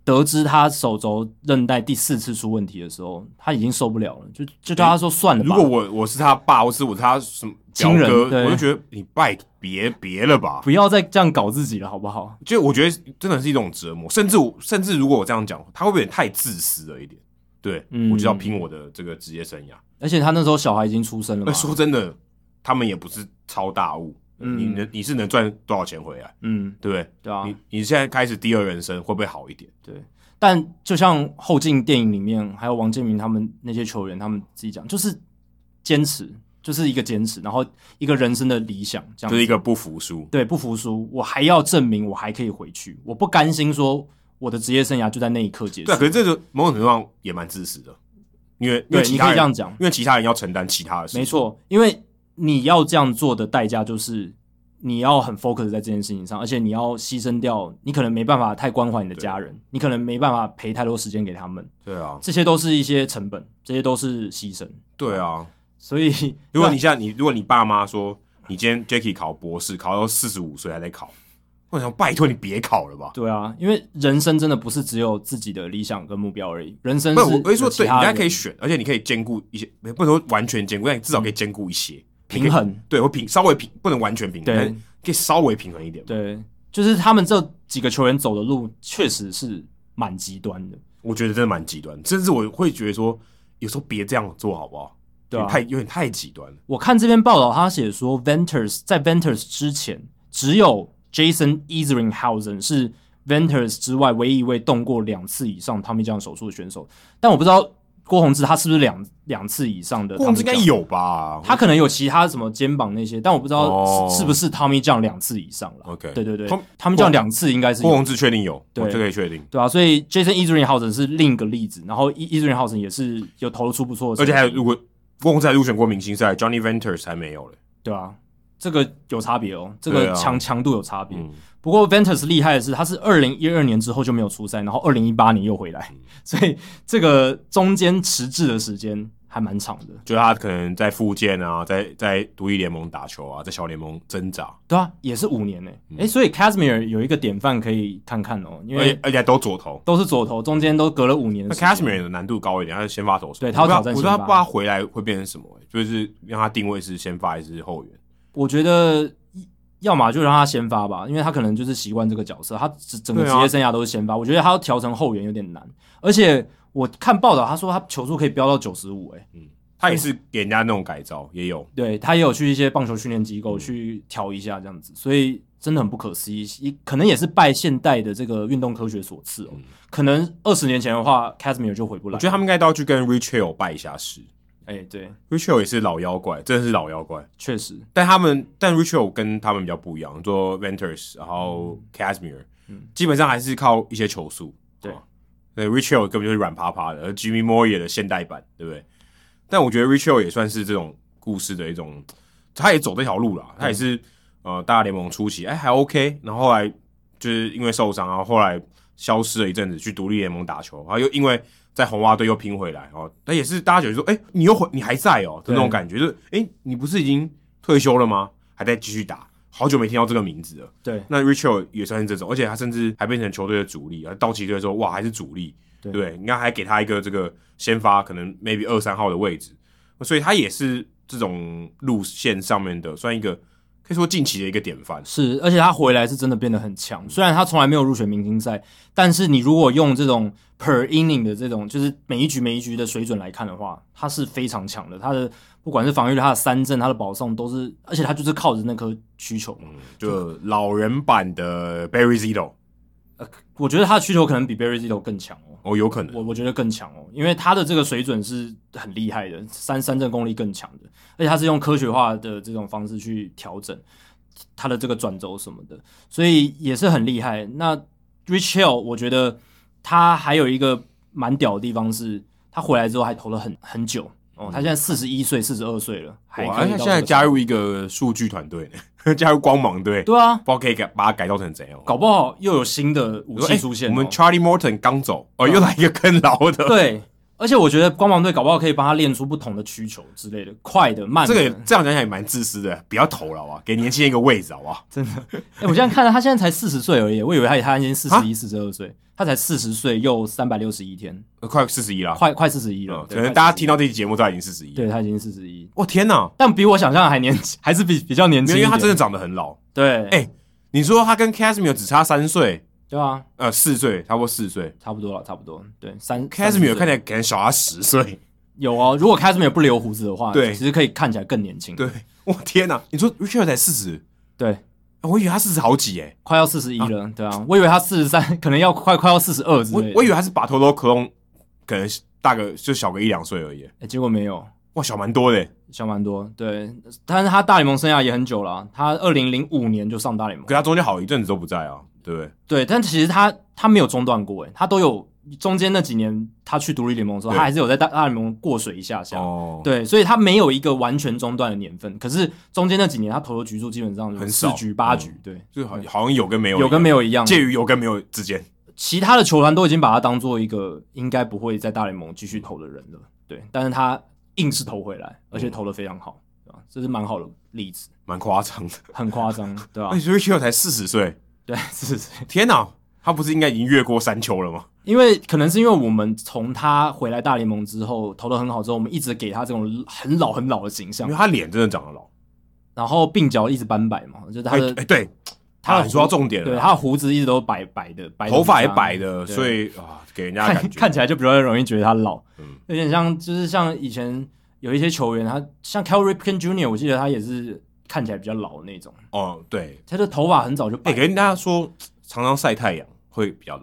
B: 得知他手肘韧带第四次出问题的时候，他已经受不了了，就就叫他说算了吧。
A: 哎如果我我是他爸，或是我是他什么表
B: 亲人
A: 哥，
B: 对
A: 我就觉得你拜别别了吧，
B: 不要再这样搞自己了，好不好？
A: 就我觉得真的是一种折磨，甚至我甚至如果我这样讲，他会不会有点太自私了一点？对、
B: 嗯
A: 我就要拼我的这个职业生涯。
B: 而且他那时候小孩已经出生了
A: 那
B: 嘛，
A: 哎说真的，他们也不是超大物，
B: 嗯
A: 你能你是能赚多少钱回来，
B: 嗯，
A: 对不对？
B: 对啊。
A: 你你现在开始第二人生会不会好一点？
B: 但就像后进电影里面，还有王建民他们那些球员，他们自己讲，就是坚持，就是一个坚持，然后一个人生的理想，这样
A: 就是
B: 子
A: 一个不服输，
B: 对，不服输，我还要证明我还可以回去，我不甘心说我的职业生涯就在那一刻结束。
A: 对啊、可是这个某种程度上也蛮自私的，因为因为
B: 对，
A: 其
B: 你
A: 他
B: 可
A: 人
B: 以这样讲，
A: 因为其他人要承担其他的事，
B: 没。错，因为你要这样做的代价就是你要很 focus 在这件事情上，而且你要牺牲掉，你可能没办法太关怀你的家人，你可能没办法陪太多时间给他们，
A: 对啊，
B: 这些都是一些成本，这些都是牺牲。
A: 对啊。
B: 所以，
A: 如果你现在你如果你爸妈说你今天 Jacky 考博士，考到四十五岁还在考，我想拜托你别考了吧。
B: 对啊，因为人生真的不是只有自己的理想跟目标而已，人生
A: 不
B: 是
A: 是，我我是说，
B: 有其
A: 对，你
B: 他
A: 大家
B: 人
A: 可以选，而且你可以兼顾一些，不能说完全兼顾，但你至少可以兼顾一些
B: 嗯平，
A: 你可以
B: 衡。
A: 对，会平稍微平，不能完全平衡，
B: 对
A: 但可以稍微平衡一点。，
B: 对，就是他们这几个球员走的路确实是蛮极端的，
A: 我觉得真的蛮极端，甚至我会觉得说，有时候别这样做好不好？
B: 对啊
A: 太有点太极端了。
B: 我看这篇报道，他写说，Venters 在 Venters 之前，只有 Jason Ezringhausen 是 Venters 之外唯一一位动过两次以上 Tommy John 手术的选手。但我不知道郭宏志他是不是两两次以上的 Tommy John，
A: 控制应该有吧？
B: 他可能有其他什么肩膀那些，但我不知
A: 哦
B: 道是是不是 Tommy John 两次以上了。
A: OK，
B: 对对对
A: 他们
B: ，Tommy John 两次应该是有
A: 郭宏志确定有，
B: 对
A: 我这可以确定，
B: 对啊，所以 Jason Ezringhausen 是另一个例子，然后 E Ezringhausen 也是有投得出不错的
A: 而
B: 成绩，
A: 且还有如果郭宏志还入选过明星赛，Johnny Venters 还没有嘞。
B: 对啊，这个有差别哦，这
A: 对啊
B: 个强强、度有差别。
A: 嗯，
B: 不过 Ventus 厉害的是，他是二零一二年之后就没有出赛，然后二零一八年又
A: 嗯
B: 回来，所以这个中间迟滞的时间还蛮长的，
A: 就他可能在附件啊，在在独立联盟打球啊，在小联盟挣扎，
B: 对啊，也是五年呢、诶，所以 Casimir 有一个典范可以看看哦，因
A: 嗯而且
B: 为
A: 而且还都左投。
B: 都是左投，中间都隔了五年
A: 那
B: 的时间
A: Casimir 的难度高一点，他是先发投手。
B: 啊对他要挑战
A: 我不知道我
B: 先发
A: 不知道他回来会变成什么、欸就是让他定位是先发还是后援。
B: 我觉得要么就让他先发吧，因为他可能就是习惯这个角色，他整整个
A: 对
B: 职
A: 啊
B: 业生涯都是先发。我觉得他要调成后援有点难，而且我看报道他说他球速可以飙到九十五，哎，
A: 他也是给人家那种改造，也有
B: 对他也有去一些棒球训练机构
A: 嗯
B: 去调一下这样子，所以真的很不可思议，一可能也是拜现代的这个运动科学所赐哦。可能二十年前的话，Casimir 就回不来。
A: 嗯我觉得他们应该都要去跟 Rich Hill 拜一下师。
B: 哎、对，
A: Rich Hill 也是老妖怪，真的是老妖怪。
B: 确实，
A: 但他们但 Rich Hill 跟他们比较不一样，做 Venters 然
B: 嗯
A: 后 Casimir，、基本上还是靠一些球速。
B: 对
A: 啊对，Rich Hill 根本就是软趴趴的，而 Jimmy Moore 的现代版，对不对？但我觉得 Rich Hill 也算是这种故事的一种，他也走这条路
B: 嗯
A: 啦，他也是、呃大联盟初期，哎还 OK，然后后来就是因为受伤，然后后来消失了一阵子，去独立联盟打球，然后又因为在红袜队又拼回来哦，但也是大家觉得说，哎、你又回，你还在哦的那种
B: 对
A: 感觉，就是哎、你不是已经退休了吗？还在继续打，好久没听到这个名字了。
B: 对
A: 那 Richard 也算是这种，而且他甚至还变成球队的主力，而道奇队的时候，哇，还是主力，
B: 对
A: 对，你看还给他一个这个先发，可能 maybe 二三号的位置，所以他也是这种路线上面的，算一个可以说近期的一个典范。
B: 是，而且他回来是真的变得很强。虽然他从来没有入选明星赛，但是你如果用这种 per inning 的这种，就是每一局每一局的水准来看的话，他是非常强的。他的不管是防御力、他的三振、他的保送，都是，而且他就是靠着那颗需求嘛。
A: 嗯，就老人版的 Barry Zito，
B: 我觉得他的需求可能比 Barry Zito 更强哦。
A: 哦，有可能，
B: 我我觉得更强哦，因为他的这个水准是很厉害的，三三振功力更强的，而且他是用科学化的这种方式去调整他的这个转轴什么的，所以也是很厉害。那 Rich Hill，我觉得他还有一个蛮屌的地方是，他回来之后还投了很很久哦，他现在四十一岁、四十二岁了，还
A: 嗯哇，
B: 可
A: 而
B: 以
A: 且
B: 到
A: 现在
B: 这个
A: 加
B: 程
A: 入一个数据团队呢， 加入光芒队，
B: 度对啊，
A: 不知道可以改把它改造成怎样。
B: 搞不好又有新的武
A: 我说
B: 器
A: 哎
B: 出现、哦
A: 我们 Charlie Morton 刚走，哦，
B: 嗯
A: 又来一个更老的，
B: 对。而且我觉得光芒队搞不好可以帮他练出不同的需求之类的，快的、慢的，
A: 这个这样讲起来也蛮自私的，不要投了好不好？给年轻人一个位置好不好？
B: 哎、我现在看了，他现在才四十岁而已，我以为他他已经四十
A: 啊
B: 一、四十二岁，他才四十岁又三百六十一天，
A: 呃快四十一了，
B: 快快四十一了
A: 嗯，。可能大家听
B: 到，
A: 到这期节目，他已经四十一。
B: 对他已经四十一，
A: 哇，天哪！
B: 但比我想象的还年轻，还是比比较年
A: 没
B: 轻
A: 有，
B: 一
A: 因
B: 点。
A: 为他真的长得很老。
B: 对，
A: 哎你说他跟 Casimir 只差三岁，
B: 对啊，
A: 呃，四岁，差不多四岁。
B: 差不多了，差不多。对，三
A: Casimir 看起
B: 来
A: 来可能小他十 岁。
B: 有哦，如果 Casimir 不留胡子的话，
A: 对
B: 其实可以看起来更年轻。
A: 对，哇，天哪！你说 Richard 才四十，
B: 对，
A: 我以为他四十好几哎，
B: 快要四十一了，对啊，我以为他四十三，可能要快快要四十二之
A: 我
B: 类的，
A: 我以为他是把头都 clone，可能大个就小个一两岁而已。
B: 哎结果没有。
A: 哇，小蛮多的耶，
B: 小蛮多，对，但是他大联盟生涯也很久了啊、他二零零五年就上大联盟
A: 可，他中间好一阵子都不在啊，对不对？
B: 对，但其实他他没有中断过，欸诶，他都有中间那几年他去独立联盟的时候，
A: 对
B: 他还是有在大大联盟过水一下下。
A: 哦，
B: 对，所以他没有一个完全中断的年份，可是中间那几年他投的局数基本上就
A: 很
B: 四
A: 少
B: 局八局，对，
A: 就好好像有跟没有一样，
B: 嗯有跟没有一样。
A: 介于有跟没有之间。
B: 其他的球团都已经把他当做一个应该不会在大联盟继续投的人了，对，但是他硬是投回来，
A: 嗯
B: 而且投的非常好，对吧？这是蛮好的例子，
A: 蛮夸张的，
B: 很夸张，对吧
A: 而？且 Richard 才四十岁，
B: 对，是是。
A: 天哪，他不是应该已经越过山丘了吗？
B: 因为可能是因为我们从他回来大联盟之后投的很好之后，我们一直给他这种很老很老的形
A: 因
B: 象
A: 为，他脸真的长得老。
B: 然后鬓角一直斑白嘛，就是他
A: 哎
B: 的、
A: 哎，对，
B: 他
A: 他
B: 的
A: 你说到重点了，
B: 对他的胡子一直都白白的，白的
A: 头发也
B: 很
A: 白
B: 像
A: 的，
B: 对
A: 所以啊，给人家的
B: 看
A: 感觉
B: 看起来就比较容易觉得他老，
A: 嗯
B: 有点像就是像以前有一些球员，他像 Cal Ripken Jr.，我记得他也是看起来比较老的那种，
A: 哦，对，
B: 他的头发很早就白
A: 哎，给人家说常常晒太阳会比较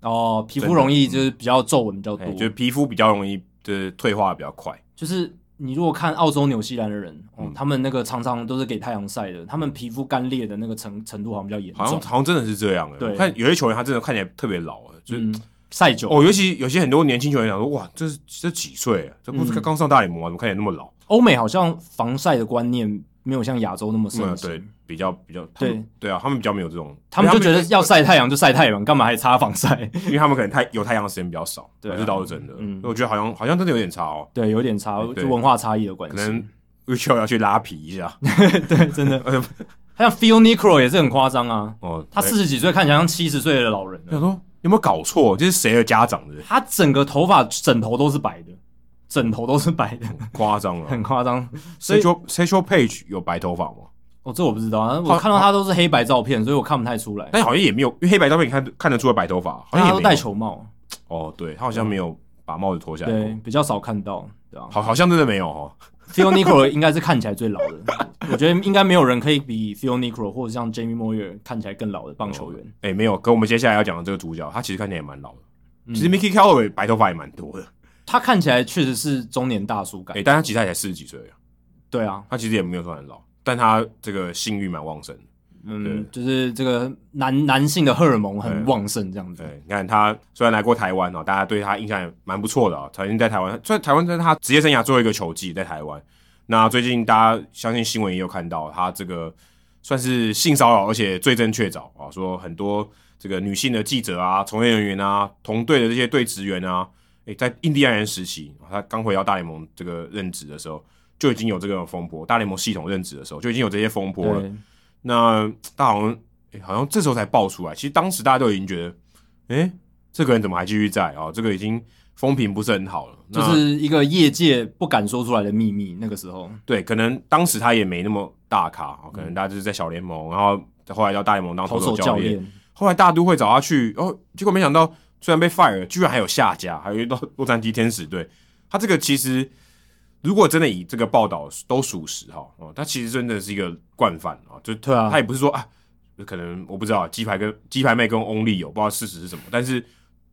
A: 老，
B: 哦，皮
A: 真
B: 肤
A: 的
B: 容易就是比较皱纹比较多，
A: 哎就是皮肤比较容易就是退化得比较快，
B: 就是你如果看澳洲、纽西兰的人，哦，
A: 嗯
B: 他们那个常常都是给太阳晒的，他们皮肤干裂的那个程程度好像比较严
A: 好像
B: 重。
A: 好像真的是这样哎。
B: 对
A: 我看有些球员他真的看起来特别老，就是
B: 嗯，晒久、
A: 哦，尤其有些很多年轻球员想说，哇，这是这几岁啊？这不是
B: 嗯
A: 刚刚上大联盟吗？怎么看起来那么老？
B: 欧美好像防晒的观念没有像亚洲那么
A: 嗯，
B: 盛行。
A: 对，比较比较，他们
B: 对
A: 对啊，他们比较没有这种，
B: 他们就觉得
A: 因为
B: 要晒太阳就晒太阳，干嘛还擦防晒？
A: 因为他们可能太有太阳的时间比较少，
B: 对啊
A: 这倒是真的。
B: 嗯
A: 嗯，我觉得好像好像真的有点差哦，
B: 对，有点差，
A: 对
B: 就文化差异的关
A: 可
B: 系。
A: 能 Rachel 要去拉皮一下 哎
B: 对，真的。 还像 Phil Nicro 也是很夸张啊，
A: 哦。
B: 他四十几岁看起来像七十岁的老人
A: 对
B: 了
A: 想说有没有搞错？这是谁的家长 的？
B: 他整个头发枕头都是白的，枕头都是白的，
A: 夸张了。
B: 很夸张。所以
A: Sexual Sexual Page 有白头发吗？
B: 哦，这我不知道，啊，我
A: 好
B: 看到他都是黑白照片，所以我看不太出来。
A: 但好像也没有，因为黑白照片你看看得出来白头发，好
B: 但
A: 像
B: 他
A: 也
B: 都
A: 没有
B: 戴球帽，
A: 哦，对他好像没有把帽子脱下来
B: 对
A: 过，，
B: 比较少看到，对吧、
A: 好，好像真的没有哦。
B: Phil Nicro 应该是看起来最老的， 我觉得应该没有人可以比 Phil Nicro 或者像 Jamie Moyer 看起来更老的棒球员。
A: 哎、没有，跟我们接下来要讲的这个主角，他其实看起来也蛮老的。
B: 嗯
A: 其实 Mickey Callaway 白头发也蛮多的，
B: 他看起来确实是中年大叔感
A: 哎、，但他其实他才四十几岁而已，
B: 对啊，
A: 他其实也没有说很老，但他这个性欲蛮旺盛的。
B: 嗯，就是这个男男性的荷尔蒙很
A: 对
B: 旺盛这样子。
A: 对，你看他虽然来过台湾哦，大家对他印象也蛮不错的啊、曾经在台湾，虽然台湾在他职业生涯最后一个球季在台湾，那最近大家相信新闻也有看到他这个算是性骚扰，而且罪证确凿啊，说很多这个女性的记者啊、从业人员啊、同队的这些队职员啊，诶、诶，在印第安人时期，他刚回到大联盟这个任职的时候，就已经有这个风波。大联盟系统任职的时候，就已经有这些风波了。
B: 对，
A: 那他好像、诶好像这时候才爆出来。其实当时大家都已经觉得，诶，这个人怎么还继续在啊、哦？这个已经风评不是很好了。
B: 就
A: 那
B: 是一个业界不敢说出来的秘密。那个时候，
A: 对，可能当时他也没那么大咖，哦、可能大家就是在小联盟，然后后来到大联盟当投
B: 嗯投
A: 手
B: 手
A: 教
B: 教
A: 练。
B: 练，
A: 后来大都会找他去，哦，结果没想到虽然被 fire，了居然还有下家，还有到 洛杉矶天使队。他这个其实如果真的以这个报道都属实哈，哦，他其实真的是一个惯犯啊，就
B: 对啊
A: 他也不是说啊，可能我不知道鸡排跟鸡排妹跟 Only 有不知道事实是什么，但是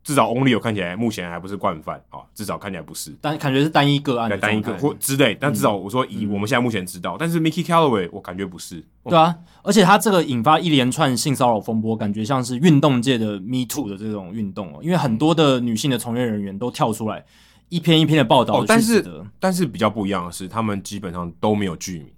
A: 至少 Only 有看起来目前还不是惯犯啊，至少看起来不是。
B: 单感觉是单一个案的
A: 单一个
B: 状态嗯
A: 或之类，但至少我说以我们现在目前知道，但是 Mickey Callaway 我感觉不是，
B: 对啊，而且他这个引发一连串性骚扰风波，感觉像是运动界的 Me Too 的这种运动哦，因为很多的女性的从业人员都跳出来，一篇一篇的报道
A: 哦
B: 去
A: 但是
B: 指责
A: 但是比较不一样的是，他们基本上都没有剧名。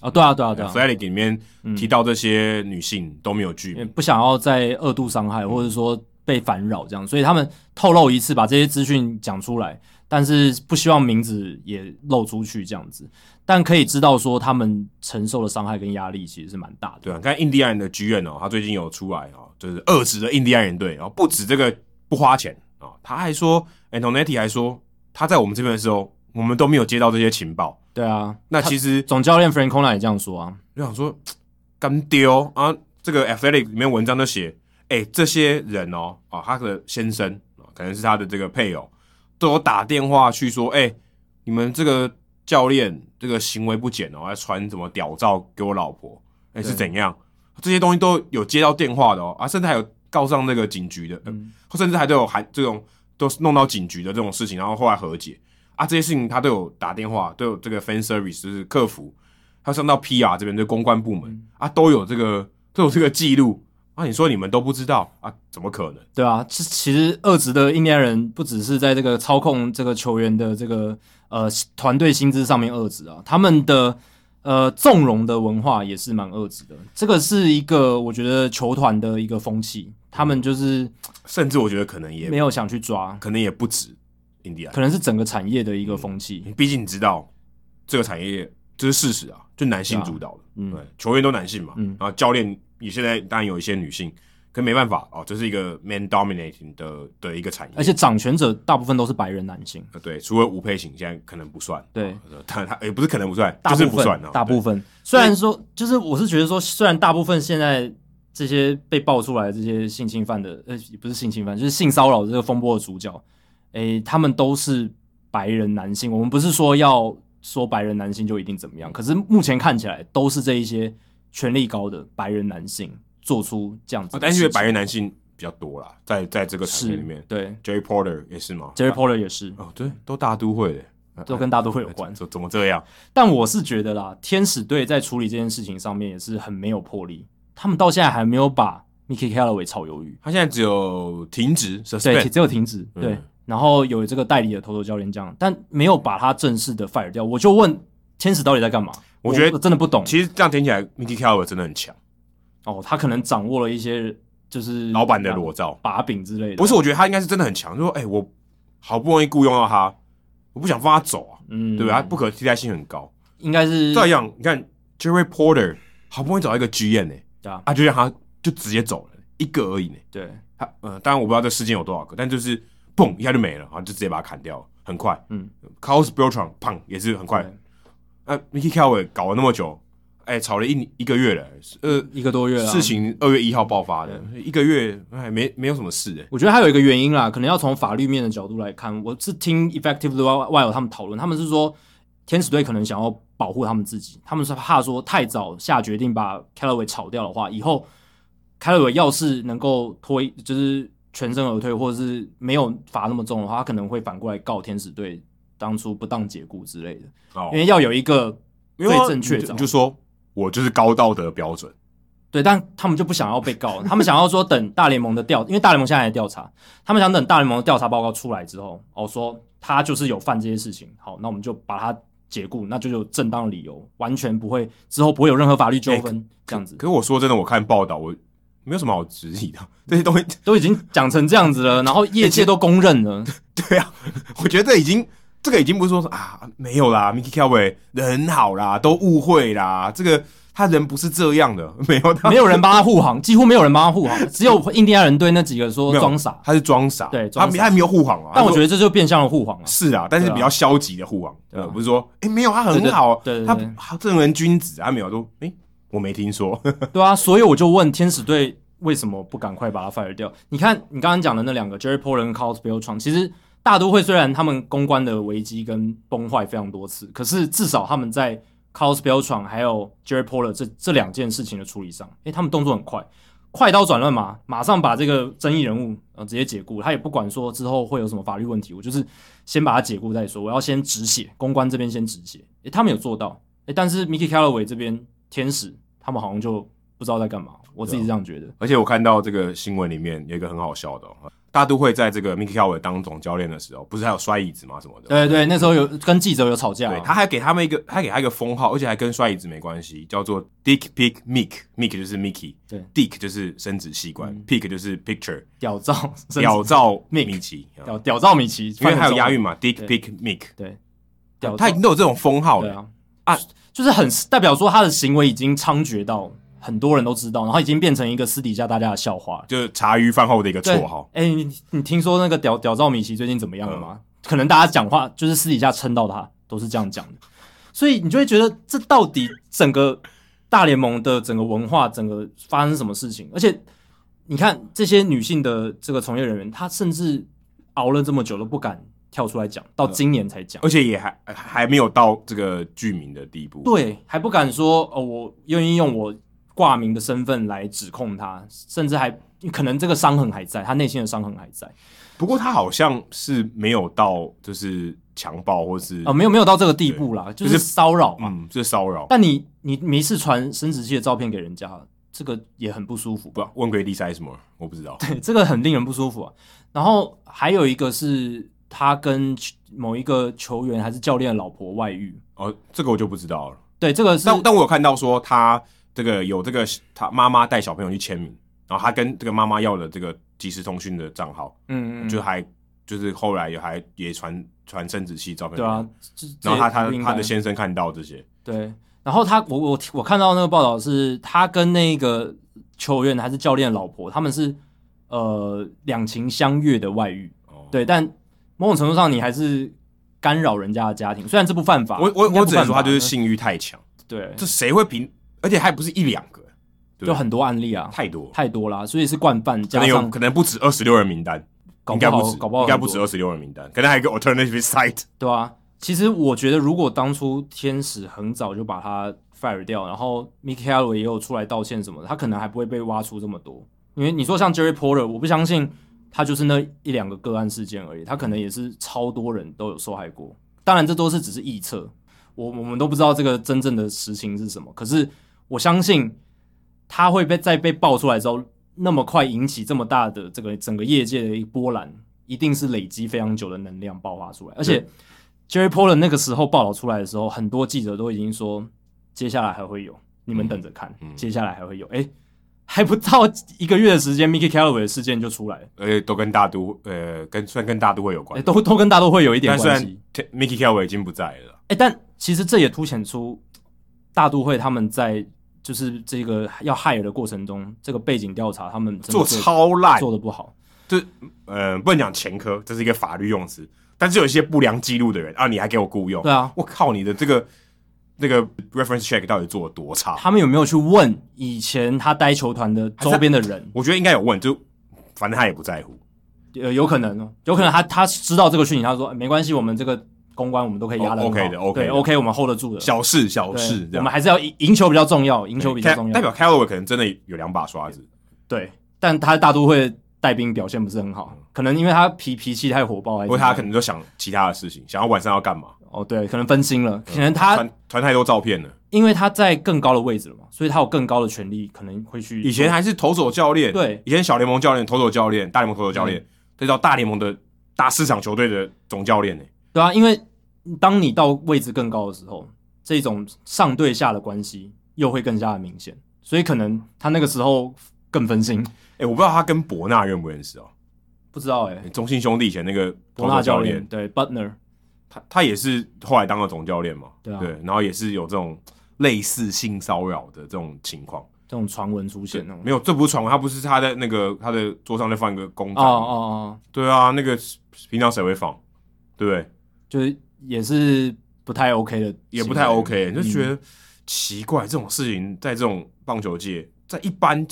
B: 啊，对啊，对啊，对
A: f
B: 啊
A: l，a t i c 里面提到这些女性都没有剧
B: 因为
A: 名，
B: 不想要再二度伤害，或者说被烦扰这样，所以他们透露一次，把这些资讯讲出来，但是不希望名字也露出去这样子，但可以知道说他们承受的伤害跟压力其实是蛮大的。
A: 对啊，你看印第安人的剧院哦，他最近有出来哦，就是遏制了印第安人队，然后不止这个不花钱啊、哦，他还说 Antonetti 还说他在我们这边的时候，我们都没有接到这些情报。
B: 对啊，
A: 那其实
B: 总教练 Francona 也这样说啊，
A: 就想说，干丢啊！这个 Athletic 里面文章都写，哎、这些人哦，啊，他的先生啊，可能是他的这个配偶，都有打电话去说，哎、你们这个教练这个行为不检哦，还传什么屌照给我老婆，哎、是
B: 对
A: 怎样？这些东西都有接到电话的哦，啊，甚至还有告上那个警局的，呃
B: 嗯
A: 或甚至还都有还这种都是弄到警局的这种事情，然后后来和解啊，这些事情他都有打电话，都有这个 fan service 就是客服，他上到 PR 这边就是公关部门、
B: 嗯
A: 啊，都有这个都有这个记录啊，你说你们都不知道啊，怎么可能？
B: 对啊，其其实二职的印第安人不只是在这个操控这个球员的这个呃团队薪资上面二职啊，他们的呃纵容的文化也是蛮二职的。这个是一个我觉得球团的一个风气，他们就是
A: 甚至我觉得可能也
B: 没有想去抓，
A: 可能也不止印第安，
B: 可能是整个产业的一个风气。
A: 毕竟你知道这个产业这是事实啊，就男性
B: 对啊
A: 主导的，
B: 嗯
A: 对，球员都男性嘛，
B: 嗯
A: 然后教练也现在当然有一些女性，可没办法哦，这是一个 man dominating 的的一个产业，
B: 而且掌权者大部分都是白人男性，
A: 呃对，除了吴佩琴现在可能不算，
B: 对
A: 呃，但他也不是可能不算，
B: 大
A: 就是
B: 部
A: 不
B: 分
A: 算啊，
B: 大部
A: 分
B: 分。虽然说，就是我是觉得说，虽然大部分现在这些被爆出来的这些性侵犯的，呃，不是性侵犯，就是性骚扰的这个风波的主角，诶、他们都是白人男性。我们不是说要说白人男性就一定怎么样，可是目前看起来都是这一些权力高的白人男性做出这样
A: 哦
B: 子的事情、
A: 但是因为白人男性比较多啦，在在这个产
B: 是
A: 业里面
B: 对
A: ，Jerry Porter 也是嘛
B: ，Jerry Porter 也是，
A: 哦，对，都大都会的，
B: 都跟大都会有
A: 呃
B: 关。
A: 怎怎么这样？
B: 但我是觉得啦，天使队在处理这件事情上面也是很没有魄力，他们到现在还没有把 Mickey Callaway 炒鱿鱼，
A: 他现在只有停职
B: 对，
A: ，suspend，
B: 只有停止，
A: 嗯
B: 对，然后有这个代理的投手教练这样，但没有把他正式的 fire 掉。我就问天使到底在干嘛？
A: 我觉得
B: 真的不懂
A: 其实这样听起来，Mickey Callaway 真的很强，
B: 哦，他可能掌握了一些就是
A: 老板的裸照。
B: 把柄之类的，
A: 不是，，我觉得他应该是真的很强，就说哎、我好不容易雇佣到他，我不想放他走啊，
B: 嗯，
A: 对吧、他不可替代性很高。
B: 应该是
A: 再一样，你看 Jerry Porter 好不容易找到一个 GM 呢、
B: 对啊
A: 啊，就让他就直接走了，一个而已呢、
B: 对，啊
A: 他呃，当然我不知道这世界有多少个，但就是砰一下就没了，啊，就直接把他砍掉了，很快。
B: 嗯
A: c a r l s b e l t r a n 砰也是很快
B: 对。
A: 那、啊、Mickey Callaway 搞了那么久，哎、吵了一一个月了，呃，
B: 一个多月啊了，
A: 事情二月一号爆发的，一个月哎没没有什么事哎、
B: 我觉得还有一个原因啦，可能要从法律面的角度来看。我是听 Effective 的外外友他们讨论，他们是说天使队可能想要保护他们自己，他们是怕说太早下决定把 Callaway 炒掉的话，以后 Callaway 要是能够脱衣，就是全身而退，或者是没有罚那么重的话，他可能会反过来告天使队当初不当解雇之类的，
A: 哦
B: 因，为要有一个最
A: 没有啊
B: 正确
A: 你
B: 的
A: 就
B: 找
A: 你就说我就是高道德标准，
B: 对，但他们就不想要被告，他们想要说等大联盟的调，因为大联盟现在在调查，他们想等大联盟的调查报告出来之后，哦，说他就是有犯这些事情，好，那我们就把他解雇，那就有正当
A: 哎
B: 理由，完全不会之后不会有任何法律纠纷，这样子。
A: 可是我说真的，我看报道我没有什么好质疑的，这些东西，
B: 都已经讲成这样子了，然后业
A: 哎
B: 界都公认了，
A: 对啊，我觉得已经这个已经不是说啊没有啦，Mickey Calway 人好啦，都误会啦，这个他人不是这样的， 没有他
B: 没有人帮他护航，几乎没有人帮他护航，只有印第安人队那几个说
A: 没有
B: 装傻。
A: 他是装傻，
B: 对
A: 他
B: 装傻
A: 他没有护航啊，
B: 但我
A: 他说
B: 觉得这就变相的护航了。
A: 是啊，但是
B: 对啊
A: 比较消极的护航，
B: 对啊
A: 呃，不是说哎、没有他很好，
B: 对对对
A: 他
B: 对对
A: 他正人君子，他没有说哎、我没听说，
B: 对啊，所以我就问天使队为什么不赶快把他 fire 掉？你看你刚刚讲的那两个 Jerry Poland 跟 Carlos Beltran，其实大都会虽然他们公关的危机跟崩坏非常多次，可是至少他们在 Carlos Beltran 还有 Jerry Poland 这这两件事情的处理上，诶，他们动作很快。快刀斩乱麻，马上把这个争议人物呃直接解雇，他也不管说之后会有什么法律问题，我就是先把他解雇再说，我要先止血，公关这边先止血，诶、他们有做到，诶、但是 Mickey Callaway 这边天使他们好像就不知道在干嘛，我自己是这样觉得，
A: 而且我看到这个新闻里面有一个很好笑的、哦，大都会在这个 Mickey Calway 当总教练的时候，不是还有摔椅子吗什么的，
B: 对对，那时候有跟记者有吵架，
A: 啊
B: 啊
A: 对，他还给他们一个，他给他一个封号，而且还跟摔椅子没关系，叫做 Dick Pick Mick，Mick 就是 Mickey，
B: 对
A: ，Dick 就是生殖器官、
B: 嗯
A: p i c k 就是 picture，
B: 屌照，
A: 屌照
B: Mick
A: 米奇，啊
B: 屌屌照米奇，
A: 因为还有押韵嘛
B: 对
A: ，Dick Pick Mick，
B: 对，屌
A: 他已
B: 照
A: 经都有这种封号
B: 对
A: 了，
B: 啊啊，就是很代表说他的行为已经猖獗到很多人都知道，然后已经变成一个私底下大家的笑话了。
A: 就是茶余饭后的一个
B: 对
A: 绰号，。嗯
B: 哎、你你听说那个屌屌照米奇最近怎么样了吗？可能大家讲话就是私底下称到他都是这样讲的，所以你就会觉得这到底整个大联盟的整个文化，整个发生什么事情？而且你看这些女性的这个从业人员，她甚至熬了这么久都不敢跳出来讲，到
A: 嗯
B: 今年才讲。
A: 而且也还还没有到这个剧名的地步，
B: 对，还不敢说哦，我愿意用我挂名的身份来指控他，甚至还可能这个伤痕还在，他内心的伤痕还在
A: 不过他好像是没有到就是强暴或是
B: 啊、没有没有到这个地步啦，就
A: 就是是
B: 骚扰嘛。
A: 嗯，这骚扰。
B: 但你你没事传生殖器的照片给人家，这个也很不舒服
A: 不
B: 吧？，
A: 问鬼丽塞什么？我不知道。
B: 对， 这个很令人不舒服啊。然后还有一个是他跟某一个球员还是教练的老婆外遇，
A: 哦，这个我就不知道了。
B: 对，这个是
A: 但但我有看到说他这个有这个他妈妈带小朋友去签名，然后他跟这个妈妈要了这个即时通讯的账号，
B: 嗯嗯嗯
A: 就还就是后来也还也传传生殖器照片，
B: 对啊，，这这
A: 然后他
B: 也不
A: 他
B: 应
A: 他
B: 该
A: 的先生看到这些，
B: 对，然后他我我我看到那个报道是，他跟那个球员还是教练的老婆，他们是呃两情相悦的外遇，
A: 哦，
B: 对，但某种程度上你还是干扰人家的家庭，虽然这不犯法，
A: 我我
B: 应该
A: 我
B: 不
A: 只能说
B: 犯法
A: 他就是性欲太强，
B: 对，
A: 这谁会凭？而且还不是一两个，对
B: 就很多案例啊，
A: 太多，
B: 太多啦，所以是惯犯，
A: 可
B: 加
A: 能有
B: 上
A: 可能不止二十六人名单，
B: 搞
A: 应该
B: 不好
A: 止，
B: 搞不好
A: 应该
B: 很
A: 不
B: 多
A: 止二十六人名单，可能还有一个 alternative site，
B: 对啊，其实我觉得，如果当初天使很早就把他 fire 掉，然后 Mickey a l l o 也有出来道歉什么的，他可能还不会被挖出这么多。因为你说像 Jerry Porter，我不相信他就是那一两个个案事件而已，他可能也是超多人都有受害过。当然，这都是只是臆测，我我们都不知道这个真正的实情是什么。可是我相信他会被在被爆出来之后，那么快引起这么大的这个整个业界的一波澜，一定是累积非常久的能量爆发出来。而且 Jerry Poland 那个时候报道出来的时候，很多记者都已经说，接下来还会有，你们等着看，
A: 嗯嗯
B: 接下来还会有。诶，还不到一个月的时间，Mickey Callaway 的事件就出来了，
A: 而且都跟大都呃跟算跟大都会有关
B: 诶，，都都跟大都会有一哎点
A: 但虽
B: 关
A: 然
B: 系。
A: T- Mickey Calway 已经不在了。
B: 哎、但其实这也凸显出大都会他们在就是这个要害人的过程中，这个背景调查他们真的
A: 做超烂，
B: 做的不好。
A: 呃，不能讲前科，这是一个法律用词，但是有一些不良记录的人啊，你还给我雇佣，
B: 对啊，
A: 我靠，你的这个那个 reference check 到底做的多差？
B: 他们有没有去问以前他待球团的周边的人？
A: 我觉得应该有问，就反正他也不在乎，
B: 呃，有可能，哦，有可能他他知道这个讯息，他说、哎没关系，我们这个公关我们都可以压得很好、
A: 哦，OK 的，OK 的
B: 对，OK，我们 hold 得住的。
A: 小事小
B: 对
A: 事这
B: 我
A: 样
B: 们。还是要赢赢球比较重要，赢球比较重要。
A: 代表 Callaway 可能真的有两把刷子，
B: 对，但他大都会带兵表现不是很好，可能因为他脾脾气太火爆，还是
A: 不过他
B: 怎么样
A: 可能就想其他的事情，想要晚上要干嘛？
B: 哦对，可能分心了，可能他
A: 传传太多照片了，
B: 因为他在更高的位置了嘛，所以他有更高的权利，可能会去
A: 以前还是投手教练，
B: 对，嗯
A: 以前小联盟教练、投手教练、大联盟投手教练，再到大联盟的大市场球队的总教练呢、
B: 对啊，因为当你到位置更高的时候，这种上对下的关系又会更加的明显，所以可能他那个时候更分心。
A: 哎、我不知道他跟伯纳认不认识哦，
B: 不知道哎、
A: 中信兄弟以前那个
B: 伯纳
A: 教
B: 教练，对 Butner，
A: 他他也是后来当了总教练嘛，
B: 对啊
A: 然后也是有这种类似性骚扰的这种情况，
B: 这种传闻出现那种。
A: 没有，这不是传闻，他不是他在那个他的桌上在放一个公仔
B: 哦
A: 吗，
B: 哦哦，
A: 对啊，那个平常谁会放，对不对？
B: 就是也是不太 OK 的，
A: 也不太
B: 嗯
A: OK，就觉得奇怪，这种事情在这种棒球界，在一般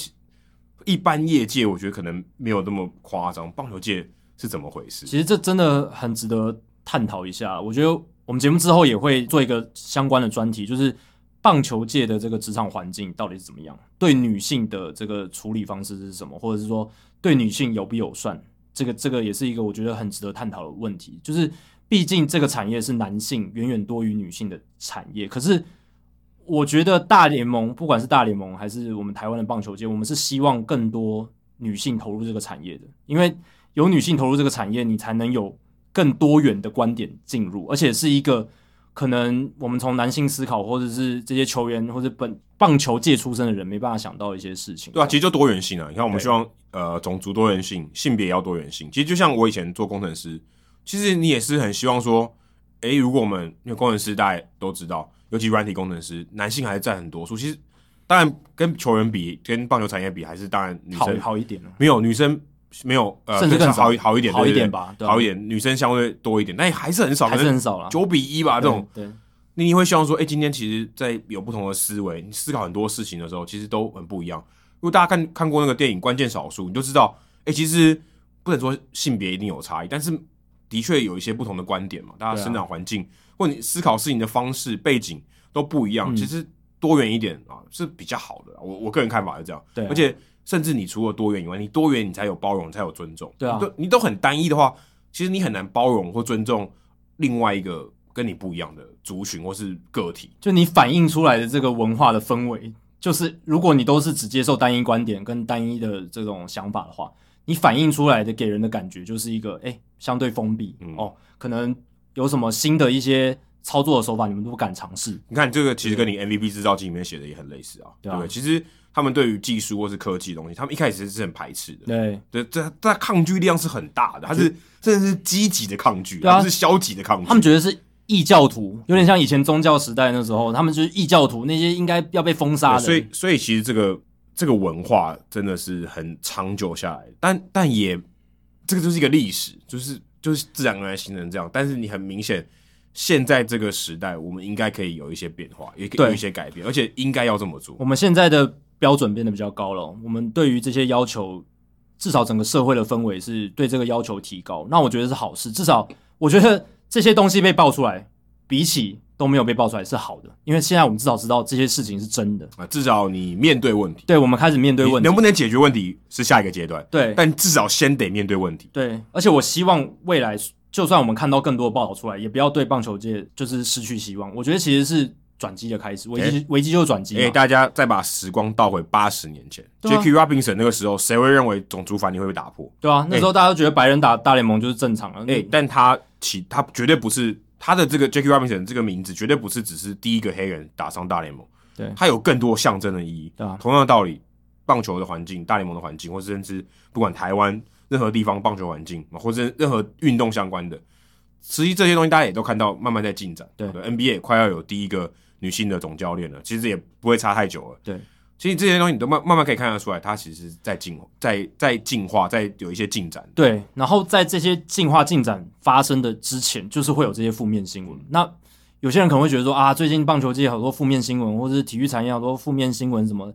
A: 一般业界，我觉得可能没有那么夸张，棒球界是怎么回事？
B: 其实这真的很值得探讨一下。我觉得我们节目之后也会做一个相关的专题，就是棒球界的这个职场环境到底是怎么样，对女性的这个处理方式是什么，或者是说对女性友不友善，这个这个也是一个我觉得很值得探讨的问题。就是毕竟这个产业是男性远远多于女性的产业，可是。我觉得大联盟，不管是大联盟还是我们台湾的棒球界，我们是希望更多女性投入这个产业的，因为有女性投入这个产业，你才能有更多元的观点进入，而且是一个可能我们从男性思考，或者是这些球员或者本棒球界出身的人没办法想到一些事情。
A: 对啊，其实就多元性啊。你看，我们
B: 对
A: 希望呃种族多元性，性别也要多元性。其实就像我以前做工程师，其实你也是很希望说，诶，如果我们因为工程师大家都知道，尤其软体工程师，男性还是占很多数。其实当然跟球员比，跟棒球产业比，还是当然女
B: 好
A: 生
B: 好一点哦，
A: 没有女生没有呃，
B: 甚至
A: 对
B: 更少
A: 好一好一点，
B: 好一
A: 对对
B: 点
A: 对
B: 吧，对啊
A: 好一，点，女生相对多一点，但也还是很少，
B: 还是很少啦。
A: 九比一吧，这种
B: 对对
A: 你你会希望说，哎、今天其实，在有不同的思维，你思考很多事情的时候，其实都很不一样。如果大家看看过那个电影《关键少数》，你就知道，哎、其实不能说性别一定有差异，但是的确有一些不同的观点嘛。大家
B: 对啊
A: 生长环境、或你思考事情的方式、背景都不一样，
B: 嗯
A: 其实多元一点啊是比较好的啊。我我个人看法是这样，
B: 对啊
A: 而且甚至你除了多元以外，你多元你才有包容，才有尊重。
B: 对啊
A: 你都你都很单一的话，其实你很难包容或尊重另外一个跟你不一样的族群或是个体。
B: 就你反映出来的这个文化的氛围，就是如果你都是只接受单一观点跟单一的这种想法的话，你反映出来的给人的感觉就是一个哎、诶相对封闭、
A: 嗯
B: 哦，可能有什么新的一些操作的手法，你们都不敢尝试。
A: 你看这个其实跟你 MVP 制造机里面写的也很类似啊，
B: 对
A: 对
B: 啊
A: 不对？其实他们对于技术或是科技的东西，他们一开始是很排斥的，
B: 对
A: 对，这这抗拒力量是很大的，它是甚至是积极的抗拒，
B: 对啊
A: 它不是消极的抗拒。
B: 他们觉得是异教徒，有点像以前宗教时代那时候，他们就是异教徒，那些应该要被封杀
A: 对
B: 的。
A: 所以，所以其实这个这个文化真的是很长久下来，但但也这个就是一个历史，就是就是自然而然形成这样。但是你很明显，现在这个时代，我们应该可以有一些变化，也可以
B: 对
A: 有一些改变，而且应该要这么做
B: 我。们现在的标准变得比较高了，我们对于这些要求，至少整个社会的氛围是对这个要求提高，那我觉得是好事。至少我觉得这些东西被爆出来，比起都没有被爆出来是好的，因为现在我们至少知道这些事情是真的。
A: 啊，至少你面对问题，
B: 对，我们开始面对
A: 你
B: 问题
A: 能。不能解决问题是下一个阶段，
B: 对
A: 但至少先得面对问题。
B: 对，而且我希望未来，就算我们看到更多的报道出来，也不要对棒球界就是失去希望。我觉得其实是转机的开始，危机、危机就是转机嘛。
A: 哎、大家再把时光倒回八十年前、
B: 对
A: j
B: 啊
A: a c k i e Robinson 那个时候，谁会认为种族法律会被打破？
B: 对啊，那时候大家都觉得白人打大联盟就是正常了。
A: 哎、但他其他绝对不是他的这个 Jackie Robinson 这个名字，绝对不是只是第一个黑人打上大联盟，
B: 对
A: 他有更多象征的意义。
B: 对啊
A: 同样的道理，棒球的环境、大联盟的环境，或是甚至不管台湾任何地方棒球环境，或者任何运动相关的，实际这些东西大家也都看到慢慢在进展。
B: 对
A: NBA 也快要有第一个女性的总教练了，其实也不会差太久了。
B: 对。
A: 其实这些东西你都慢慢慢可以看得出来，它其实是在进在在进化，在有一些进展。
B: 对，然后在这些进化进展发生的之前，就是会有这些负面新闻。那有些人可能会觉得说啊，最近棒球界好多负面新闻，或者是体育产业好多负面新闻什么的。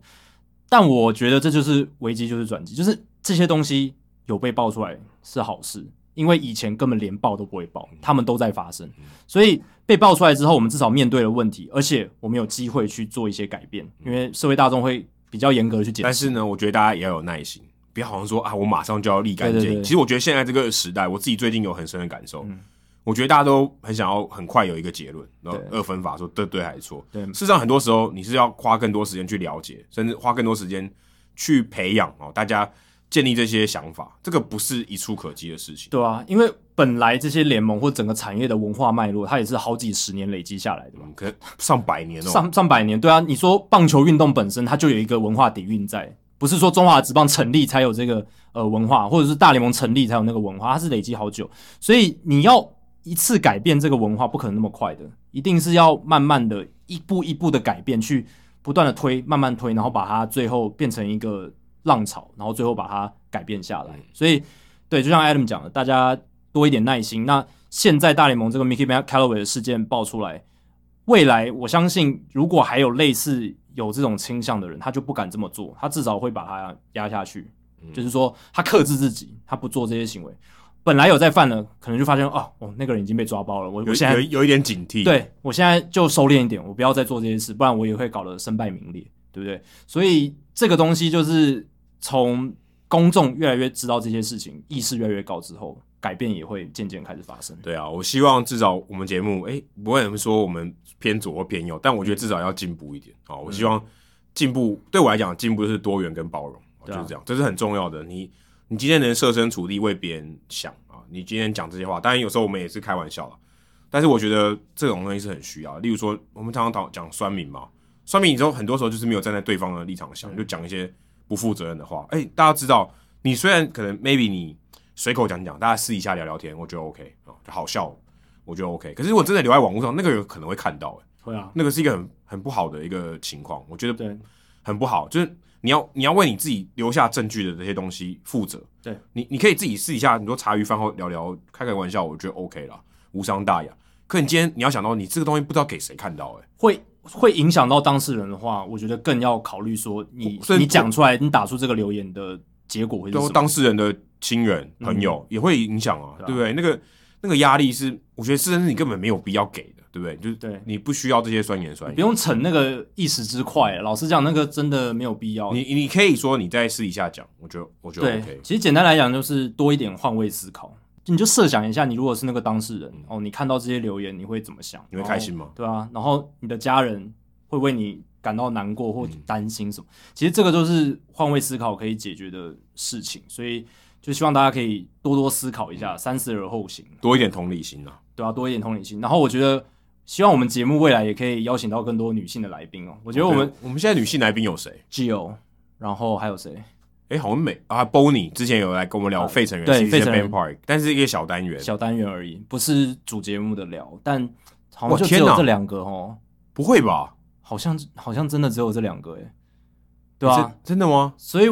B: 但我觉得这就是危机，就是转机，就是这些东西有被爆出来是好事，因为以前根本连报都不会报，他们都在发生，所以被爆出来之后，我们至少面对了问题，而且我们有机会去做一些改变，因为社会大众会比较严格的去检
A: 但
B: 视。
A: 是呢，我觉得大家也要有耐心，不要好像说啊，我马上就要立竿见影。
B: 对对对
A: 其实我觉得现在这个时代，我自己最近有很深的感受，
B: 嗯
A: 我觉得大家都很想要很快有一个结论，然后
B: 对
A: 二分法说对对还是错。
B: 对
A: 事实上，很多时候你是要花更多时间去了解，甚至花更多时间去培养哦，大家建立这些想法，这个不是一触可及的事情。
B: 对啊，因为本来这些联盟或整个产业的文化脉络，它也是好几十年累积下来的嘛，
A: 嗯，可能上百年哦，
B: 上上百年。对啊，你说棒球运动本身它就有一个文化底蕴在，不不是说中华职棒成立才有这个呃文化，或者是大联盟成立才有那个文化，它是累积好久，所以你要一次改变这个文化不可能那么快的，一定是要慢慢的一步一步的改变，去不断的推，慢慢推，然后把它最后变成一个浪潮，然后最后把它改变下来。所以，对，就像 Adam 讲的，大家多一点耐心。那现在大联盟这个 Mickey Callaway 的事件爆出来，未来我相信，如果还有类似有这种倾向的人，他就不敢这么做，他至少会把他压下去。就是说，他克制自己，他不做这些行为。本来有在犯了，可能就发现哦，哦，那个人已经被抓包了，我
A: 有
B: 我现
A: 有
B: 在
A: 有一点警惕，，
B: 对我现在就收敛一点，我不要再做这些事，不然我也会搞得身败名裂，对不对？所以这个东西就是从公众越来越知道这些事情，意识越来越高之后，改变也会渐渐开始发生。
A: 对啊，我希望至少我们节目，诶，不会有人说我们偏左或偏右，但我觉得至少要进步一点啊、哦我希望进步，对我来讲，进步是多元跟包容，哦
B: 对
A: 就
B: 啊
A: 是这样，这是很重要的。你你今天能设身处地为别人想啊、你今天讲这些话，当然有时候我们也是开玩笑了，但是我觉得这种东西是很需要的。例如说，我们常常讨讲酸民嘛，酸民你知道很多时候就是没有站在对方的立场
B: 嗯
A: 想，就讲一些不负责任的话。哎、大家知道，你虽然可能 maybe 你随口讲讲，大家私底下聊聊天，我觉得 OK 啊、就好笑，我觉得 OK。可是如果真的留在网络上，那个人可能会看到、哎
B: 会啊，
A: 那个是一个很很不好的一个情况，我觉得
B: 对
A: 很不好。就是你要你要为你自己留下证据的这些东西负责。
B: 对，
A: 你你可以自己私底下，你说茶余饭后聊聊，开开玩笑，我觉得 OK 啦，无伤大雅。可你今天你要想到，你这个东西不知道给谁看到、哎。
B: 会会影响到当事人的话，我觉得更要考虑说你
A: 所以
B: 你讲出来，你打出这个留言的结果会是
A: 对
B: 什
A: 啊
B: 么？
A: 当事人的亲人、朋友也会影响啊，
B: 对啊
A: 对不对？那个那个压力是，我觉得甚至你根本没有必要给的，对不对？就是
B: 对
A: 你不需要这些酸言酸
B: 不
A: 语。
B: 用逞那个一时之快，老实讲，那个真的没有必要。
A: 你你可以说你在私底下讲，我觉得我觉得
B: 对
A: OK，
B: 其实简单来讲就是多一点换位思考。你就设想一下，你如果是那个当事人、哦，你看到这些留言，你会怎么想？
A: 嗯你会开心吗
B: 然后对啊，然后你的家人会为你感到难过或担心什么？
A: 嗯
B: 其实这个都是换位思考可以解决的事情，所以就希望大家可以多多思考一
A: 嗯
B: 下，三思而后行。
A: 多一点同理心啊。
B: 对啊，多一点同理心。然后我觉得，希望我们节目未来也可以邀请到更多女性的来宾哦。我觉得我们
A: 对我们现在女性来宾有谁？
B: Gio，然后还有谁？
A: 哎，好像美啊，Bonnie 之前有来跟我们聊
B: 啊
A: 费城人，
B: 对
A: Citizen
B: 费城人
A: Bank Park，但是一个小单元，
B: 小单元而已，不是主节目的聊，但好
A: 哇
B: 像就只
A: 天哪
B: 有这两个哦，
A: 不会吧？
B: 好像好像真的只有这两个诶，对啊，
A: 真真的吗？
B: 所以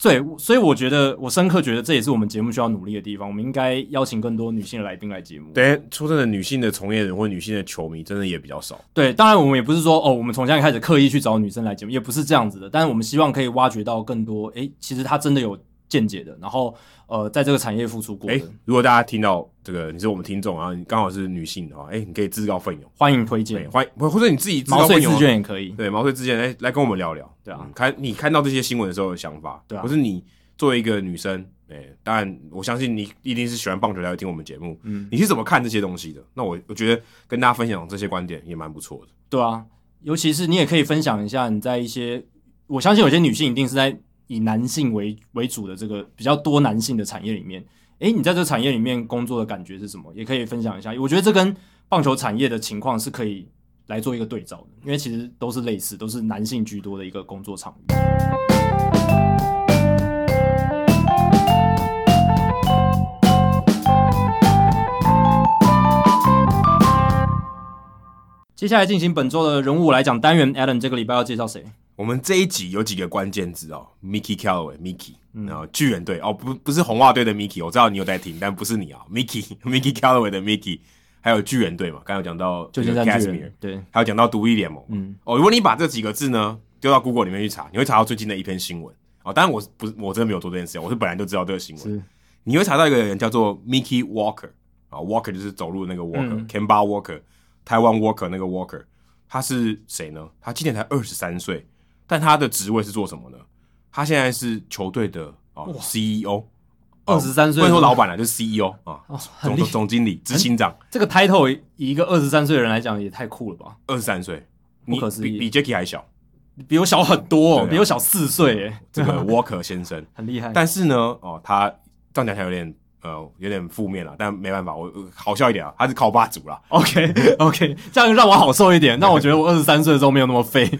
B: 对，所以我觉得我深刻觉得这也是我们节目需要努力的地方，我们应该邀请更多女性的来宾来节目。
A: 对，说真的，女性的从业人或女性的球迷真的也比较少。
B: 对，当然我们也不是说哦，我们从现在开始刻意去找女生来节目，也不是这样子的。但是我们希望可以挖掘到更多，诶，其实她真的有见解的，然后呃，在这个产业付出过的，
A: 哎，如果大家听到这个，你是我们听众，然后你刚好是女性的话，哎，你可以自告奋勇。
B: 欢迎推
A: 对，
B: 荐。
A: 欢迎或者你自己知道
B: 毛遂
A: 会有
B: 自荐也可以，
A: 对毛遂自荐哎来来跟我们聊聊，
B: 对啊
A: 嗯看你看到这些新闻的时候的想法，
B: 对啊
A: 或是你作为一个女生，哎、当然我相信你一定是喜欢棒球来听我们节目，
B: 嗯，
A: 你是怎么看这些东西的？那我我觉得跟大家分享这些观点也蛮不错的，
B: 对啊，尤其是你也可以分享一下你在一些，我相信有些女性一定是在以男性为为主的这个比较多男性的产业里面，诶，你在这个产业里面工作的感觉是什么？也可以分享一下。我觉得这跟棒球产业的情况是可以来做一个对照的，因为其实都是类似，都是男性居多的一个工作场域。接下来进行本周的人物来讲单元，Adam 这个礼拜要介绍谁？
A: 我们这一集有几个关键字哦，Mickey Callaway，Mickey，、然
B: 嗯
A: 后巨人队哦，不不是红袜队的 Mickey，我知道你有在听，但不是你啊，Mickey，Mickey Callaway 的 Mickey，还有巨人队嘛，刚刚有讲到
B: 旧
A: 这
B: 金
A: 个
B: 山巨
A: Casimir
B: 人，对，
A: 还有讲到独立联盟，
B: 嗯，
A: 哦，如果你把这几个字呢丢到 Google 里面去查，你会查到最近的一篇新闻。哦，当然我是不是我真的没有做这件事情，我是本来就知道这个新闻。
B: 是
A: 你会查到一个人叫做 Mickey Walker 啊、w a l k e r 就是走路的那个 Walker，Kemba、
B: 嗯
A: Walker，台湾 Walker 那个 Walker，他是谁呢？他今年才二十三岁，但他的职位是做什么呢？他现在是球队的啊、CEO，
B: 二十三
A: 不
B: 岁，
A: 能说老板了，就是 CEO 啊、
B: 哦，
A: 总
B: 很厉
A: 总
B: 害。
A: 总经理、执行长，
B: 这个 title 以一个二十三岁的人来讲也太酷了吧，
A: 二十三岁，
B: 不
A: 你
B: 可思议
A: 比比 Jackie 还小，
B: 比我小很多、
A: 对
B: 哦，
A: 啊
B: 比我小四岁，哎，
A: 这个 Walker 先生。
B: 很厉害。
A: 但是呢，哦，他这样讲起来有点呃，有点负面了，但没办法，我我好笑一点啊，他是靠霸主啦，
B: OK OK，这样让我好受一点。那我觉得我二十三岁的时候没有那么废。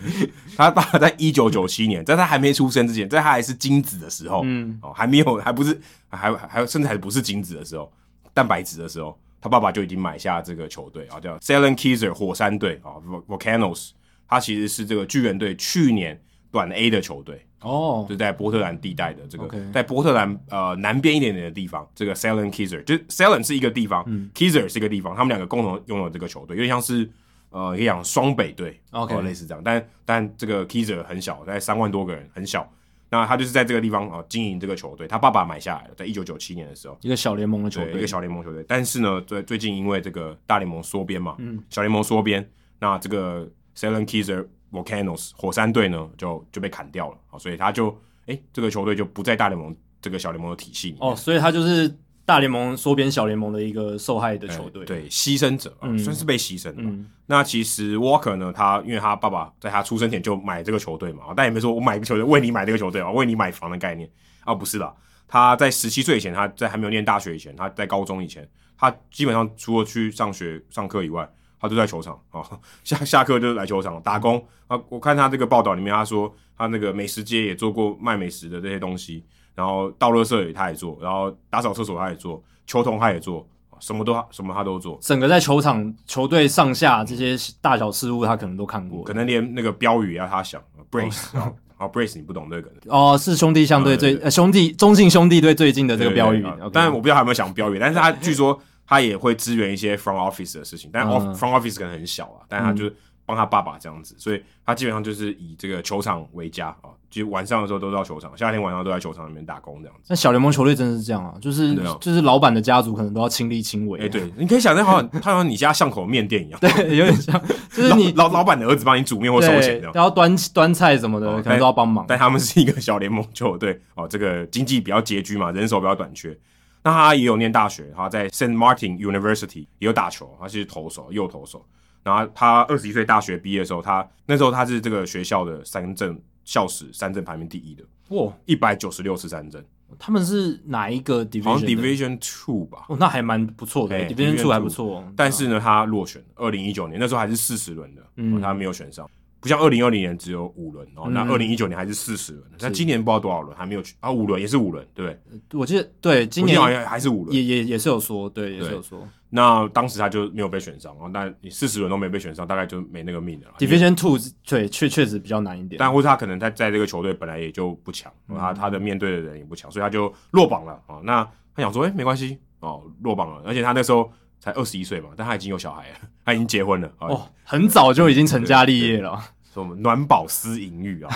A: 他爸爸在一九九七年，在他还没出生之前，在他还是精子的时候，
B: 嗯，
A: 哦，还没有，还不是，还还甚至还不是精子的时候，蛋白质的时候，他爸爸就已经买下这个球队啊，叫 Selen Kaiser 火山队啊，Vol-，Volcanoes，他其实是这个巨人队去年短 A 的球队，
B: 哦
A: 就在波特兰地带的这个
B: OK
A: 在波特兰呃南边一点点的地方，这个 Selen Kaiser 就是 Selen 是一个地方、k
B: 嗯
A: a i s e r 是一个地方，他们两个共同拥有这个球队，有点像是呃可以讲双北队
B: OK
A: 哦类似这样，但但这个 Kaiser 很小，大概三万多个人，很小。那他就是在这个地方啊、呃经营这个球队，他爸爸买下来了，在一九九七年的时候，
B: 一个小联盟的球
A: 对一
B: 队
A: 个。小联盟球队。但是呢，最最近因为这个大联盟缩编嘛，
B: 嗯
A: 小联盟缩编，那这个 Selen Kaiser Volcanoes 火山队呢就就被砍掉了啊，所以他就哎、这个球队就不在大联盟这个小联盟的体系里面。
B: 哦，所以他就是大联盟缩编小联盟的一个受害的
A: 哎
B: 球队。，
A: 对牺牲者、啊
B: 嗯
A: 算是被牺牲的吧、
B: 嗯
A: 那其实 Walker 呢，他因为他爸爸在他出生前就买这个球队嘛，但也没说我买个球队为你买这个球队啊，为你买房的概念啊，不是啦。他在十七岁以前，他在还没有念大学以前，他在高中以前，他基本上除了去上学上课以外，他都在球场啊、哦，下下课就是来球场打工啊。我看他这个报道里面，他说他那个美食街也做过卖美食的这些东西，然后倒垃圾也他也做，然后打扫厕所他也做，球童他也做，什么都他什么他都做。
B: 整个在球场、球队上下这些大小事务，他可能都看过
A: 可。能连那个标语也要他想呃，brace 啊啊，brace 你不懂这个梗，
B: 哦，是兄弟相对
A: 对
B: 最
A: 对对
B: 呃兄弟中信兄弟队最近的 这个标语
A: 对对对啊。
B: OK 嗯
A: 但我不知道他有没有想标语，但是他据说他也会支援一些 front office 的事情，但 off
B: 嗯
A: front office 可能很小啊，但他就是帮他爸爸这样子，所以他基本上就是以这个球场为家啊，就晚上的时候都到球场，夏天晚上都在球场里面打工这样子。
B: 那小联盟球队真的是这样啊，就是
A: 对啊
B: 就是老板的家族可能都要亲力亲为。啊
A: 哎、对，你可以想象，好像他好像你家巷口的面店一样，
B: 对，有点像，就是你
A: 老老老板的儿子帮你煮面或收钱
B: 对
A: 这样，。
B: 然后端端菜什么的
A: 哦，
B: 可能都要帮忙。
A: 但他们是一个小联盟球队哦，这个经济比较拮据嘛，人手比较短缺。那他也有念大学，他在 Saint Martin University 也有打球，他是投手，右投手。然后他二十一岁大学毕业的时候，他那时候他是这个学校的三振校史三振排名第一的，
B: 哇，
A: 一百九十六次三振，
B: 他们是哪一个
A: 好
B: division？
A: 像
B: 的
A: Division Two 吧。
B: 哦，那还蛮不错的
A: 哎
B: ，division
A: Division
B: two 还
A: Two
B: 不错。哦啊
A: 但是呢，他落选，二零一九年那时候还是四十轮的，
B: 嗯
A: 哦他没有选上。不像二零二零年只有五轮哦，那
B: 嗯
A: 二零一九年还是四十轮，那
B: 是
A: 今年不知道多少轮，还没有去啊，五轮也是五轮，对不对？
B: 我记得对今
A: 我记
B: 年
A: 得好像啊还是五轮
B: 也。也也是有说，对，也是有说
A: 那当时他就没有被选上，然后但你四十轮都没被选上，大概就没那个命了啦。因为
B: division two 是对确确实比较难一点。
A: 但或者他可能在在这个球队本来也就不强，
B: 嗯
A: 他他的面对的人也不强，所以他就落榜了啊、哦那他想说，哎、没关系哦，落榜了，而且他那时候才二十一岁嘛，但他已经有小孩了， 他已经结婚了啊、哦，
B: 哦，很早就已经成家立业了，
A: 什么暖宝私淫欲 啊，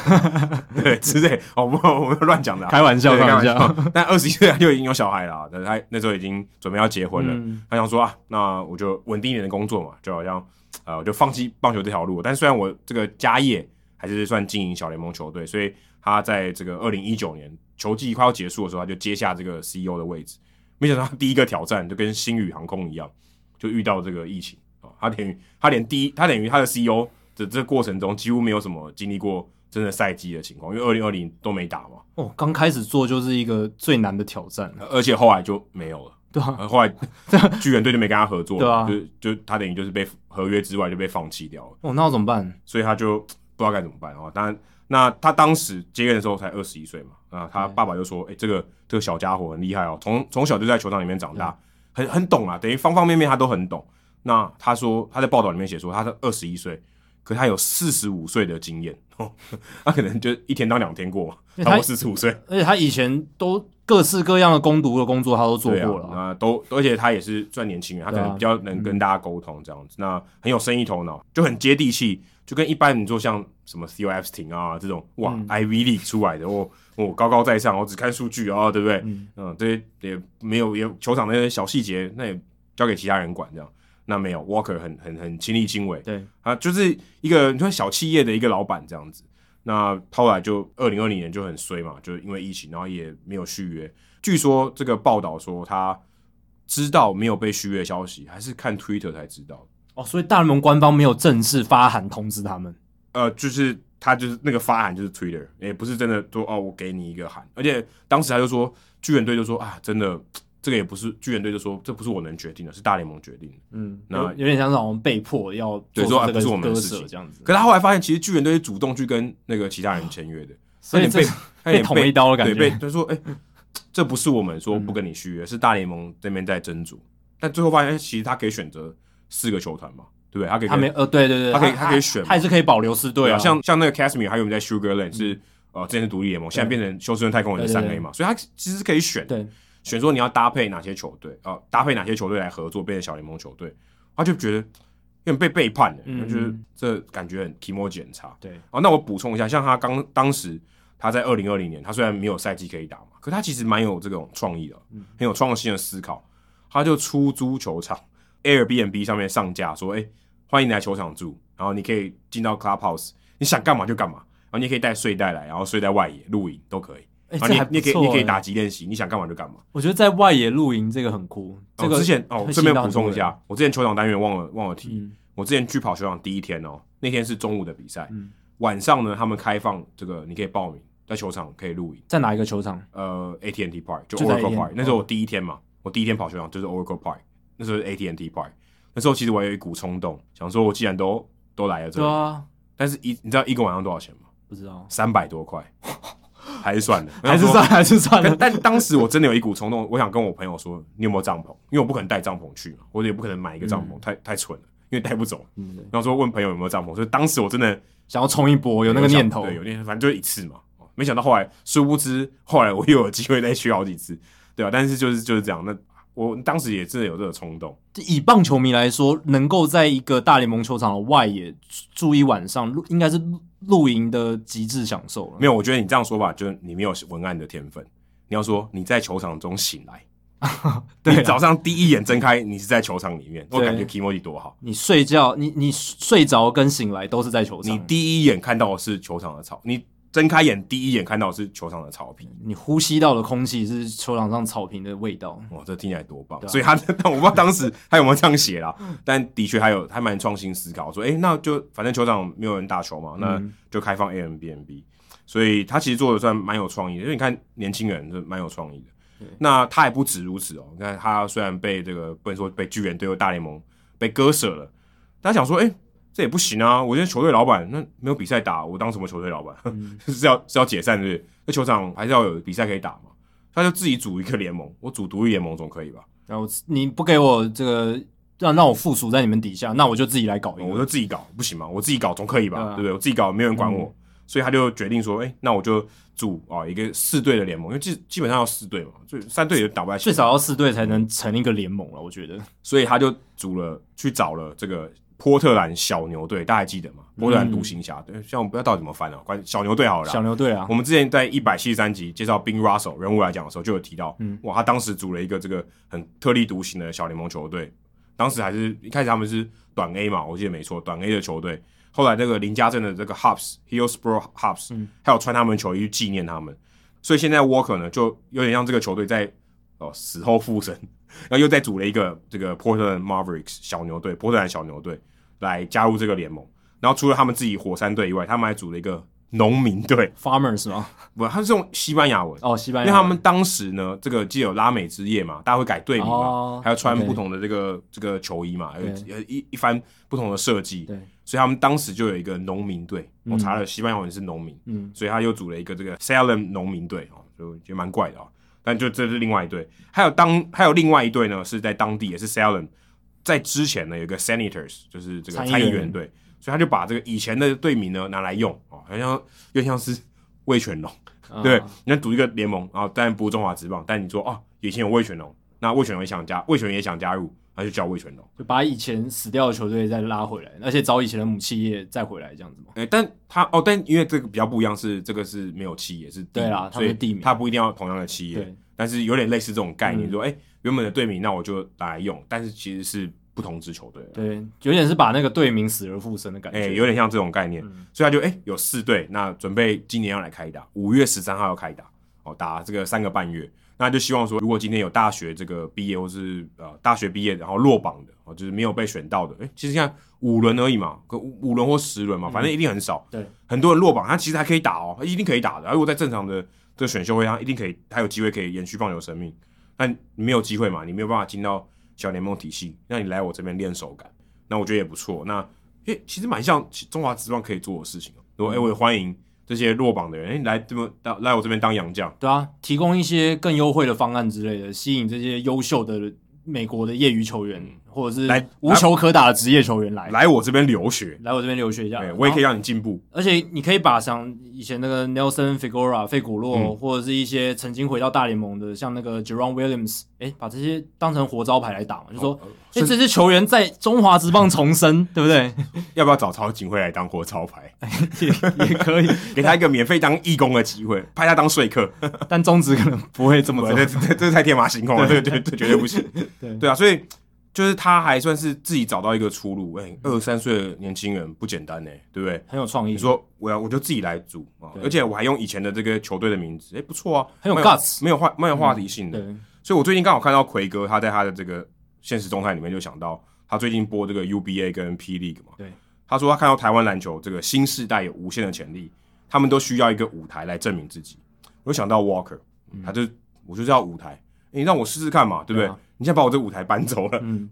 A: 对之类哦，我我我乱讲的、啊，
B: 开玩笑，
A: 对
B: 玩。
A: 但二十一岁他就已经有小孩了啊，但是他那时候已经准备要结婚了，
B: 嗯
A: 他想说啊，那我就稳定一点的工作嘛，就好像呃，我就放弃棒球这条路。但虽然我这个家业还是算经营小联盟球队，所以他在这个二零一九年球季快要结束的时候，他就接下这个 CEO 的位置。没想到他第一个挑战就跟星宇航空一样，就遇到这个疫情啊、他等于他连第一，他等于他的 CEO 的这过程中几乎没有什么经历过真的赛季的情况，因为二零二零都没打嘛，
B: 哦，刚开始做就是一个最难的挑战，
A: 而且后来就没有了。
B: 对啊，
A: 呃后 来巨人队就没跟他合作，
B: 对啊
A: 就就他等于就是被合约之外就被放弃掉了，
B: 哦，那要怎么办？
A: 所以他就不知道该怎么办哦。当然，那他当时接任的时候才二十一岁嘛，啊，他
B: 对
A: 爸爸就说：“哎、这个这个小家伙很厉害哦，从从小就在球场里面长大，很很懂啊，等于方方面面他都很懂。”那他说他在报道里面写说他是二十一岁，可他有四十五岁的经验哦， 他可能就一天当两天过嘛，
B: 因为
A: 他
B: 他
A: 过四十五岁，
B: 而且他以前都各式各样的攻读的工作他都做
A: 对
B: 过了，
A: 啊、那都而且他也是算年轻人，他可
B: 对
A: 能
B: 啊
A: 比较能跟大家沟通这样子，那很有生意头脑，就很接地气，就跟一般你做像什么 Theo Epstein 啊这种哇、Ivy
B: 嗯
A: League 出来的，我我高高在上，我只看数据啊，对不对？
B: 嗯
A: 嗯，这些也没有也球场那些小细节，那也交给其他人管这样。那没有 Walker 很很很亲力亲为，
B: 对，
A: 啊，就是一个你说小企业的一个老板这样子。那后来就二零二零年就很衰嘛，就因为疫情，然后也没有续约。据说这个报道说他知道没有被续约消息，还是看 Twitter 才知道。
B: 哦，所以大联盟官方没有正式发函通知他们。
A: 呃，就是他就是那个发函就是 Twitter，也不是真的说哦，我给你一个函。而且当时他就说，巨人队就说啊，真的这个也不是巨人队就说这不是我能决定的，是大联盟决定的。
B: 嗯，
A: 那
B: 有有点像是好像被迫要
A: 对
B: 做
A: 说
B: 出
A: 哎
B: 这
A: 不
B: 个
A: 是我们的
B: 割
A: 事
B: 舍
A: 情
B: 这样子，
A: 可他后来发现，其实巨人队是主动去跟那个其他人签约的，
B: 所以
A: 他有点
B: 这
A: 被他有点
B: 被捅了一刀的感
A: 对，被
B: 觉。嗯
A: 他说哎、这不是我们说不跟你续约，是大联盟这边在斟酌。但最后发现，哎其实他可以选择四个球团嘛，对不对？他可以
B: 他
A: 跟
B: 没呃，对对对，
A: 他可以
B: 他
A: 他可以选嘛
B: 他也是可以保留四队
A: 对
B: 啊，嗯
A: 像像那个 Casimir 还有我们在 Sugar Land 是呃之前是独立联盟，现在变成休斯顿太空人的
B: 对
A: 三
B: 对
A: A 嘛，所以他其实是可以选
B: 对
A: 选说你要搭配哪些球队啊、呃搭配哪些球队来合作变成小联盟球队，他就觉得有点被背叛了，
B: 嗯
A: 他觉得这感觉很提莫检查。
B: 对，
A: 哦，那我补充一下，像他刚当时他在二零二零年，他虽然没有赛季可以打嘛，可他其实蛮有这种创意的，
B: 嗯
A: 很有创新的思考。他就出租球场，Airbnb 上面上架说：“哎、欢迎来球场住，然后你可以进到 Clubhouse，你想干嘛就干嘛，然后你也可以带睡袋来，然后睡在外野露营都可以。
B: 哎，
A: 然后
B: 这
A: 你
B: 还
A: 你也可
B: 不
A: 以
B: 错
A: 你也可以
B: 哎
A: 打击练习，你想干嘛就干嘛。
B: 我觉得在外野露营这个很酷，
A: 哦
B: 这个
A: 之前哦，
B: 会
A: 顺
B: 吸引
A: 便
B: 到
A: 补
B: 很
A: 充
B: 多
A: 一
B: 人，
A: 下，我之前球场单元忘了忘了提，
B: 嗯
A: 我之前去跑球场第一天哦，那天是中午的比赛，
B: 嗯
A: 晚上呢他们开放这个你可以报名，在球场可以露营，
B: 在哪一个球场？
A: 呃，AT&T Park 就
B: 就在哦
A: Oracle
B: AT&T
A: Park，那是我第一天嘛，我第一天跑球场就是 Oracle Park，那时候是 AT&T Park，那时候其实我有一股冲动，想说我既然都都来了这
B: 对
A: 里，
B: 啊，
A: 但是一你知道一个晚上多少钱吗？
B: 不知道，
A: 三百多块，还是算了，
B: 还是算还是算
A: 但
B: 了。
A: 但当时我真的有一股冲动，我想跟我朋友说，你有没有帐篷？因为我不可能带帐篷去嘛，我也不可能买一个帐篷，太太蠢了，因为带不走。
B: 嗯对
A: 然后说问朋友有没有帐篷，所以当时我真的
B: 想要冲一波，有那个
A: 想
B: 念头，
A: 对，有念头，反正就一次嘛。哦没想到后来，殊不知后来我又有机会再去好几次，对吧、啊？但是就是就是这样，那我当时也真的有这个冲动，
B: 以棒球迷来说，能够在一个大联盟球场的外野住一晚上，露应该是露营的极致享受了。
A: 没有，我觉得你这样说法，就是你没有文案的天分。你要说你在球场中醒来，
B: 对啊
A: 你早上第一眼睁开，你是在球场里面，我
B: 对
A: 感觉 Kimoji 多好。
B: 你睡觉，你你睡着跟醒来都是在球场，
A: 你第一眼看到的是球场的草，你睁开眼第一眼看到的是球场的草皮。
B: 你呼吸到的空气是球场上草坪的味道。
A: 哇，这听起来多棒！
B: 对啊嗯
A: 所以他， 但我不知道当时他有没有这样写啦，但的确还有还蛮创新思考，说，诶，那就反正球场没有人打球嘛，那
B: 嗯
A: 就开放 A M B N B，所以他其实做的算蛮有创意的，因为你看年轻人是蛮有创意的。那他也不止如此哦，你看他虽然被这个不能说被巨人队或大联盟被割舍了，但他想说，诶，这也不行啊！我觉得球队老板那没有比赛打，我当什么球队老板？
B: 嗯
A: 是要是要解散对不对？那球场还是要有比赛可以打嘛？他就自己组一个联盟，我组独立联盟总可以吧？
B: 然后你不给我这个让让我附属在你们底下，那我就自己来搞一个。
A: 哦我就自己搞，不行吗？我自己搞总可以吧？
B: 对啊嗯
A: 对不对？我自己搞没有人管我，所以他就决定说，哎、那我就组啊、一个四队的联盟，因为基基本上要四队嘛，就三队也打不下去，
B: 最少要四队才能成一个联盟了，我觉得。
A: 所以他就组了去找了这个波特兰小牛队，大家还记得吗？波特兰独行侠队，
B: 嗯
A: 像我们不知道到底怎么翻啊，关小牛队好了啦，
B: 小牛队啊
A: 我，们之前在一百七十三集介绍 Bing Russell 人物来讲的时候，就有提到，哇，他当时组了一个这个很特立独行的小联盟球队，当时还是一开始他们是短 A 嘛，我记得没错，短 A 的球队。后来那个林家镇的这个 Hubs Hillsboro Hubs，、还有穿他们球衣去纪念他们，所以现在 Walker 呢，就有点让这个球队在哦死后复生， 然后又再组了一个这个 Portland Mavericks 小牛队，波特兰小牛队来加入这个联盟。然后除了他们自己火山队以外，他们还组了一个农民队，
B: Farmers 吗？
A: 不，他是用西班牙文，
B: 哦，西班
A: 因
B: 牙，
A: 为他们当时呢，这个既有拉美之夜嘛，大家会改队名嘛，
B: 哦
A: 还有穿
B: OK
A: 不同的这个这个球衣嘛，
B: 对
A: 有有一一番不同的设计，
B: 对，
A: 所以他们当时就有一个农民队，我
B: 嗯
A: 查了西班牙文是农民，
B: 嗯，
A: 所以他又组了一个这个 Salem 农民队哦，就觉得蛮怪的哦。但就这是另外一队，还有当还有另外一队呢，是在当地也是 Salem，在之前呢有一个 Senators，就是这个参
B: 参议
A: 议
B: 员
A: 员队，所以他就把这个以前的队名呢拿来用哦，好像又像是魏全龙，
B: 啊
A: 对，你要组一个联盟，然后当然不是中华职棒，但你说哦，以前有魏全龙，那魏全龙也想加，魏全也想加入，那就叫魏全龙。
B: 就把以前死掉的球队再拉回来，而且找以前的母企业再回来这样子嘛。
A: 哎、但他哦，但因为这个比较不一样是，这个是没有企业是地
B: 对啦
A: 名
B: 它
A: 所
B: 不是
A: 以
B: 地名
A: 它不一定要同样的企业
B: 对，
A: 但是有啊点类似这种概念，
B: 嗯
A: 说哎、原本的队名那我就拿来用，但是其实是不同支球队了，
B: 对，有点是把那个队名死而复生的感觉。嗯
A: 哎、有点像这种概念，所以他就哎、有四队，那准备今年要来开打，五月十三号要开打，哦，打这个三个半月，那就希望说，如果今天有大学这个毕业或是呃大学毕业然后落榜的，哦，就是没有被选到的，哎、其实像五轮而已嘛，可五五轮或十轮嘛，反正一定很少，
B: 嗯对，
A: 很多人落榜，他其实还可以打哦，他一定可以打的，如果在正常的这个选秀会上，一定可以，他有机会可以延续棒球生命。那你没有机会嘛，你没有办法进到小联盟体系，那你来我这边练手感，那我觉得也不错。那诶、其实蛮像中华职棒可以做的事情哦。如
B: 嗯
A: 果诶、我也欢迎这些落榜的人，诶、哎你来这么到来我这边当洋将，
B: 对啊，提供一些更优惠的方案之类的，吸引这些优秀的美国的业余球员，或者
A: 嗯来
B: 是无球可打的职业球员来啊来
A: 来我这边留学，
B: 我这边留学一下
A: 诶、，我也可以
B: 然后。
A: 让你进步。
B: 而且你可以把像以前那个 Nelson Figura 费古洛，
A: 嗯
B: 或者是一些曾经回到大联盟的，像那个 Jerome Williams，哎、把这些当成活招牌来打嘛，就说，
A: 哦
B: 哎、
A: 甚
B: 这些球员在中华职棒重生，对不对？
A: 要不要找曹景辉来当活招牌，
B: 也也可以，
A: 给他一个免费当义工的机会，派他当说客？
B: 但中职可能不会这么
A: 我
B: 做
A: 这。这这太天马行空了，这这这绝对不行。
B: 对
A: 对啊，所以就是他还算是自己找到一个出路。哎，二十三岁的年轻人不简单呢，对不对？
B: 很有创意，
A: 你说我要我就自己来组啊，
B: 对
A: 而且我还用以前的这个球队的名字，哎，不错啊，
B: 很有
A: 蛮
B: guts 嗯
A: 没有话蛮有话题性的。
B: 对，
A: 所以我最近刚好看到奎哥他在他的这个现实动态里面就想到，他最近播这个 UBA 跟 P League 嘛，
B: 对，
A: 他说他看到台湾篮球这个新世代有无限的潜力，他们都需要一个舞台来证明自己。我就想到 Walker，他就我就是要舞台，诶你让我试试看嘛，对不对？
B: 嗯对啊
A: 你现在把我这个舞台搬走了，
B: 嗯，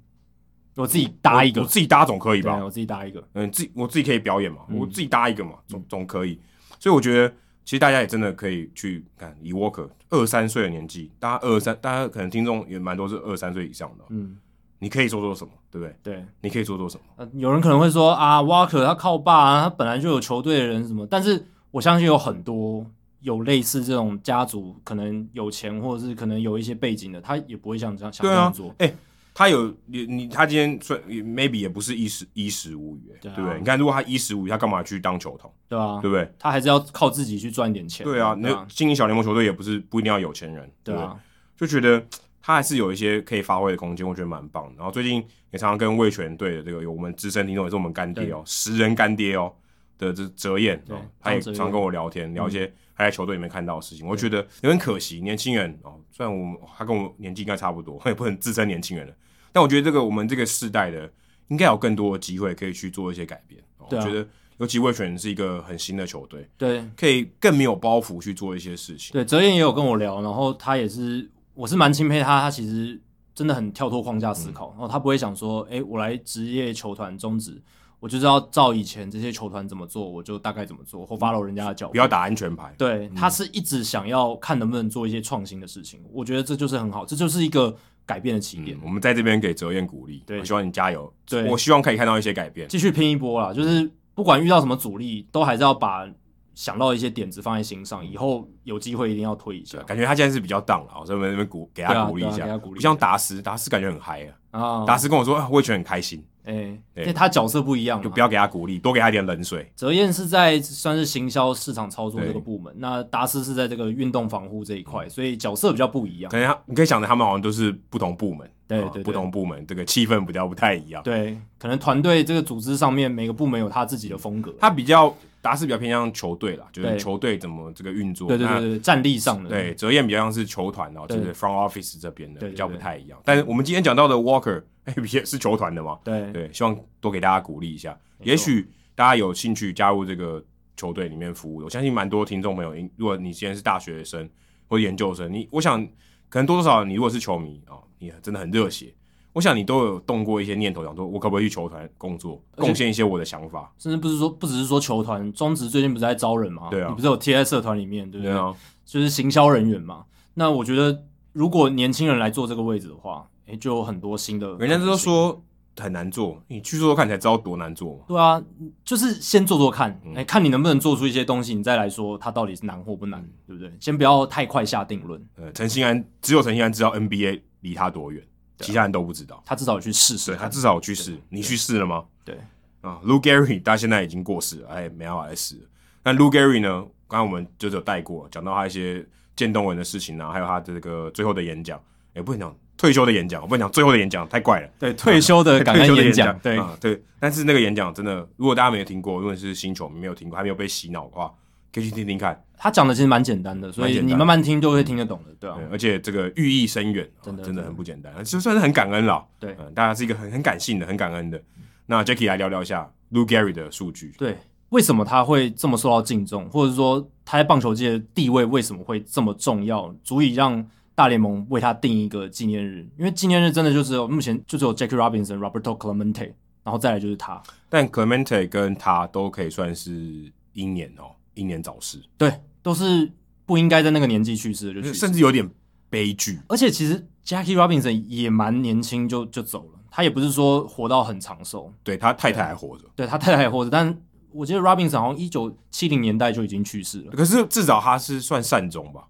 B: 我自己搭一个，
A: 我我自己搭总可以吧
B: 对，？我自己搭一个，
A: 嗯，自己我自己可以表演嘛，
B: 嗯
A: 我自己搭一个嘛，总总可以。所以我觉得，其实大家也真的可以去看，以 Walker 二三岁的年纪，大家二三，大家可能听众也蛮多是二三岁以上的，
B: 嗯，
A: 你可以做做什么，对不对？
B: 对。
A: 你可以做做什么？
B: 呃，有人可能会说啊，Walker 他靠爸、啊，他本来就有球队的人什么，但是我相信有很多有类似这种家族，可能有钱或者是可能有一些背景的，他也不会想这样想
A: 对
B: 这
A: 啊
B: 样做，。
A: 哎、他有你你他今天虽 maybe 也不是衣食衣食无余、哎
B: 对啊
A: 对不对？你看，如果他衣食无余，他干嘛去当球童，
B: 对啊，
A: 对不对？
B: 他还是要靠自己去赚点钱。
A: 对啊，那经营小联盟球队也不是不一定要有钱人，
B: 对
A: 不对？
B: 啊，
A: 就觉得他还是有一些可以发挥的空间，我觉得蛮棒的。然后最近也常常跟卫权队的这个有我们资深听众也是我们干爹哦，十人干爹哦的这哲彦
B: 对
A: 哦，他也
B: 张哲
A: 常常
B: 彦
A: 跟我聊
B: 嗯
A: 天，聊一些他在球队里面看到的事情。我觉得有点可惜，年轻人哦，虽然我们他跟我年纪应该差不多，也 不能自称年轻人了，但我觉得这个我们这个世代的应该有更多的机会可以去做一些改变。哦
B: 对啊
A: 我觉得尤其卫权是一个很新的球队，
B: 对
A: 可以更没有包袱去做一些事情。
B: 对，哲彦也有跟我聊，然后他也是，我是蛮钦佩他，他其实真的很跳脱框架
A: 嗯
B: 思考，然后他不会想说，诶，我来职业球团终止，我就是要照以前这些球团怎么做，我就大概怎么做，或 follow 人家的脚步
A: 嗯不。要打安嗯全牌，
B: 对，他是一直想要看能不能做一些创新的事情，我觉得这就是很好，这就是一个改变的起点
A: 嗯，，我们在这边给哲彦鼓励，
B: 对
A: 我希望你加油。
B: 对啊
A: 我希望可以看到一些改变。
B: 继续拼一波啦。就是不管遇到什么阻力，都还是要把想到一些点子放在心上，以后有机会一定要推一下
A: 啊感觉他现在是比较 down 了，所以我们这边鼓给
B: 对
A: 他
B: 啊
A: 鼓励一
B: 对
A: 下，
B: 啊给他鼓励一下
A: 不像达斯，达斯感觉很嗨啊。
B: 啊。
A: 达斯跟我说，啊我也觉得很开心，
B: 哎，
A: 对
B: 因为他角色不一样嘛，
A: 就不要给他鼓励，多给他一点冷水。
B: 泽燕是在算是行销市场操作这个
A: 对嗯
B: 部门，那达斯是在这个运动防护这一块，所以角色比较不一样
A: 可。能他，你可以想着他们好像都是不同部门，
B: 啊对
A: 啊
B: 对对
A: 不同部门这个气氛比较不太一样。
B: 对，可能团队这个组织上面每个部门有他自己的风格。
A: 他比较达斯比较偏向球队啦，就
B: 对
A: 是球队怎么这个运作。
B: 对对对
A: 那
B: 对，战力上的
A: 对，哲彦比较像是球团哦，就
B: 对
A: 是 front office 这边的
B: 对对
A: 比较不
B: 对
A: 太一样。但是我们今天讲到的 Walker，哎，也是球团的嘛，
B: 对
A: 对，希望多给大家鼓励一下。
B: 嗯没错
A: 也许大家有兴趣加入这个球队里面服务的，我相信蛮多听众朋友，因如果你今天是大学生或者研究生，你我想可能多多少少你如果是球迷啊、哦你真的很热血，我想你都有动过一些念头，想说我可不可以去球团工作，
B: 而且
A: 贡献一些我的想法，
B: 甚至不是说不只是说球团，中职最近不是在招人嘛？
A: 对啊
B: 你不是有贴在社团里面，对不
A: 对
B: 对？
A: 啊，
B: 就是行销人员嘛。那我觉得如果年轻人来做这个位置的话，诶，就有很多新的。
A: 人家都，说很难做，你去做做看，你才知道多难做嘛。
B: 对啊，就是先做做看，
A: 嗯
B: 诶，看你能不能做出一些东西，你再来说它到底是难或不难，
A: 嗯
B: 对不对？先不要太快下定论，
A: 呃，陈信安只有陈信安知道 NBA 离他多远，
B: 啊
A: 其他人都不知道。
B: 他至少去试试
A: 对他
B: 看。
A: 至少有去世，你去世了吗？
B: 对
A: 啊，Lou Gary 他现在已经过世了，哎，没办法来世了。那 Lou Gary 呢？刚刚我们就是有带过，讲到他一些渐冻人的事情啊，还有他的这个最后的演讲，也、不能讲退休的演讲，我不能讲最后的演讲，太怪了。
B: 对，退休的感
A: 退
B: 恩
A: 休的
B: 呃演
A: 演
B: 讲，对，
A: 啊对。但是那个演讲真的，如果大家没有听过，如果你是新球迷没有听过，还没有被洗脑的话，可以去听听看。
B: 他讲的其实蛮简单的，所
A: 蛮
B: 以
A: 简单
B: 你慢慢听就会听得懂的，对啊
A: 对，，而且这个寓意深远，啊
B: 真的
A: 真
B: 真
A: 的
B: 的
A: 很不简单，就算是很感恩了。
B: 对
A: 嗯，大家是一个很很感性的，很感恩的。那 Jackie 来聊聊一下 Lou Gary 的数据。
B: 对，为什么他会这么受到敬重，或者说他在棒球界的地位为什么会这么重要，足以让大联盟为他定一个纪念日，因为纪念日真的就只有目前就只有 Jackie Robinson、Roberto Clemente，然后再来就是他。
A: 但 Clemente 跟他都可以算是英年哦，英年早逝，
B: 对，都是不应该在那个年纪去世的就去
A: 嗯
B: 世，
A: 甚至有点悲剧。
B: 而且其实 Jackie Robinson 也蛮年轻就就走了，他也不是说活到很长寿，
A: 对他太太还活着，
B: 对他太太也活着，但我记得 Robinson 好像一九七零年代就已经去世了，
A: 可是至少他是算善终吧？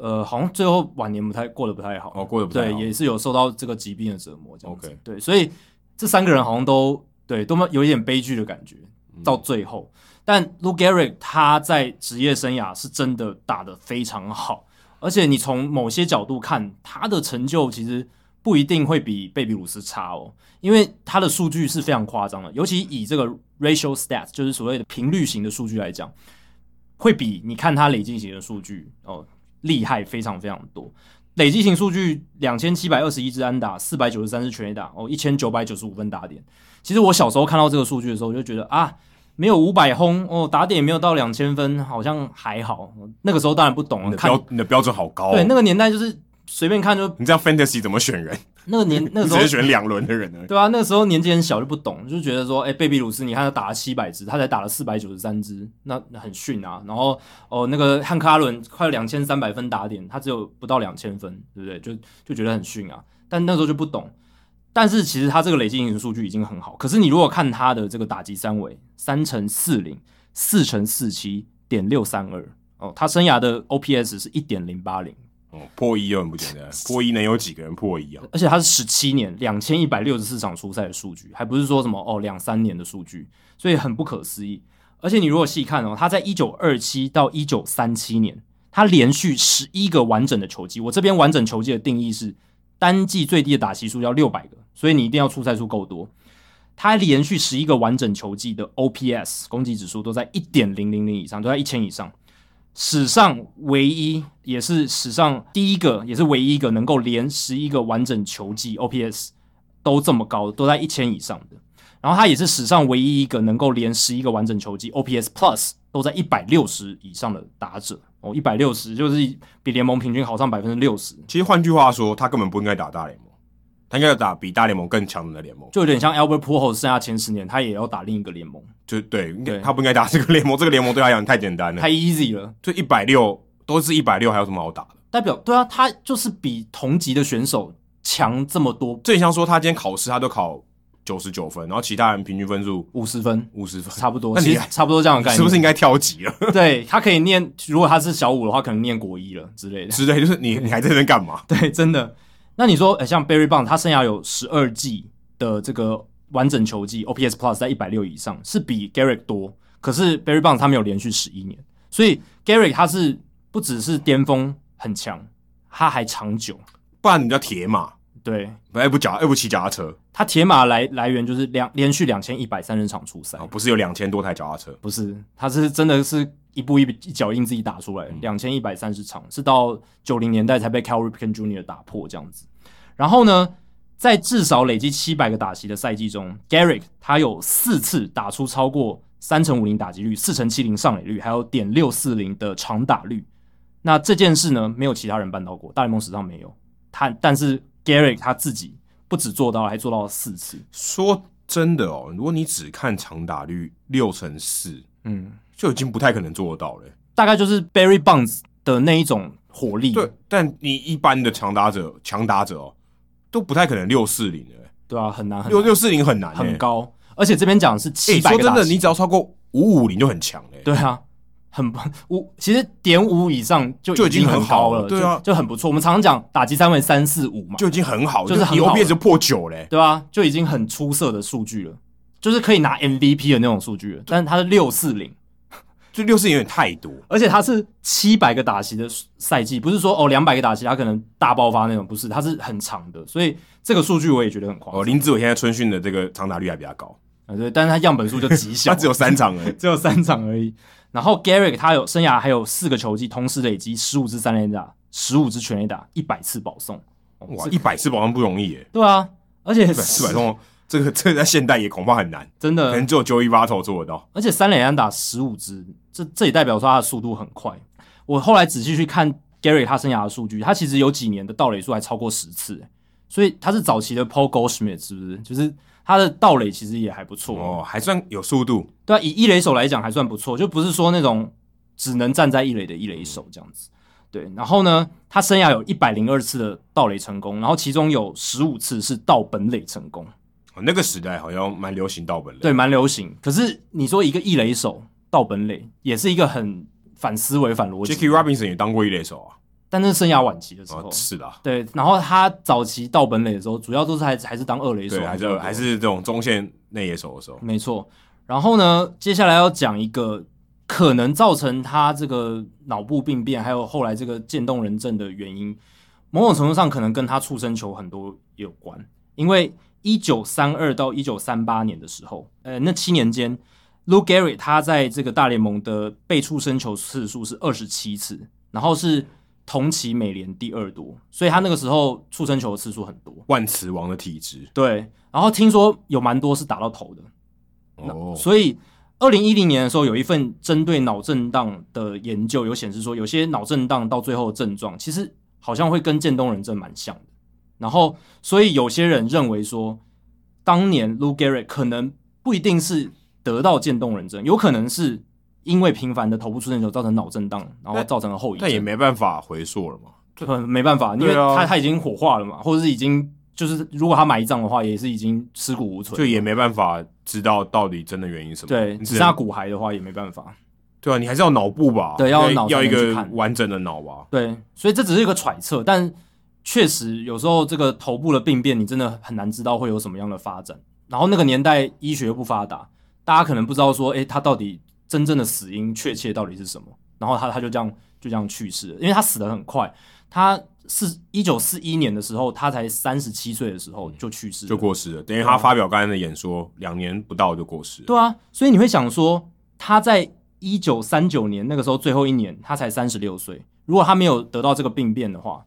B: 呃，好像最后晚年不太过得不太好，
A: 哦，过得不太
B: 对，
A: 好。
B: 也是有受到这个疾病的折磨这样子
A: OK
B: 对，所以这三个人好像都对都有一点悲剧的感觉
A: 嗯
B: 到最后。但 Lou Gehrig 他在职业生涯是真的打得非常好，而且你从某些角度看，他的成就其实不一定会比贝比鲁斯差哦，因为他的数据是非常夸张的，尤其以这个 ratio stats 就是所谓的频率型的数据来讲，会比你看他累进型的数据哦厉害非常非常多。累计型数据两千七百二十一支安打，四百九十三支全垒打，哦，一千九百九十五分打点。其实我小时候看到这个数据的时候，我就觉得啊，没有五百轰哦，打点也没有到两千分，好像还好。那个时候当然不懂
A: 你
B: 啊，
A: 的
B: 看
A: 标你的标准好高、哦，
B: 对那个年代就是随便看就
A: 你这样 fantasy 怎么选人？
B: 那个年那个
A: 你
B: 时
A: 只
B: 候
A: 是选两轮的人而已。
B: 对啊，那个时候年纪很小就不懂，就觉得说，哎、贝比鲁斯，你看他打了七百支，他才打了四百九十三支，那那很逊啊。然后哦，那个汉克阿伦快两千三百分打点，他只有不到两千分，对不对？就就觉得很逊啊。但那时候就不懂。但是其实他这个累计型数据已经很好，可是你如果看他的这个打击三围，三乘四零，四乘四七点六三二，哦，他生涯的 OPS 是一点零八零，
A: 哦，破一又很不简 单，破一能有几个人破一啊？
B: 而且他是十七年两千一百六十四场出赛的数据，还不是说什么哦两三年的数据，所以很不可思议。而且你如果细看哦，他在一九二七到一九三七年，他连续十一个完整的球季。我这边完整球季的定义是单季最低的打席数要六百个，所以你一定要出赛数够多。他连续十一个完整球季的 OPS 攻击指数都在一点零零零以上，都在一千以上。史上唯一，也是史上第一个，也是唯一一个能够连十一个完整球季 OPS 都这么高，都在一千以上的。然后他也是史上唯一一个能够连十一个完整球季 OPS Plus 都在一百六十以上的打者哦，一百六十就是比联盟平均好上百分之六十，
A: 其实换句话说，他根本不应该打大联盟，他应该要打比大联盟更强的联盟。
B: 就有点像 Albert Pujols 剩下前十年，他也要打另一个联盟，
A: 就对，应该
B: 对
A: 他不应该打这个联盟，这个联盟对他来讲太简单了
B: 太。easy 了。
A: 就一百六都是一百六，还有什么好打的？
B: 代表对啊，他就是比同级的选手强这么多，
A: 这也像说他今天考试，他都考九十九分，然后其他人平均分数
B: 五十分
A: 五十分，
B: 差不多，
A: 那你
B: 其实差不多这样的概念，
A: 是不是应该跳级了
B: 对他可以念，如果他是小五的话，可能念国一了之类的。
A: 之类？就是你你还在那边干嘛？
B: 对，真的。那你说，呃，像 Barry Bond，他生涯有十二季的这个完整球季，OPS Plus 在一百六以上，是比 Garrick 多。可是 Barry Bond 他没有连续十一年，所以 Garrick 他是不只是巅峰很强，他还长久。
A: 不然你叫铁马，
B: 对
A: 哎不脚又不骑脚踏车
B: 他铁马来来源就是两连续两千一百三十场出赛
A: 啊，，不是有两千多台脚踏车？
B: 不是，他是真的是一步一一脚印自己打出来，两千一百三十场是到九零年代才被 Cal Ripken Jr. 打破这样子。然后呢，在至少累积七百个打席的赛季中，Garrick 他有四次打出超过三成五零打击率、四成七零上垒率，还有点六四零的长打率。那这件事呢，没有其他人办到过，大联盟史上没有。他但是 Garrick 他自己不止做到了，还做到了四次。
A: 说真的哦，如果你只看长打率六乘四，
B: 嗯，
A: 就已经不太可能做得到了。
B: 大概就是 Barry Bonds 的那一种火力。
A: 对，但你一般的强打者，强打者哦，都不太可能六四零的，欸
B: 对啊，很难很
A: 六
B: 难
A: 六四零很难，
B: 很。高，而且这边讲的是
A: 哎，
B: 七百
A: 说
B: 个
A: 真
B: 打
A: 的，
B: 席
A: 你只要超过五五零就很强欸嘞。
B: 对啊，很不五，其实点五以上就
A: 就已经
B: 经
A: 很
B: 很
A: 好
B: 高
A: 了
B: 了，
A: 对啊
B: 就，就很不错。我们常常讲打击三位三四五嘛，
A: 就已经很好，
B: 就是很
A: 你
B: 好了
A: OPS 就破九欸嘞。
B: 对啊，就已经很出色的数据了，就是可以拿 MVP 的那种数据了。但是他是六四零，
A: 就六四零有点太多，
B: 而且他是七百个打席的赛季，不是说哦两百个打席他可能大爆发那种，不是，他是很长的，所以这个数据我也觉得很夸张
A: 哦，。林志伟现在春训的这个长打率还比较高，
B: 啊对，但是他样本数就极小，。
A: 他只有三场而已
B: 只有三场而已。然后 Garrick 他有生涯还有四个球季，同时累积十五支三连打、十五支全垒打、一百次保送。哦
A: 哇，
B: 这
A: 一百次保送不容易耶，
B: 对啊，而且
A: 一百次保 送，这个这个在现代也恐怕很难，
B: 真
A: 可
B: 的
A: 能，只有 Joey Votto 做得到。
B: 而且三垒安打十五支，这这也代表说他的速度很快。我后来仔细去看 Gary 他生涯的数据，他其实有几年的盗垒数还超过十次，所以他是早期的 Paul Goldschmidt 是不是？就是他的盗垒其实也还不错，
A: 哦，还算有速度，
B: 对啊，以一垒手来讲还算不错，就不是说那种只能站在一垒的一垒手这样子。对，然后呢，他生涯有一百零二次的盗垒成功，然后其中有十五次是盗本垒成功，
A: 哦那个时代好像蛮流行盗本垒，
B: 对，蛮流行。可是你说一个一垒手盗本垒，也是一个很反思维、反逻辑。
A: ，J.K. Robinson 也当过一垒手啊，
B: 但是生涯晚期的时候，
A: 哦，是的啊，
B: 对，然后他早期到本垒的时候，主要都是还还是当二垒手
A: 对，，还是还是这种中线内野手的时候，
B: 没错。然后呢，接下来要讲一个可能造成他这个脑部病变，还有后来这个渐冻人症的原因，某种程度上可能跟他触身球很多也有关。因为一九三二到一九三八年的时候，呃，那七年间，Lou Gehrig 他在这个大联盟的被触身球次数是二十七次，然后是同期美联第二多，所以他那个时候触身球的次数很多。
A: 万磁王的体质，
B: 对，然后听说有蛮多是打到头的，
A: 哦，
B: 所以，二零一零年的时候，有一份针对脑震荡的研究，有显示说，有些脑震荡到最后的症状，其实好像会跟渐冻人症蛮像的。然后，所以有些人认为说，当年 Lou Gehrig 可能不一定是得到渐冻人症，有可能是因为频繁的头部出现球造成脑震荡，然后
A: 但
B: 造成了后遗症。
A: 但也没办法回溯了嘛，
B: 呃，没办法，因为
A: 对啊
B: 他、他已经火化了嘛，或者是已经就是如果他埋葬的话，也是已经尸骨无存。
A: 就也没办法知道到底真的原因是什么，
B: 对，
A: 你
B: 只
A: 只
B: 是他
A: 能
B: 骨骸的话也没办法。
A: 对啊，你还是要脑部吧，
B: 对要
A: 因为
B: 脑才
A: 要一
B: 能去
A: 个
B: 看
A: 完整的脑吧，
B: 对，所以这只是一个揣测，但确实有时候这个头部的病变，你真的很难知道会有什么样的发展。然后那个年代医学又不发达，大家可能不知道说，诶，他到底真正的死因确切到底是什么。然后他他就这样就这样去世了，因为他死得很快，他是一九四一年的时候，他才三十七岁的时候就去世了，
A: 就过世了，等于他发表刚才的演说，两年不到就过世了，
B: 啊对啊，所以你会想说，他在一九三九年那个时候最后一年，他才三十六岁。如果他没有得到这个病变的话，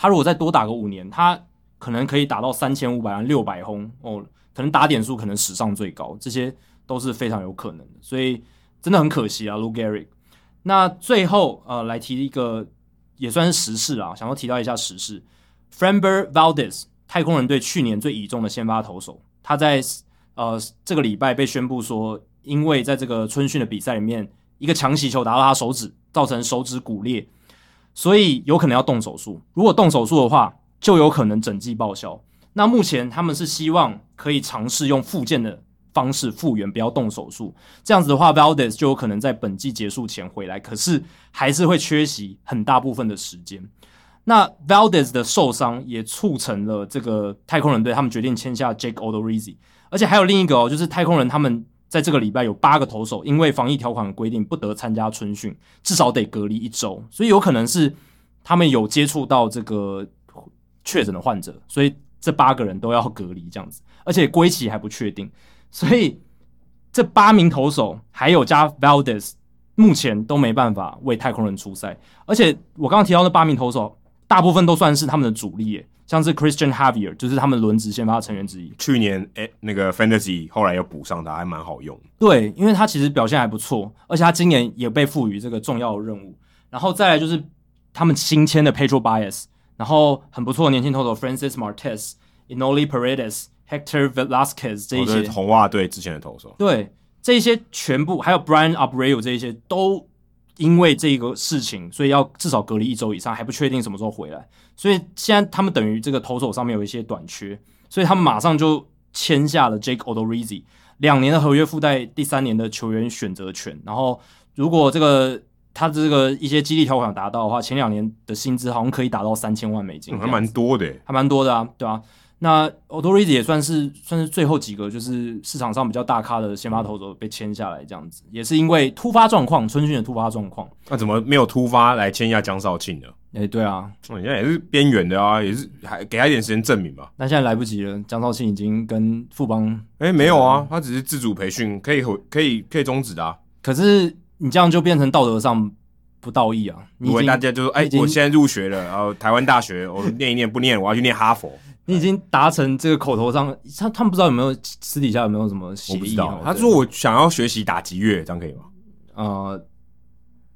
B: 他如果再多打个五年，他可能可以打到三千五百万、六百轰哦，可能打点数可能史上最高，这些都是非常有可能的。所以真的很可惜啊 l u g e r i c 那最后呃，来提一个也算是时事啊，想要提到一下时事 f r a m b e r Valdez，太空人队去年最倚重的先发投手，他在呃这个礼拜被宣布说，因为在这个春训的比赛里面，一个强袭球打到他手指，造成手指骨裂，所以有可能要动手术。如果动手术的话，就有可能整季报销。那目前他们是希望可以尝试用复健的方式复原，不要动手术。这样子的话，Valdez 就有可能在本季结束前回来，可是还是会缺席很大部分的时间。那 Valdez 的受伤也促成了这个太空人队他们决定签下 Jake Odorizzi，而且还有另一个哦，就是太空人他们在这个礼拜有八个投手因为防疫条款的规定不得参加春训，至少得隔离一周，所以有可能是他们有接触到这个确诊的患者，所以这八个人都要隔离这样子，而且归期还不确定，所以这八名投手还有加 Valdez 目前都没办法为太空人出赛，而且我刚刚提到那八名投手，大部分都算是他们的主力耶，像是 Christian Javier 就是他们轮值先发成员之一，
A: 去年哎那个 Fantasy 后来又补上他，还蛮好用，
B: 对，因为他其实表现还不错，而且他今年也被赋予这个重要的任务。然后再来就是他们新签的 Pedro Bias，然后很不错的年轻投手 Francis Martes、Inoli Paredes、Hector Velasquez 这一
A: 我
B: 些，
A: 是哦红袜队之前的投手，
B: 对，这些全部还有 Brian Abreu 这一些都因为这个事情，所以要至少隔离一周以上，还不确定什么时候回来。所以现在他们等于这个投手上面有一些短缺，所以他们马上就签下了 Jake Odorizzi 两年的合约，附带第三年的球员选择权。然后如果这个他这个一些激励条款达到的话，前两年的薪资好像可以达到三千万美金
A: 嗯还
B: 这样子，
A: 蛮多的耶，
B: 还蛮多的啊，对啊。那 o d o r i z 也算是算是最后几个，就是市场上比较大咖的先发投手被签下来，这样子也是因为突发状况，春训的突发状况。
A: 那怎么没有突发来签下江少庆呢？
B: 哎、对啊，
A: 哦人家也是边缘的啊，也是还给他一点时间证明吧。
B: 但现在来不及了，江少庆已经跟富邦，
A: 哎，没有啊，他只是自主培训，可以回可以可以终止的啊。
B: 可是你这样就变成道德上不道义啊！你
A: 如
B: 已
A: 果
B: 经
A: 大家就说，哎
B: 已，经
A: 我现在入学了，然后台湾大学，我念一念不念，我要去念哈佛，
B: 你已经达成这个口头上，他他们不知道有没有私底下有没有什么协
A: 我不知
B: 议
A: 道
B: 哦？。
A: 他
B: 对
A: 说我想要学习打击乐，这样可以吗？
B: 呃，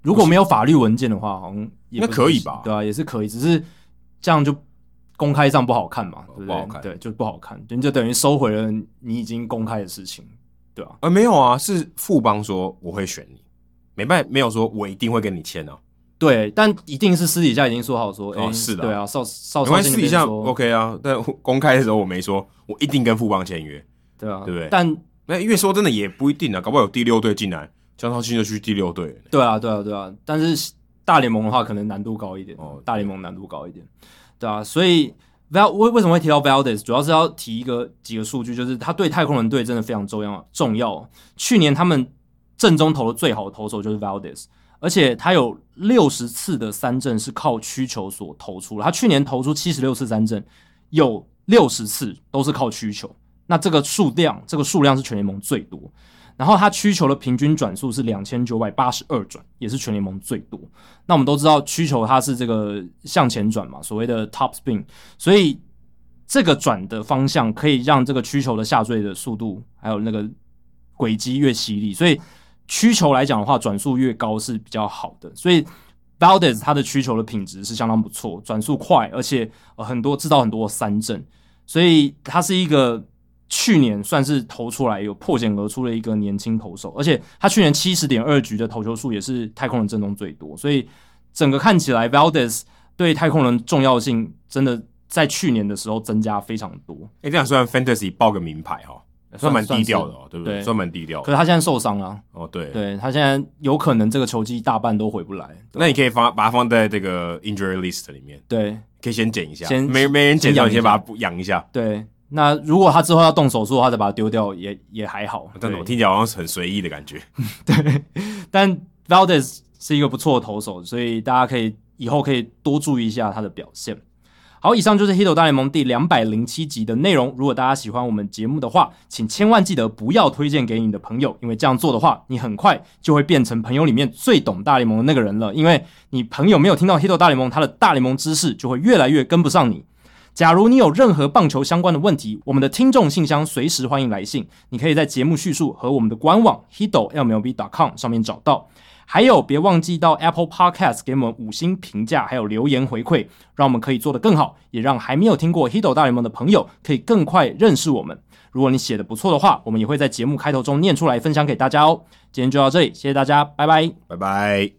B: 如果没有法律文件的话，好像也不
A: 那可以吧
B: 对啊，也是可以，只是这样就公开上不好看嘛，对对？
A: 哦不好看
B: 对，就不好看，你就等于收回了你已经公开的事情，对啊，
A: 呃，没有啊，是富邦说我会选你，没办没有说我一定会跟你签哦、
B: 对，但一定是私底下已经说好说，哎、
A: 哦是的啊
B: 对啊，少少
A: 没关系，
B: 少先
A: 私底下
B: 说
A: OK 啊。但公开的时候我没说我一定跟富邦签约，
B: 对啊，
A: 对不对
B: 但
A: 那因为说真的也不一定啊，搞不好有第六队进来，江少庆就去第六队了呢。
B: 对啊，对啊，对啊，但是大联盟的话，可能难度高一点。
A: 哦
B: 哦，大联盟难度高一点，对啊，所以 Val 为为什么会提到 Valdez，主要是要提一个几个数据，就是他对太空人队真的非常重要重要。去年他们正中投的最好的投手就是 Valdez，而且他有六十次的三振是靠曲球所投出的，他去年投出七十六次三振，有六十次都是靠曲球。那这个数量，这个数量是全联盟最多。然后他曲球的平均转速是两千九百八十二转，也是全联盟最多。那我们都知道曲球它是这个向前转嘛，所谓的 top spin，所以这个转的方向可以让这个曲球的下坠的速度还有那个轨迹越犀利，所以曲球来讲的话，转速越高是比较好的。所以 Valdez 他的曲球的品质是相当不错，转速快，而且、呃很多制造很多三振，所以他是一个去年算是投出来有破茧而出的一个年轻投手，而且他去年七十点二局的投球数也是太空人阵中最多，所以整个看起来 Valdez 对太空人重要性真的在去年的时候增加非常多。
A: 哎、这样算 Fantasy 报个名牌哦，算蛮低调的
B: 算
A: 哦，对不对？
B: 对
A: 算蛮低调
B: 是可
A: 的
B: 是他现在受伤了、
A: 哦，对。
B: 对他现在有可能这个球季大半都回不来。
A: 那你可以放把它放在这个 injury list 里面，
B: 对
A: 可以先剪一下，
B: 先
A: 没没人剪
B: 先
A: 到，
B: 养
A: 你
B: 一
A: 先把
B: 下
A: 它养一下。
B: 对，那如果他之后要动手术的话，再把它丢掉也也还好。
A: 但
B: 对
A: 我听起来好像是很随意的感觉。
B: 但 Valdez 是一个不错的投手，所以大家可以以后可以多注意一下他的表现。好，以上就是《h i t 大联盟》第两百零七集的内容。如果大家喜欢我们节目的话，请千万记得不要推荐给你的朋友，因为这样做的话，你很快就会变成朋友里面最懂大联盟的那个人了。因为你朋友没有听到《h i t 大联盟》，他的大联盟知识就会越来越跟不上你。假如你有任何棒球相关的问题，我们的听众信箱随时欢迎来信，你可以在节目叙述和我们的官网 hido mlb.com 上面找到。还有，别忘记到 Apple Podcast 给我们五星评价，还有留言回馈，让我们可以做得更好，也让还没有听过 Hido 大联盟的朋友可以更快认识我们。如果你写的不错的话，我们也会在节目开头中念出来，分享给大家哦。今天就到这里，谢谢大家，拜拜。
A: 拜拜。